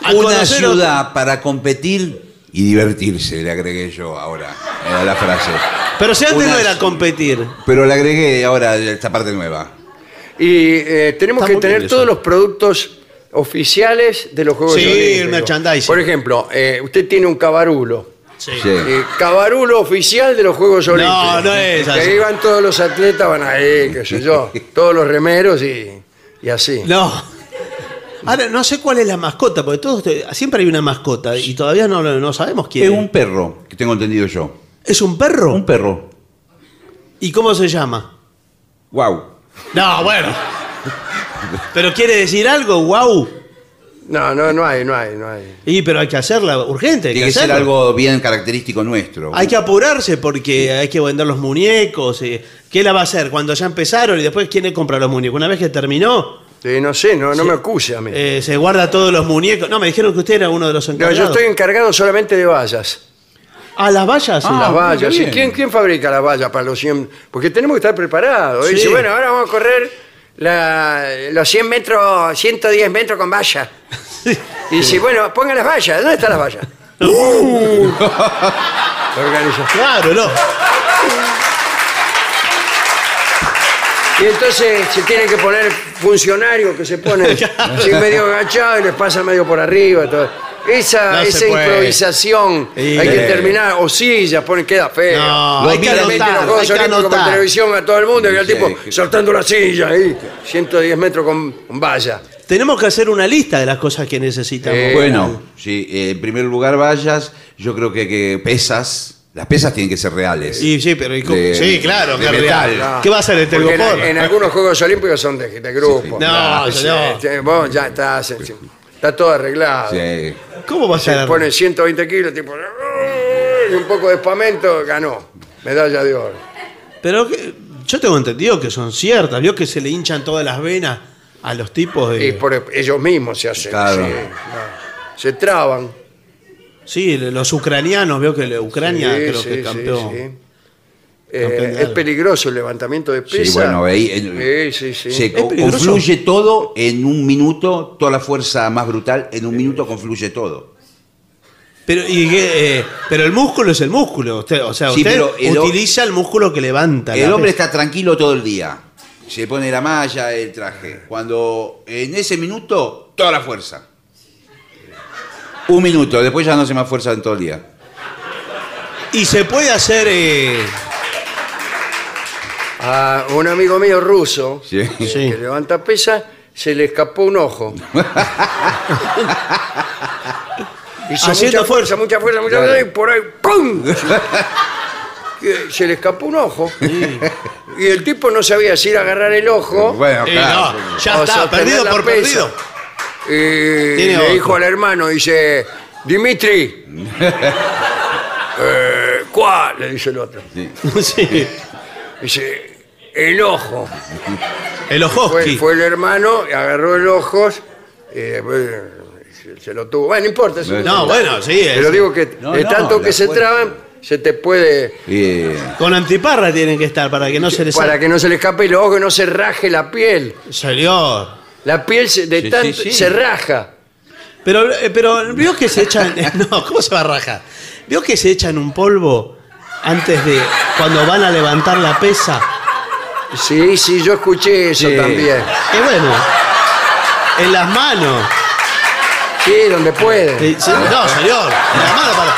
Speaker 2: a
Speaker 10: Una
Speaker 2: conocer
Speaker 10: ciudad para competir y divertirse, le agregué yo ahora eh, a la frase.
Speaker 2: otro- Pero si antes
Speaker 10: Una
Speaker 2: no era
Speaker 10: ciudad.
Speaker 2: competir.
Speaker 10: Pero le agregué ahora esta parte nueva.
Speaker 1: Y eh, tenemos
Speaker 2: Está
Speaker 1: que
Speaker 2: muy bien
Speaker 1: tener
Speaker 2: eso.
Speaker 1: todos los productos oficiales de los Juegos
Speaker 2: Sí, el
Speaker 1: Olímpicos.
Speaker 2: merchandising.
Speaker 1: Por ejemplo, eh, usted tiene un cabarulo.
Speaker 2: Sí.
Speaker 10: Sí.
Speaker 1: Eh, cabarulo oficial de los Juegos Olímpicos.
Speaker 2: no es
Speaker 1: Que
Speaker 2: así.
Speaker 1: ahí van todos los atletas, van ahí, qué sé yo, todos los remeros y, y así.
Speaker 2: No. Ahora, no sé cuál es la mascota, porque todos siempre hay una mascota y todavía no, lo- no sabemos quién
Speaker 10: Es
Speaker 2: es.
Speaker 10: Eh, un perro, que tengo entendido yo.
Speaker 2: ¿Es un perro?
Speaker 10: Un perro.
Speaker 2: ¿Y cómo se llama?
Speaker 10: Wow.
Speaker 2: No, bueno. ¿Pero quiere decir algo? ¡Wow!
Speaker 1: No, no, no hay, no hay, no hay.
Speaker 2: Y pero hay que hacerla urgente. Hay que,
Speaker 10: Tiene que ser
Speaker 2: hacerla.
Speaker 10: algo bien característico nuestro.
Speaker 2: Hay que apurarse porque hay que vender los muñecos. eh. ¿Qué la va a hacer? Cuando ya empezaron y después, ¿quién le compra los muñecos? Una vez que terminó,
Speaker 1: Sí, no sé, no, no me acuse a mí.
Speaker 2: eh, se guarda todos los muñecos. No, me dijeron que usted era uno de los
Speaker 1: no,
Speaker 2: encargados.
Speaker 1: yo estoy encargado solamente de vallas.
Speaker 2: ¿A las vallas?
Speaker 10: Ah, mira
Speaker 1: las vallas.
Speaker 10: qué
Speaker 1: sí.
Speaker 10: bien.
Speaker 1: ¿Quién, quién fabrica las vallas para los 100? Porque tenemos que estar preparados.
Speaker 2: Sí.
Speaker 1: Dice, bueno, ahora vamos a correr la- los 100 metros, 110 metros con vallas. Y dice, bueno, pongan las vallas. ¿Dónde están las vallas? La organización.
Speaker 2: Claro, no.
Speaker 1: Y entonces se tienen que poner funcionarios que se ponen así medio agachados y les pasa medio por arriba. todo. Esa,
Speaker 2: No se
Speaker 1: esa
Speaker 2: puede.
Speaker 1: improvisación
Speaker 2: Sí.
Speaker 1: hay que terminar. O sillas, ponen, queda feo.
Speaker 2: No, hay que
Speaker 1: miran,
Speaker 2: anotar,
Speaker 1: meten los Juegos
Speaker 2: hay que
Speaker 1: Olímpicos por
Speaker 2: anotar.
Speaker 1: televisión a todo el mundo y el
Speaker 10: Sí,
Speaker 1: tipo
Speaker 10: que-
Speaker 1: saltando la silla ahí, 110 metros con con valla.
Speaker 2: Tenemos que hacer una lista de las cosas que necesitamos.
Speaker 1: Eh,
Speaker 10: Bueno, sí, eh, en primer lugar vallas, yo creo que, que pesas, las pesas tienen que ser reales.
Speaker 2: Y sí, pero ¿y cómo?
Speaker 10: De-
Speaker 2: sí, claro,
Speaker 10: de
Speaker 2: qué
Speaker 10: metal.
Speaker 2: real.
Speaker 1: No.
Speaker 2: ¿Qué va a hacer el
Speaker 1: Ah. Porque en,
Speaker 2: telgopor?
Speaker 1: en algunos Juegos Olímpicos son de, de grupo.
Speaker 2: No,
Speaker 1: Sí,
Speaker 2: señor.
Speaker 1: sí, vos ya estás, está todo arreglado.
Speaker 10: Sí.
Speaker 2: ¿Cómo va a
Speaker 1: Se
Speaker 2: ser?
Speaker 1: pone 120 kilos, tipo. y un poco de espamento, ganó. Medalla de oro.
Speaker 2: Pero que- yo tengo entendido que son ciertas. Vio que se le hinchan todas las venas a los tipos de.
Speaker 1: Y por ellos mismos se hacen.
Speaker 2: Claro.
Speaker 1: sí, no. Se traban.
Speaker 2: Sí, los ucranianos. Veo que la Ucrania
Speaker 1: Sí,
Speaker 2: creo
Speaker 1: sí,
Speaker 2: que
Speaker 1: sí,
Speaker 2: es campeón.
Speaker 1: sí. Eh,
Speaker 2: Campeón de
Speaker 1: es
Speaker 2: algo.
Speaker 1: peligroso el levantamiento de pesas.
Speaker 10: bueno, ahí, eh,
Speaker 1: Sí, sí, sí.
Speaker 10: Se co- confluye todo en un minuto, toda la fuerza más brutal, en un minuto confluye todo.
Speaker 2: Pero, y que, eh, pero el músculo es el músculo. Usted, o sea,
Speaker 10: Sí,
Speaker 2: usted
Speaker 10: pero el o-
Speaker 2: utiliza el músculo que levanta.
Speaker 10: El
Speaker 2: la
Speaker 10: hombre
Speaker 2: pesa.
Speaker 10: está tranquilo todo el día. Se pone la malla, el traje. Cuando en ese minuto, toda la fuerza. Un minuto, después ya no se más fuerza en todo el día.
Speaker 2: Y se puede hacer. eh,
Speaker 1: A un amigo mío ruso
Speaker 10: Sí.
Speaker 1: eh, que levanta pesas se le escapó un ojo. Hizo
Speaker 2: Haciendo
Speaker 1: mucha fuerza, mucha fuerza, mucha fuerza, y por ahí ¡pum! Que se le escapó un ojo. Y el tipo no sabía si ir a agarrar el ojo.
Speaker 10: Bueno,
Speaker 2: Eh, claro. no, ya
Speaker 1: o
Speaker 2: está,
Speaker 1: sostener
Speaker 2: perdido
Speaker 1: la
Speaker 2: por
Speaker 1: pesa.
Speaker 2: perdido.
Speaker 1: Y
Speaker 2: Tiene
Speaker 1: le
Speaker 2: otro.
Speaker 1: dijo al hermano, dice, Dimitri. eh, ¿Cuál? Le dice el otro.
Speaker 2: sí.
Speaker 1: Dice, el ojo.
Speaker 2: El ojo.
Speaker 1: Fue, fue el hermano, y agarró el ojos, y después se- se lo tuvo. Bueno, no importa. eso
Speaker 2: No,
Speaker 1: importa.
Speaker 2: bueno, sí,
Speaker 1: Pero
Speaker 2: es-
Speaker 1: digo que
Speaker 2: No,
Speaker 1: de
Speaker 2: no,
Speaker 1: tanto
Speaker 2: la
Speaker 1: que se
Speaker 2: fuerza.
Speaker 1: traban, se te puede...
Speaker 2: Con antiparra tienen que estar para que no se les
Speaker 1: para que no se le escape el ojo y no se raje la piel.
Speaker 2: Señor.
Speaker 1: La piel se- de
Speaker 2: Sí,
Speaker 1: tanto
Speaker 2: sí, sí.
Speaker 1: se raja.
Speaker 2: Pero, eh, pero vio que se echan. No, ¿cómo se va a rajar? Vio que se echan un polvo antes de. cuando van a levantar la pesa.
Speaker 1: Sí, sí, yo escuché eso también.
Speaker 2: Qué bueno. En las manos.
Speaker 1: Sí, donde puede.
Speaker 2: Eh, sí, No, señor. En las manos para,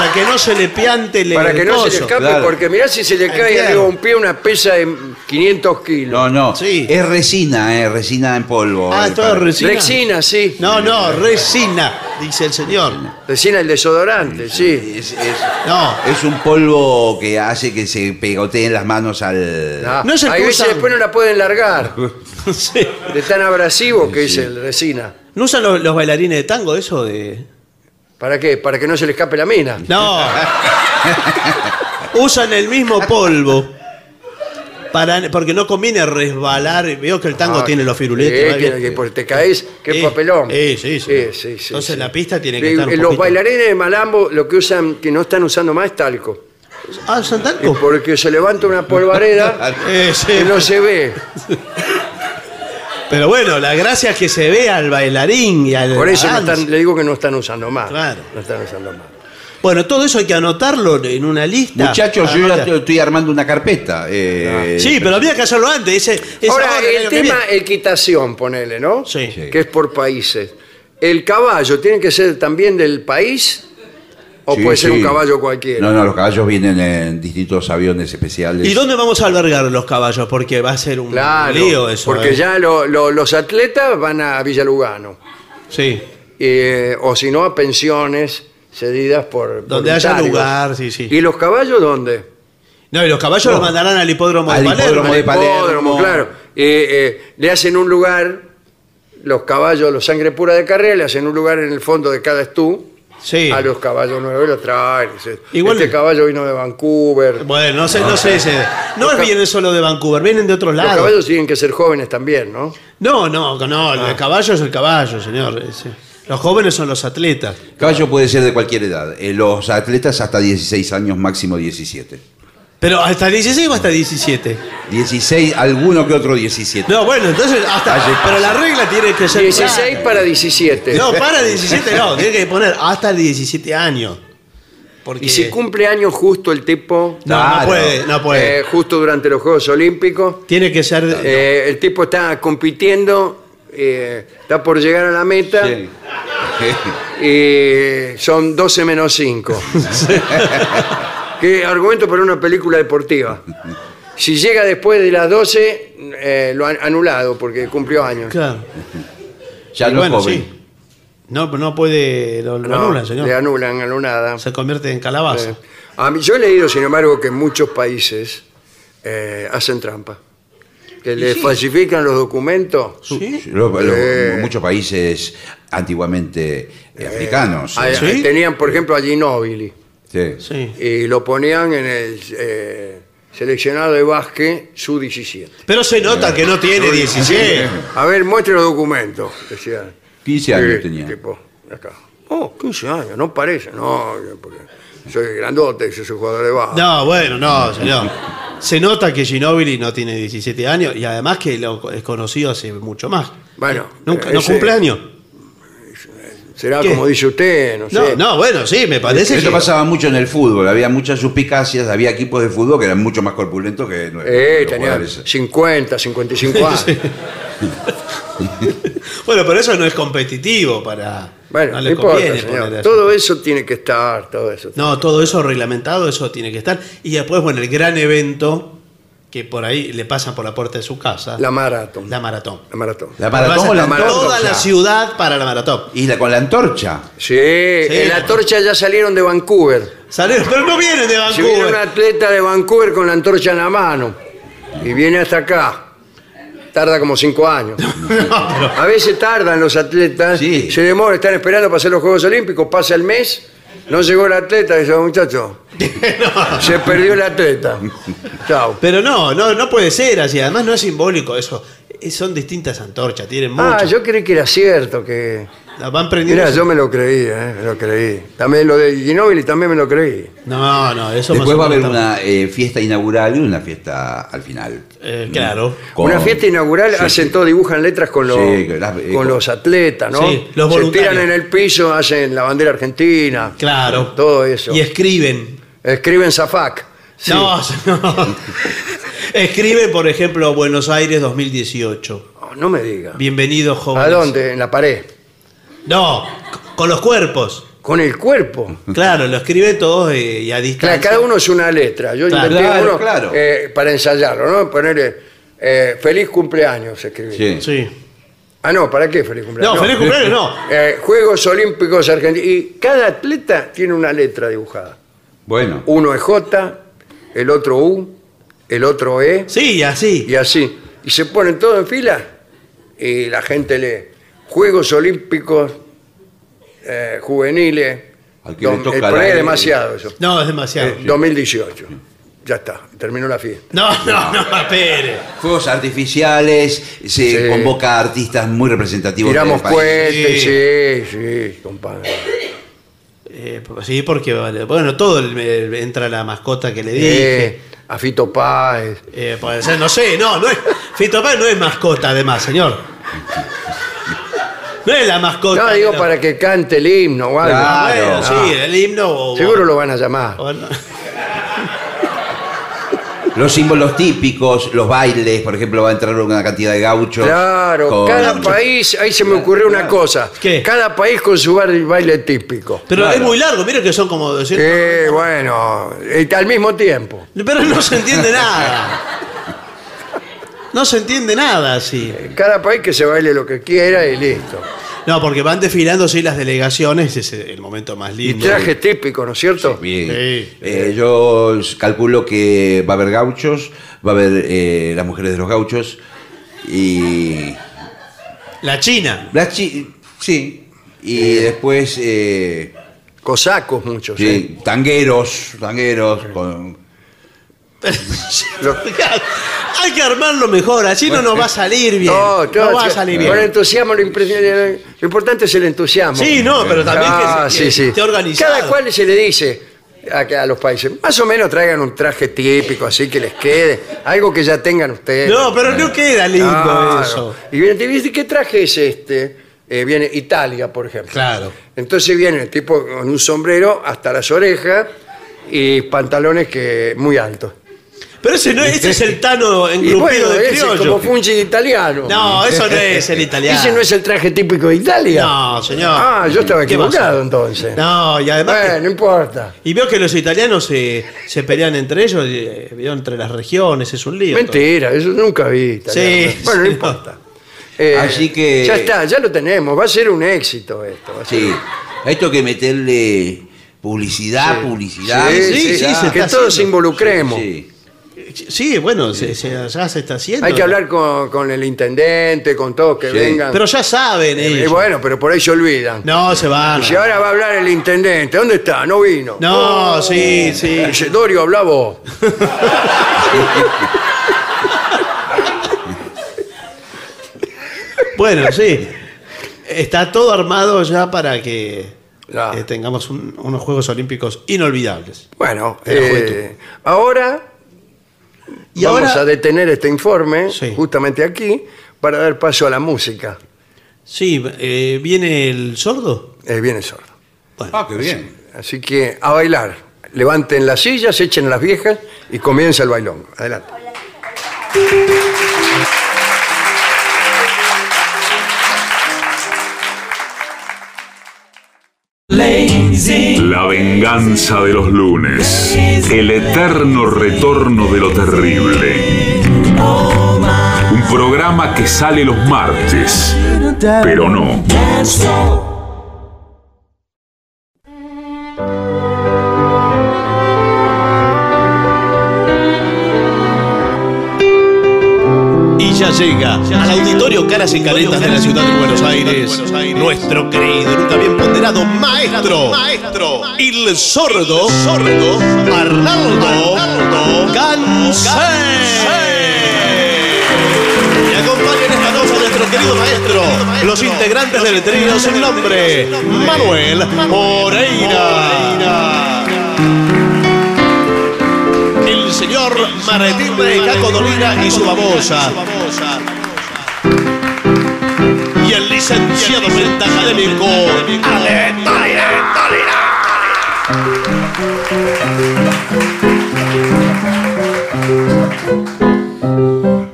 Speaker 2: para que no se le piante el
Speaker 1: Para
Speaker 2: el
Speaker 1: que no se le
Speaker 2: coso.
Speaker 1: escape, porque mirá si se le
Speaker 2: El
Speaker 1: cae
Speaker 2: fierro.
Speaker 1: arriba un pie una pesa de 500 kilos.
Speaker 10: No, no. Es resina, eh, resina en polvo. Eh,
Speaker 2: Ah,
Speaker 10: El
Speaker 2: todo
Speaker 10: par-
Speaker 2: resina.
Speaker 1: Resina, sí.
Speaker 2: No, no, resina, dice el señor.
Speaker 1: Resina el desodorante, sí.
Speaker 2: No.
Speaker 10: Es un polvo que hace que se pegoteen las manos al.
Speaker 1: Ah, Hay veces después no la pueden largar. De tan abrasivo que es el resina.
Speaker 2: ¿No usan los, los bailarines de tango eso de.?
Speaker 1: ¿Para qué? Para que no se le escape la mina.
Speaker 2: No. Usan el mismo polvo. Para, porque no conviene resbalar. Veo que el tango
Speaker 1: Ah,
Speaker 2: tiene los
Speaker 1: sí,
Speaker 2: firuletes. va bien.
Speaker 1: tiene que- porque te caes, qué
Speaker 2: Sí,
Speaker 1: papelón.
Speaker 2: sí, eh, sí, sí.
Speaker 1: sí, sí,
Speaker 2: Entonces
Speaker 1: sí.
Speaker 2: la pista tiene que
Speaker 1: Eh,
Speaker 2: estar un
Speaker 1: Los
Speaker 2: poquito-
Speaker 1: bailarines de Malambo lo que usan, que no están usando más, es talco.
Speaker 2: Ah, ¿usan talco?
Speaker 1: Es porque se levanta una polvareda
Speaker 2: Eh, sí.
Speaker 1: que no se ve.
Speaker 2: Pero bueno, la gracia es que se ve al bailarín y al.
Speaker 1: Por eso no
Speaker 2: al
Speaker 1: están-
Speaker 2: danza.
Speaker 1: le digo que no están usando más.
Speaker 2: Claro.
Speaker 1: No están usando más.
Speaker 2: Bueno, todo eso hay que anotarlo en una lista.
Speaker 10: Muchachos,
Speaker 2: Para
Speaker 10: yo ya
Speaker 2: anotar.
Speaker 10: estoy- estoy armando una
Speaker 1: Ah.
Speaker 10: carpeta. eh,
Speaker 2: Sí, pero había que hacerlo antes. Ese, esa
Speaker 1: Ahora,
Speaker 2: hora,
Speaker 1: el
Speaker 2: lo que
Speaker 1: tema
Speaker 2: viene.
Speaker 1: equitación, ponele, ¿no?
Speaker 2: Sí.
Speaker 1: Que es por países. ¿El caballo tiene que ser también del país? ¿O
Speaker 10: Sí,
Speaker 1: puede ser
Speaker 10: sí.
Speaker 1: un caballo cualquiera?
Speaker 10: No, no, los caballos vienen en distintos aviones especiales.
Speaker 2: ¿Y dónde vamos a albergar los caballos? Porque va a ser un
Speaker 1: Claro,
Speaker 2: lío eso.
Speaker 1: porque
Speaker 2: eh.
Speaker 1: ya lo- lo- los atletas van a Villalugano. eh,
Speaker 2: Sí.
Speaker 1: o si no, a pensiones cedidas por.
Speaker 2: Donde haya
Speaker 1: voluntarios.
Speaker 2: lugar, sí, sí.
Speaker 1: ¿Y los caballos dónde?
Speaker 2: No, y los caballos los mandarán al hipódromo de
Speaker 10: Al
Speaker 2: Palermo.
Speaker 10: hipódromo de Palermo.
Speaker 1: Oh. Hipódromo, claro. Eh, eh, le hacen un lugar, los caballos, los sangre pura de carrera, le hacen un lugar en el fondo de cada estú.
Speaker 2: Sí.
Speaker 1: A los caballos nuevos y los traen. Dice,
Speaker 2: Igual-
Speaker 1: este caballo vino de Vancouver.
Speaker 2: Bueno, no sé, no sé. ese- No
Speaker 1: Ah. Los ca-
Speaker 2: vienen solo de Vancouver, vienen de otros
Speaker 1: Los
Speaker 2: lados.
Speaker 1: caballos Ah. tienen que ser jóvenes también, ¿no?
Speaker 2: No, no, no, el caballo es el caballo, señor. ese. Los jóvenes son los atletas.
Speaker 10: Caballo puede ser de cualquier edad. eh, los atletas hasta 16 años, máximo 17.
Speaker 2: Pero hasta 16 o hasta 17.
Speaker 10: 16, alguno que otro 17.
Speaker 2: No, bueno, entonces
Speaker 1: Ah,
Speaker 2: hasta.
Speaker 10: Calle
Speaker 2: Pero la
Speaker 10: pasa.
Speaker 2: regla tiene que ser.
Speaker 1: 16 para 17.
Speaker 2: No, para 17 no, tiene que poner hasta 17 años. Porque
Speaker 1: ¿Y si cumple años justo el tipo?
Speaker 2: No, no Claro. puede, no puede.
Speaker 1: Eh, justo durante los Juegos Olímpicos.
Speaker 2: tiene que ser. de-
Speaker 1: Eh, el tipo está compitiendo, eh, está por llegar a la meta. y son 12 menos 5. Qué argumento para una película deportiva. Si llega después de las 12, eh, lo han anulado porque cumplió años.
Speaker 2: Claro.
Speaker 10: Ya
Speaker 2: Y
Speaker 10: no es
Speaker 2: bueno,
Speaker 10: joven.
Speaker 2: sí. No, no puede. Lo, lo
Speaker 1: No,
Speaker 2: anulan, señor.
Speaker 1: Le anulan, anulada.
Speaker 2: Se convierte en calabaza.
Speaker 1: Eh, a mí- yo he leído, sin embargo, que en muchos países eh, hacen trampa. Que le
Speaker 2: sí.
Speaker 1: falsifican los documentos.
Speaker 10: Los- los-
Speaker 1: Eh.
Speaker 10: muchos países antiguamente eh, africanos.
Speaker 1: Ah,
Speaker 10: eh,
Speaker 1: Tenían, por ejemplo, a Ginobili.
Speaker 10: sí. Sí.
Speaker 1: y lo ponían en el eh, seleccionado de básquet su 17.
Speaker 2: Pero se nota que no tiene 17.
Speaker 1: A ver, muestre los documentos, decía.
Speaker 10: 15 años
Speaker 1: Sí,
Speaker 10: tenía.
Speaker 1: tipo, acá. Oh, 15 años, no parece. No, porque soy grandote, yo soy jugador de básquet.
Speaker 2: No, bueno, no, señor. Se nota que Ginobili no tiene 17 años y además que lo es conocido hace mucho más.
Speaker 1: Bueno,
Speaker 2: Nunca,
Speaker 1: eh,
Speaker 2: no
Speaker 1: ese-
Speaker 2: cumple años.
Speaker 1: Será
Speaker 2: ¿Qué?
Speaker 1: como dice usted, no,
Speaker 2: No,
Speaker 1: sé.
Speaker 2: no, bueno, sí, me parece
Speaker 10: Esto
Speaker 2: que.
Speaker 10: pasaba mucho en el fútbol, había muchas suspicacias, había equipos de fútbol que eran mucho más corpulentos que nue-
Speaker 1: Eh,
Speaker 10: los
Speaker 1: tenía
Speaker 10: jugadores.
Speaker 1: 50, 55 años.
Speaker 2: Bueno, pero eso no es competitivo para.
Speaker 1: Bueno,
Speaker 2: no
Speaker 1: no,
Speaker 2: le
Speaker 1: importa,
Speaker 2: conviene
Speaker 1: señor.
Speaker 2: poner eso.
Speaker 1: Todo eso tiene que estar, todo eso.
Speaker 2: No, todo eso reglamentado, eso tiene que estar. Y después, bueno, el gran evento que por ahí le pasan por la puerta de su casa.
Speaker 1: La maratón.
Speaker 2: La maratón.
Speaker 1: La maratón.
Speaker 10: La maratón
Speaker 2: Pasan
Speaker 10: o la
Speaker 2: toda
Speaker 10: antorcha.
Speaker 2: la ciudad para la maratón.
Speaker 10: Y la, con la antorcha.
Speaker 1: Sí, en la antorcha ya salieron de Vancouver.
Speaker 2: Salieron, pero no vienen de
Speaker 1: Si viene un
Speaker 2: Vancouver.
Speaker 1: atleta de Vancouver con la antorcha en la mano y viene hasta acá, tarda como cinco años. A veces tardan los atletas,
Speaker 10: Sí.
Speaker 1: se demora, están esperando para hacer los Juegos Olímpicos, pasa el mes, no llegó el atleta, dice, muchacho, se perdió el atleta. Chao.
Speaker 2: Pero no, no, no puede ser así. Además, no es simbólico eso. Eh, Son distintas antorchas, tienen
Speaker 1: Ah,
Speaker 2: muchas.
Speaker 1: yo creí que era cierto que...
Speaker 2: Las van prendiendo.
Speaker 1: Mira, yo me lo creí, eh, me lo creí. También lo de Ginóbili también me lo creí.
Speaker 2: No, no, eso más
Speaker 10: Después
Speaker 2: o
Speaker 10: va a haber
Speaker 2: menos está-
Speaker 10: una eh, fiesta inaugural y una fiesta al final.
Speaker 2: Eh, claro.
Speaker 10: Con-
Speaker 1: Una fiesta inaugural
Speaker 10: Sí,
Speaker 1: hacen
Speaker 10: sí.
Speaker 1: todo, dibujan letras con los,
Speaker 10: Sí, que las- eh,
Speaker 1: con
Speaker 10: con-
Speaker 1: los atletas, ¿no?
Speaker 2: Sí, los
Speaker 1: Se
Speaker 2: voluntarios.
Speaker 1: tiran en el piso, hacen la bandera argentina.
Speaker 2: Claro.
Speaker 1: Todo eso.
Speaker 2: Y escriben.
Speaker 1: Escriben Zafac. Sí.
Speaker 2: No, no. Escriben, por ejemplo, Buenos Aires 2018.
Speaker 1: Oh, no me diga.
Speaker 2: Bienvenidos, jóvenes.
Speaker 1: ¿A dónde? En la pared.
Speaker 2: No, c- con los cuerpos.
Speaker 1: Con el cuerpo.
Speaker 2: Claro, lo escriben todos eh, y a
Speaker 1: Claro,
Speaker 2: distancia.
Speaker 1: cada uno es una letra. Yo
Speaker 2: Claro,
Speaker 1: inventé
Speaker 10: claro,
Speaker 1: uno
Speaker 10: claro.
Speaker 1: eh, para ensayarlo, ¿no? Ponerle eh, feliz cumpleaños, escribí.
Speaker 10: Sí.
Speaker 2: Sí.
Speaker 1: Ah, no, ¿para qué feliz cumpleaños?
Speaker 2: No, feliz cumpleaños no.
Speaker 1: Eh, Juegos Olímpicos Argentinos. Y cada atleta tiene una letra dibujada.
Speaker 10: Bueno,
Speaker 1: Uno es J, el otro U, el otro E,
Speaker 2: Sí, así.
Speaker 1: y así. Y se ponen todos en fila y la gente lee Juegos Olímpicos eh, Juveniles.
Speaker 10: Al que le
Speaker 1: dom-
Speaker 10: toca
Speaker 1: eh,
Speaker 10: la
Speaker 1: por ahí es
Speaker 10: E.
Speaker 1: demasiado eso.
Speaker 2: No, es demasiado.
Speaker 1: Eh, 2018. Ya está, terminó la fiesta.
Speaker 2: No, no, no, espere.
Speaker 10: fuegos artificiales, se
Speaker 1: Sí.
Speaker 10: convoca a artistas muy representativos
Speaker 1: Tiramos
Speaker 10: del país.
Speaker 1: puentes, sí, sí, compadre.
Speaker 2: Eh, sí, porque, vale, bueno, todo el- el- entra la mascota que le dije.
Speaker 1: Eh, a Fito Páez.
Speaker 2: Eh, puede ser, no sé, no, no es. Fito Páez no es mascota, además, señor. No es la mascota.
Speaker 1: No, digo
Speaker 2: pero-
Speaker 1: para que cante el himno o algo.
Speaker 2: Ah, bueno,
Speaker 10: Claro.
Speaker 2: sí, el himno o.
Speaker 1: Seguro lo van a llamar.
Speaker 2: o no.
Speaker 10: Los símbolos típicos, los bailes, por ejemplo, va a entrar una cantidad de gauchos.
Speaker 1: Claro,
Speaker 10: con-
Speaker 1: cada país, ahí se me ocurrió una cosa.
Speaker 2: ¿Qué?
Speaker 1: Cada país con su bar- baile típico.
Speaker 2: Pero
Speaker 10: Claro.
Speaker 2: es muy largo, mire que son como decir.
Speaker 1: Eh, bueno, eh, al mismo tiempo.
Speaker 2: Pero no se entiende nada. No se entiende nada así.
Speaker 1: Cada país que se baile lo que quiera y listo.
Speaker 2: No, porque van desfilando sí las delegaciones, ese es el momento más
Speaker 1: Y
Speaker 2: lindo.
Speaker 1: traje típico, ¿no es cierto?
Speaker 10: Bien.
Speaker 2: Sí.
Speaker 10: Eh, yo calculo que va a haber gauchos, va a haber eh, las mujeres de los gauchos y
Speaker 2: La China.
Speaker 10: las chi- sí y después eh,
Speaker 1: Cosacos muchos.
Speaker 10: sí,
Speaker 1: ¿eh?
Speaker 10: tangueros, tangueros con
Speaker 1: Los-
Speaker 2: Hay que armarlo mejor, así no nos va a salir bien. No,
Speaker 1: No, claro,
Speaker 2: va a
Speaker 1: sí,
Speaker 2: salir
Speaker 1: Con
Speaker 2: bien.
Speaker 1: entusiasmo, lo, impresi- lo importante es el entusiasmo.
Speaker 2: Sí, no, pero también que
Speaker 1: Ah,
Speaker 2: se-
Speaker 1: sí,
Speaker 2: que
Speaker 1: sí.
Speaker 2: esté organizado.
Speaker 1: Cada cual se le dice a, a los países, más o menos traigan un traje típico así que les quede, algo que ya tengan ustedes.
Speaker 2: No, pero no queda lindo
Speaker 1: Claro.
Speaker 2: eso.
Speaker 1: Y viene, te dice, ¿qué traje es este? Eh, viene Italia, por ejemplo.
Speaker 2: Claro.
Speaker 1: Entonces viene el tipo con un sombrero hasta las orejas y pantalones que muy altos.
Speaker 2: Pero ese no ese es el Tano
Speaker 1: Y
Speaker 2: engrupido
Speaker 1: bueno,
Speaker 2: de
Speaker 1: ese es como
Speaker 2: criollo.
Speaker 1: fungi italiano.
Speaker 2: No, eso no es el italiano.
Speaker 1: Ese no es el traje típico de Italia.
Speaker 2: No, señor.
Speaker 1: Ah, yo estaba
Speaker 2: ¿Qué
Speaker 1: equivocado
Speaker 2: pasó?
Speaker 1: entonces.
Speaker 2: No, y además.
Speaker 1: Bueno, no importa.
Speaker 2: Y veo que los italianos eh, se pelean entre ellos, eh, veo entre las regiones, es un lío.
Speaker 1: Mentira, eso nunca vi. italiano.
Speaker 2: Sí,
Speaker 1: bueno, no
Speaker 2: sí.
Speaker 1: importa. Eh,
Speaker 10: Así que-
Speaker 1: Ya está, ya lo tenemos. Va a ser un éxito esto. va a ser-
Speaker 10: sí, a esto hay que meterle publicidad, publicidad.
Speaker 1: Sí,
Speaker 10: publicidad.
Speaker 1: sí,
Speaker 2: sí, se
Speaker 1: que
Speaker 2: está
Speaker 1: todos
Speaker 2: haciendo.
Speaker 1: involucremos.
Speaker 10: Sí.
Speaker 2: Sí, bueno, se- se- ya se está haciendo.
Speaker 1: Hay que hablar con, con el intendente, con todos que
Speaker 2: Sí.
Speaker 1: vengan.
Speaker 2: Pero ya saben
Speaker 1: Eh,
Speaker 2: ellos.
Speaker 1: bueno, pero por ahí se olvidan.
Speaker 2: No, se van.
Speaker 1: Y si ahora va a hablar el intendente, ¿dónde está? No vino. Oh.
Speaker 2: No, sí, sí.
Speaker 1: Dice, Dorio, habla vos.
Speaker 2: Bueno, sí. Está todo armado ya para que eh, tengamos un- unos Juegos Olímpicos inolvidables.
Speaker 1: Bueno,
Speaker 2: de la
Speaker 1: eh,
Speaker 2: juventud.
Speaker 1: ahora
Speaker 2: Y
Speaker 1: vamos
Speaker 2: ahora-
Speaker 1: a detener este informe justamente aquí para dar paso a la música.
Speaker 2: Sí, eh, ¿viene el sordo?
Speaker 1: Eh, viene el sordo.
Speaker 10: ah, qué bien.
Speaker 1: Así que a bailar. Levanten las sillas, echen las viejas y comienza el bailón. Adelante.
Speaker 6: La venganza de los lunes. El eterno retorno de lo terrible. Un programa que sale los martes, pero no.
Speaker 2: Y ya llega al auditorio Caras y Caretas de la ciudad de Buenos Aires, nuestro querido y nunca bien ponderado maestro, maestro, el sordo, sordo, Arnaldo, Gansé. Y acompañen esta noche a nuestro querido maestro, los integrantes del trío sin nombre, Manuel Moreira. El señor Martín de Caco Dolina y su babosa. Y el licenciado académico Ale Dolina.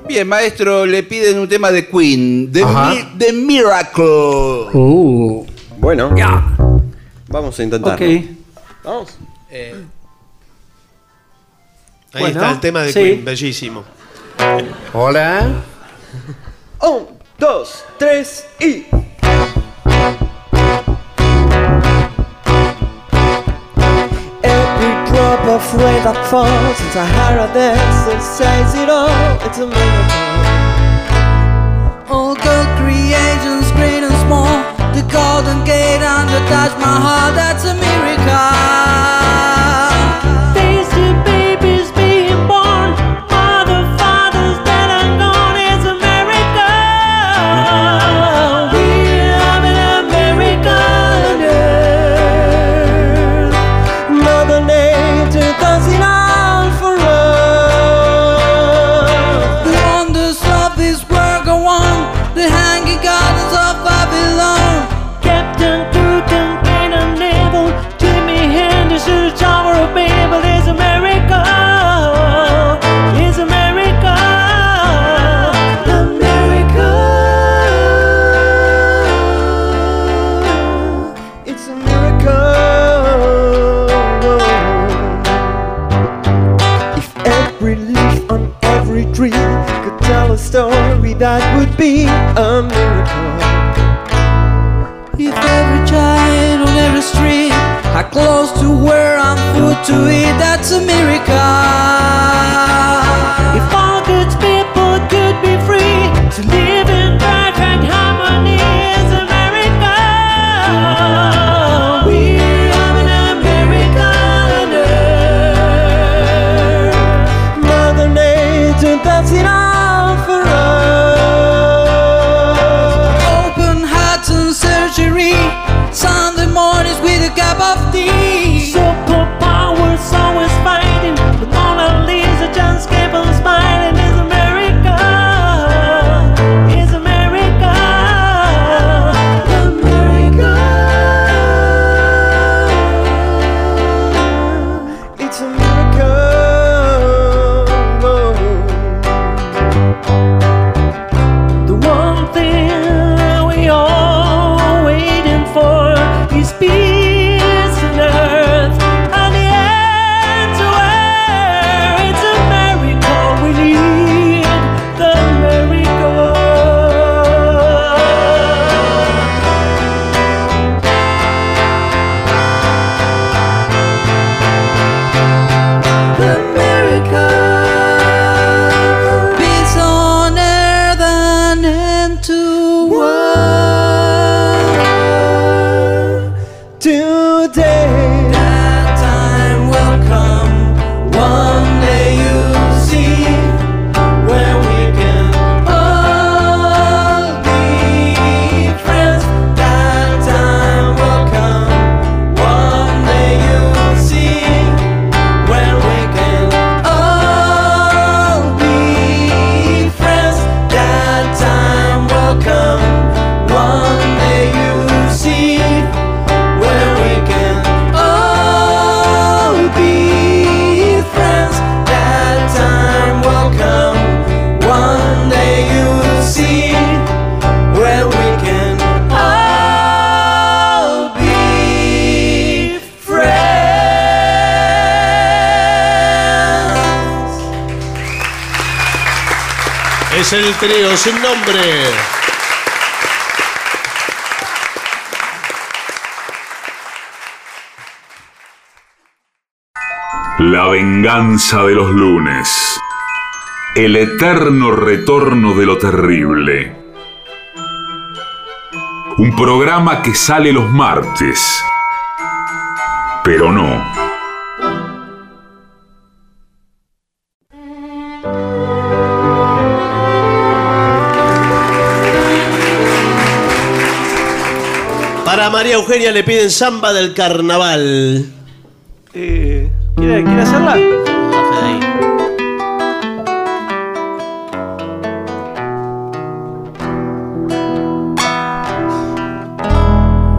Speaker 10: Bien, maestro, le piden un tema de Queen, The, Mi- The Miracle.
Speaker 8: Bueno. Vamos a intentarlo.
Speaker 11: Ok.
Speaker 8: Vamos.
Speaker 2: Ahí
Speaker 8: Bueno,
Speaker 2: está el tema de
Speaker 8: sí.
Speaker 2: Queen, bellísimo.
Speaker 1: Hola.
Speaker 8: Un, dos, tres y.
Speaker 12: Every drop of rain that falls is a paradise and says it all. It's a miracle.
Speaker 13: All the creations, great and small, the Golden Gate and the Taj Mahal, that's a miracle. These two babies being born, mother, father's dead and gone, it's a miracle. We have an American
Speaker 12: earth. Mother Nature does it all for us.
Speaker 13: The wonders of this world go on, the hanging gardens of Babylon.
Speaker 12: Captain Kirk and Kane and Neville, Jimmy Henderson, the Tower of Babel is a miracle. It's a miracle. A miracle. It's a miracle. If every leaf on every tree could tell a story, that would be a miracle.
Speaker 13: If every child on every street had clothes to wear and food to eat, that's a miracle.
Speaker 12: If all good people could be free to live in perfect harmony is America. We are an American earth. Mother Nature does it all for us.
Speaker 13: Open hearts and surgery, Sunday mornings with a cup of tea.
Speaker 12: Superpowers always find
Speaker 2: es el trío sin nombre.
Speaker 6: La venganza de los lunes. El eterno retorno de lo terrible. Un programa que sale los martes. Pero no.
Speaker 2: Para María Eugenia le piden samba del carnaval.
Speaker 8: Eh, ¿quiere, quiere hacerla?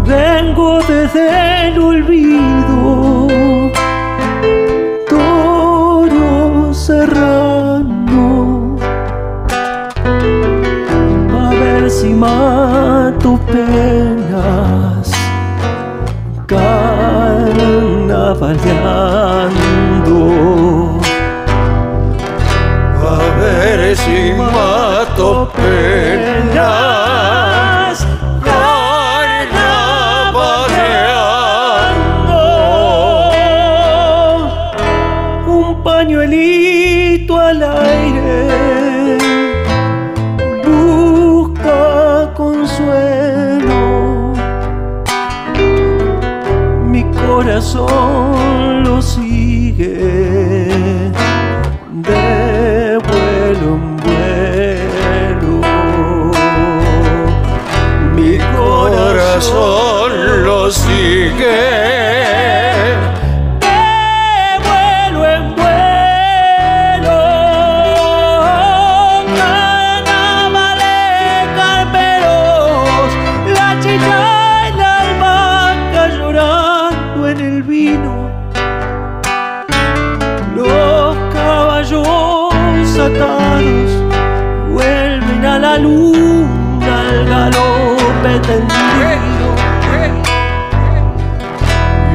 Speaker 12: Vengo desde el olvido, toro serrano, a ver si mato penas, carnavaleando, a ver si mato penas. Carnavaleando. Un pañuelito al aire busca consuelo. Mi corazón lo sigue de vuelo en vuelo. Mi corazón lo sigue. De vuelo en vuelo, carnavales carmeros, la chicha y la albahaca llorando en el vino, los caballos atados vuelven a la luna al galope tendido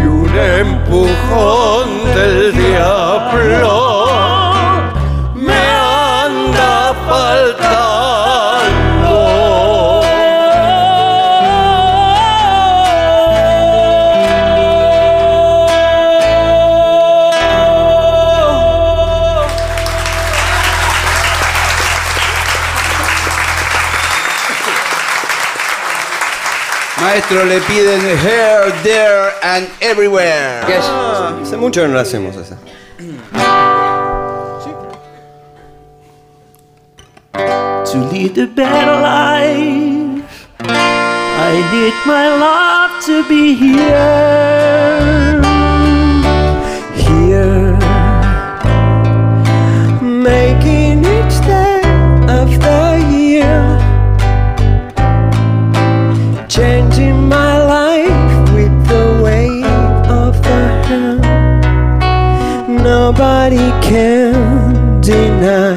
Speaker 11: y un empujón del diablo me anda faltando.
Speaker 10: Maestro, le piden here, there and everywhere.
Speaker 8: Ah, hace mucho que no la hacemos esa.
Speaker 12: to lead a better life. I need my love to be here. Here,
Speaker 14: making each day of the year, changing my life with the wave of the hand. Nobody can deny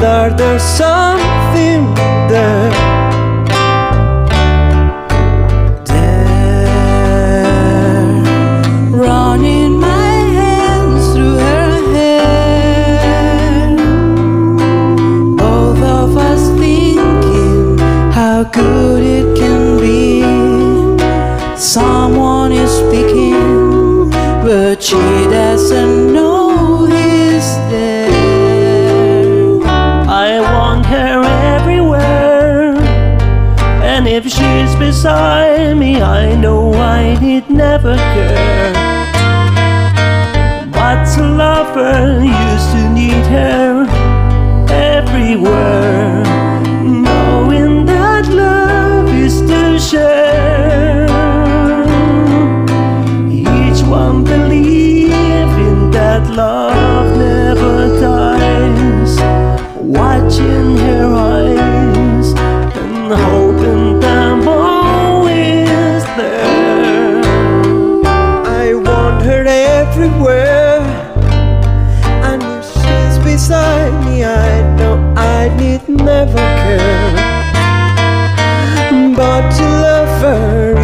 Speaker 14: that there's something there. Running my hands through her hair. Both of us thinking how good it can be. Someone is speaking, but she doesn't know he's there.
Speaker 12: I want her everywhere. And if she's beside me, I know I did never care. But a lover used to need her everywhere, knowing that love is to share. Each one believing that love never dies. Watching her eyes and hoping that more is there.
Speaker 14: I want her everywhere. And if she's beside me, I know I need never care. But to love her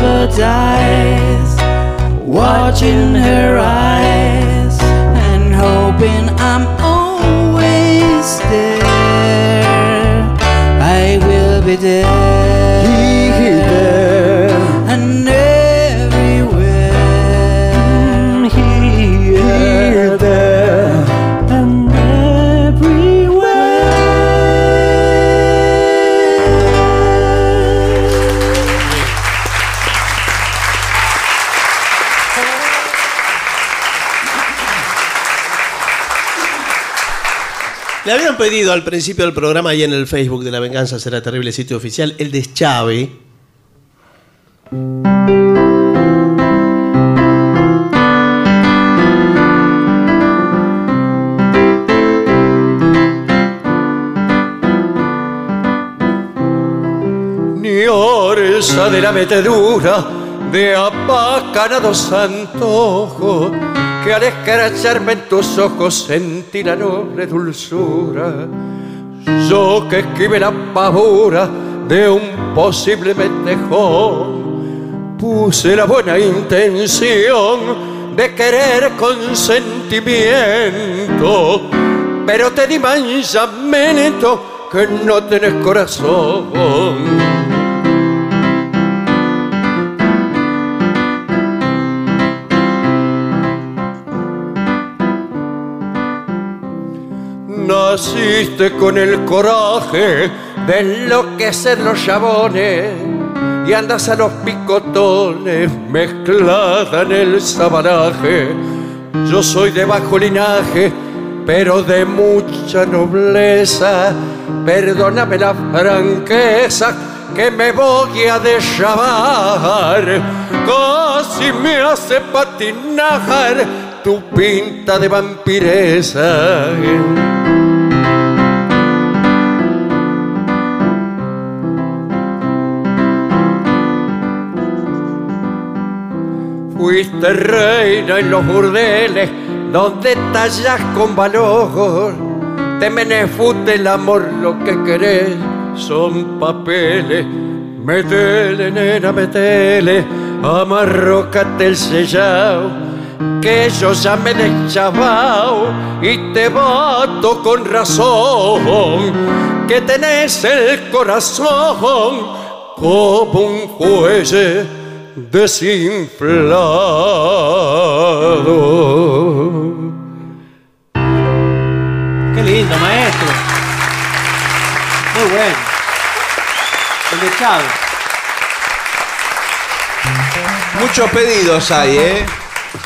Speaker 11: bird's eyes,
Speaker 13: watching her eyes and hoping I'm always there. I will be there. And everywhere. Here, there. And everywhere.
Speaker 2: Le habían pedido al principio del programa y en el Facebook de La Venganza será terrible sitio oficial el deschave.
Speaker 11: ni orza de la metedura de apacanados antojos que al escracharme en tus ojos sentí la noble dulzura. Yo que esquive la pavura de un posible mentejón, puse la buena intención de querer con sentimiento, pero te di manchamiento que no tenés corazón. Naciste con el coraje de enloquecer los chabones y andas a los picotones mezclada en el sabanaje. Yo soy de bajo linaje, pero de mucha nobleza. Perdóname la franqueza que me voy a deshabar. Casi me hace patinajar tu pinta de vampireza. Fuiste reina en los burdeles donde tallas con valor. Te menefute el amor, lo que querés son papeles. Metele, nena, metele, amarrócate el sellao, que yo ya me he deschavao y te bato con razón, que tenés el corazón como un fuelle desinflado.
Speaker 8: Qué lindo, maestro. Muy bueno. El de Chávez.
Speaker 10: Muchos pedidos hay, ¿eh?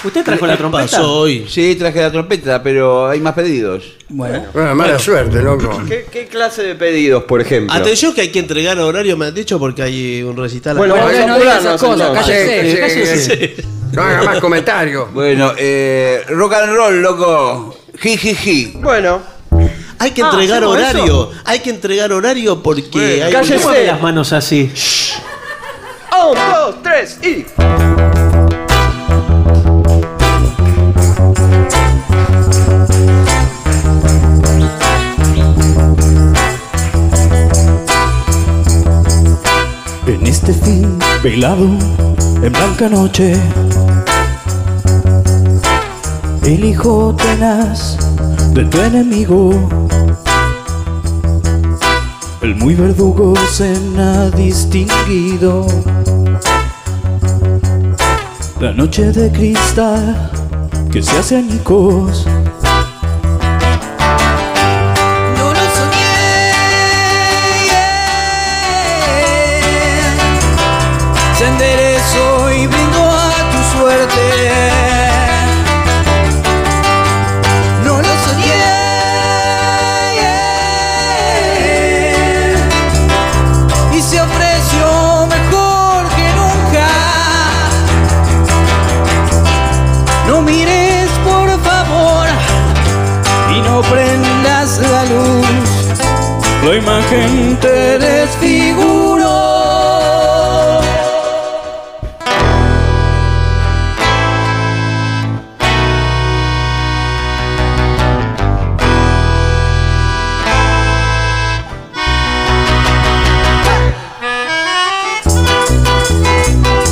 Speaker 8: ¿Usted trajo
Speaker 2: Eh,
Speaker 8: la trompeta?
Speaker 10: hoy? Sí, traje la trompeta, pero hay más pedidos. Bueno,
Speaker 1: Eh, Bueno, mala suerte, loco.
Speaker 8: ¿Qué,
Speaker 10: qué clase de pedidos, por ejemplo?
Speaker 2: Atención que hay que entregar horario, me han dicho, porque hay un recital.
Speaker 8: Bueno,
Speaker 2: acá.
Speaker 8: bueno, no diga esas cosas,
Speaker 1: cállese,
Speaker 2: Sí,
Speaker 1: cállese.
Speaker 2: sí, sí.
Speaker 1: No haga más comentarios.
Speaker 10: Bueno, eh, rock and roll, loco. Ji, ji, ji.
Speaker 8: Bueno.
Speaker 2: Hay que
Speaker 8: Ah,
Speaker 2: entregar
Speaker 8: ¿hacemos
Speaker 2: horario.
Speaker 8: eso?
Speaker 2: Hay que entregar horario porque hay
Speaker 8: cállese.
Speaker 2: ¿Cómo abre las manos así.
Speaker 8: Un, dos, tres y.
Speaker 15: En este fin velado, en blanca noche, el hijo tenaz de tu enemigo, el muy verdugo cena distinguido. La noche de cristal que se hace añicos,
Speaker 11: No lo soñé.
Speaker 13: Se enderezó y brindó a tu suerte. No lo soñé. Y se ofreció mejor que nunca. No mires, por favor, y no prendas la luz.
Speaker 15: la imagen
Speaker 13: Te desfiguró.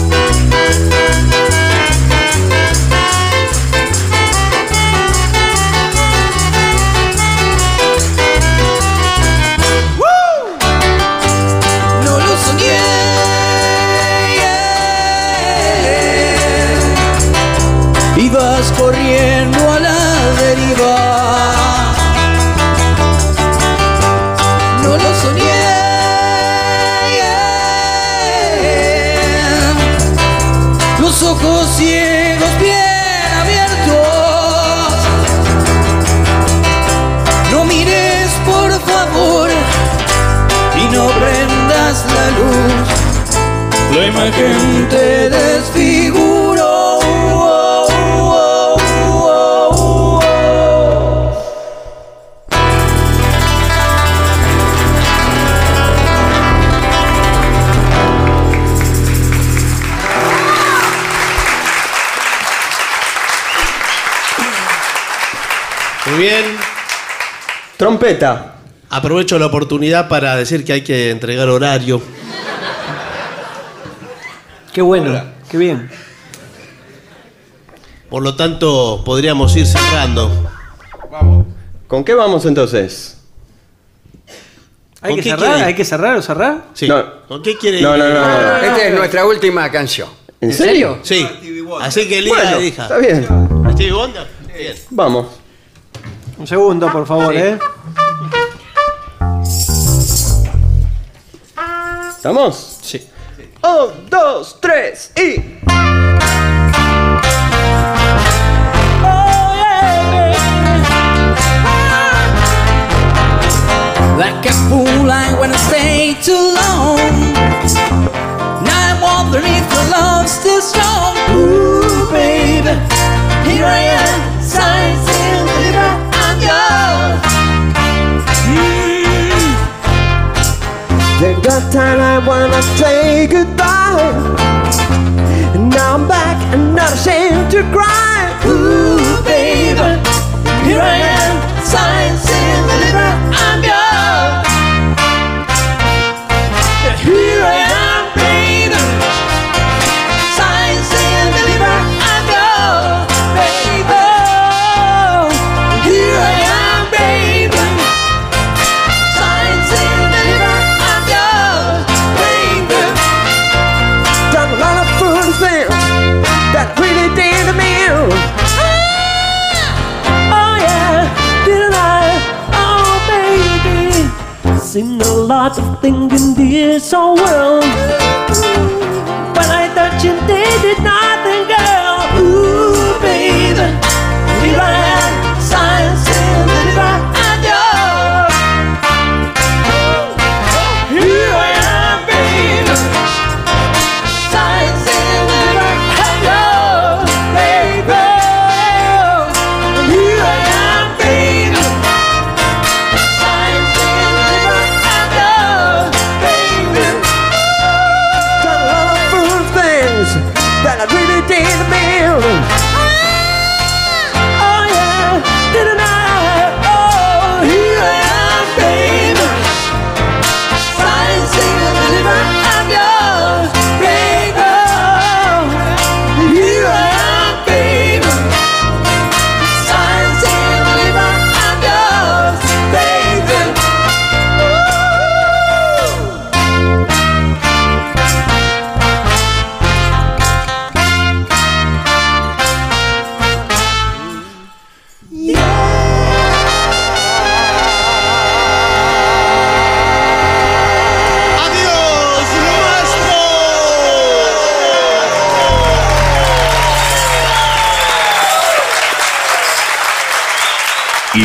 Speaker 11: Thank you.
Speaker 13: vas corriendo a la deriva. No lo soñé. Los ojos ciegos bien abiertos. No mires, por favor, y no prendas la luz.
Speaker 15: La imagen
Speaker 13: Te desfiguró.
Speaker 2: Muy bien. Trompeta. Aprovecho la oportunidad para decir que hay que entregar horario.
Speaker 8: Qué bueno, qué bien.
Speaker 2: Por lo tanto, podríamos ir cerrando.
Speaker 16: ¿Con qué vamos entonces?
Speaker 8: ¿Hay
Speaker 2: ¿Con
Speaker 8: que
Speaker 2: qué
Speaker 8: cerrar?
Speaker 2: quiere ir?
Speaker 8: ¿Hay que cerrar o cerrar?
Speaker 2: Sí. ¿Con qué quiere
Speaker 16: No,
Speaker 2: ir?
Speaker 16: no, no, no.
Speaker 1: Esta es nuestra última canción.
Speaker 16: ¿En serio?
Speaker 2: Sí. Así que elija,
Speaker 16: Bueno,
Speaker 2: elija.
Speaker 16: está bien.
Speaker 2: ¿A Stevie Wonder? Bien.
Speaker 16: Vamos.
Speaker 8: Un segundo, por favor, ¿eh?
Speaker 16: ¿Estamos?
Speaker 2: Sí.
Speaker 8: Un, dos, tres y.
Speaker 13: Like a fool, I wanna stay too long. Now I wonder if your love's still strong. Ooh, baby, here I am, signs in the river, I'm yours.
Speaker 14: Then that time I wanna say goodbye. And now I'm back and not ashamed to cry.
Speaker 13: Ooh, baby, here I am, signs in the river, I'm yours. Here I am, baby, signs in the river, I'm yours, baby. Here I am, baby, signs in the river, I'm yours, baby.
Speaker 14: Done a lot of foolish things that really did to me.
Speaker 13: Ah!
Speaker 12: Oh yeah, didn't I? Oh baby, seen a lot of things in this old world, but I thought you did nothing, girl.
Speaker 13: Ooh, baby, here I am, science in the river and yours. Here I am, baby, science in the river and yours, baby. Here I am, baby, science in the river and yours, baby.
Speaker 14: Done a lot of foolish things that I really did to me.
Speaker 13: Ah,
Speaker 12: Oh yeah, didn't I? Oh
Speaker 13: Here I am, baby, science in the river and yours, baby. Here I am, baby. Signs in the river, I'm yours, baby.
Speaker 2: ¡Adiós,
Speaker 6: Y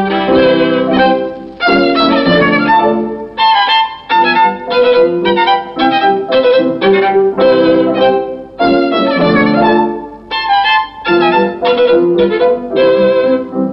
Speaker 12: yeah.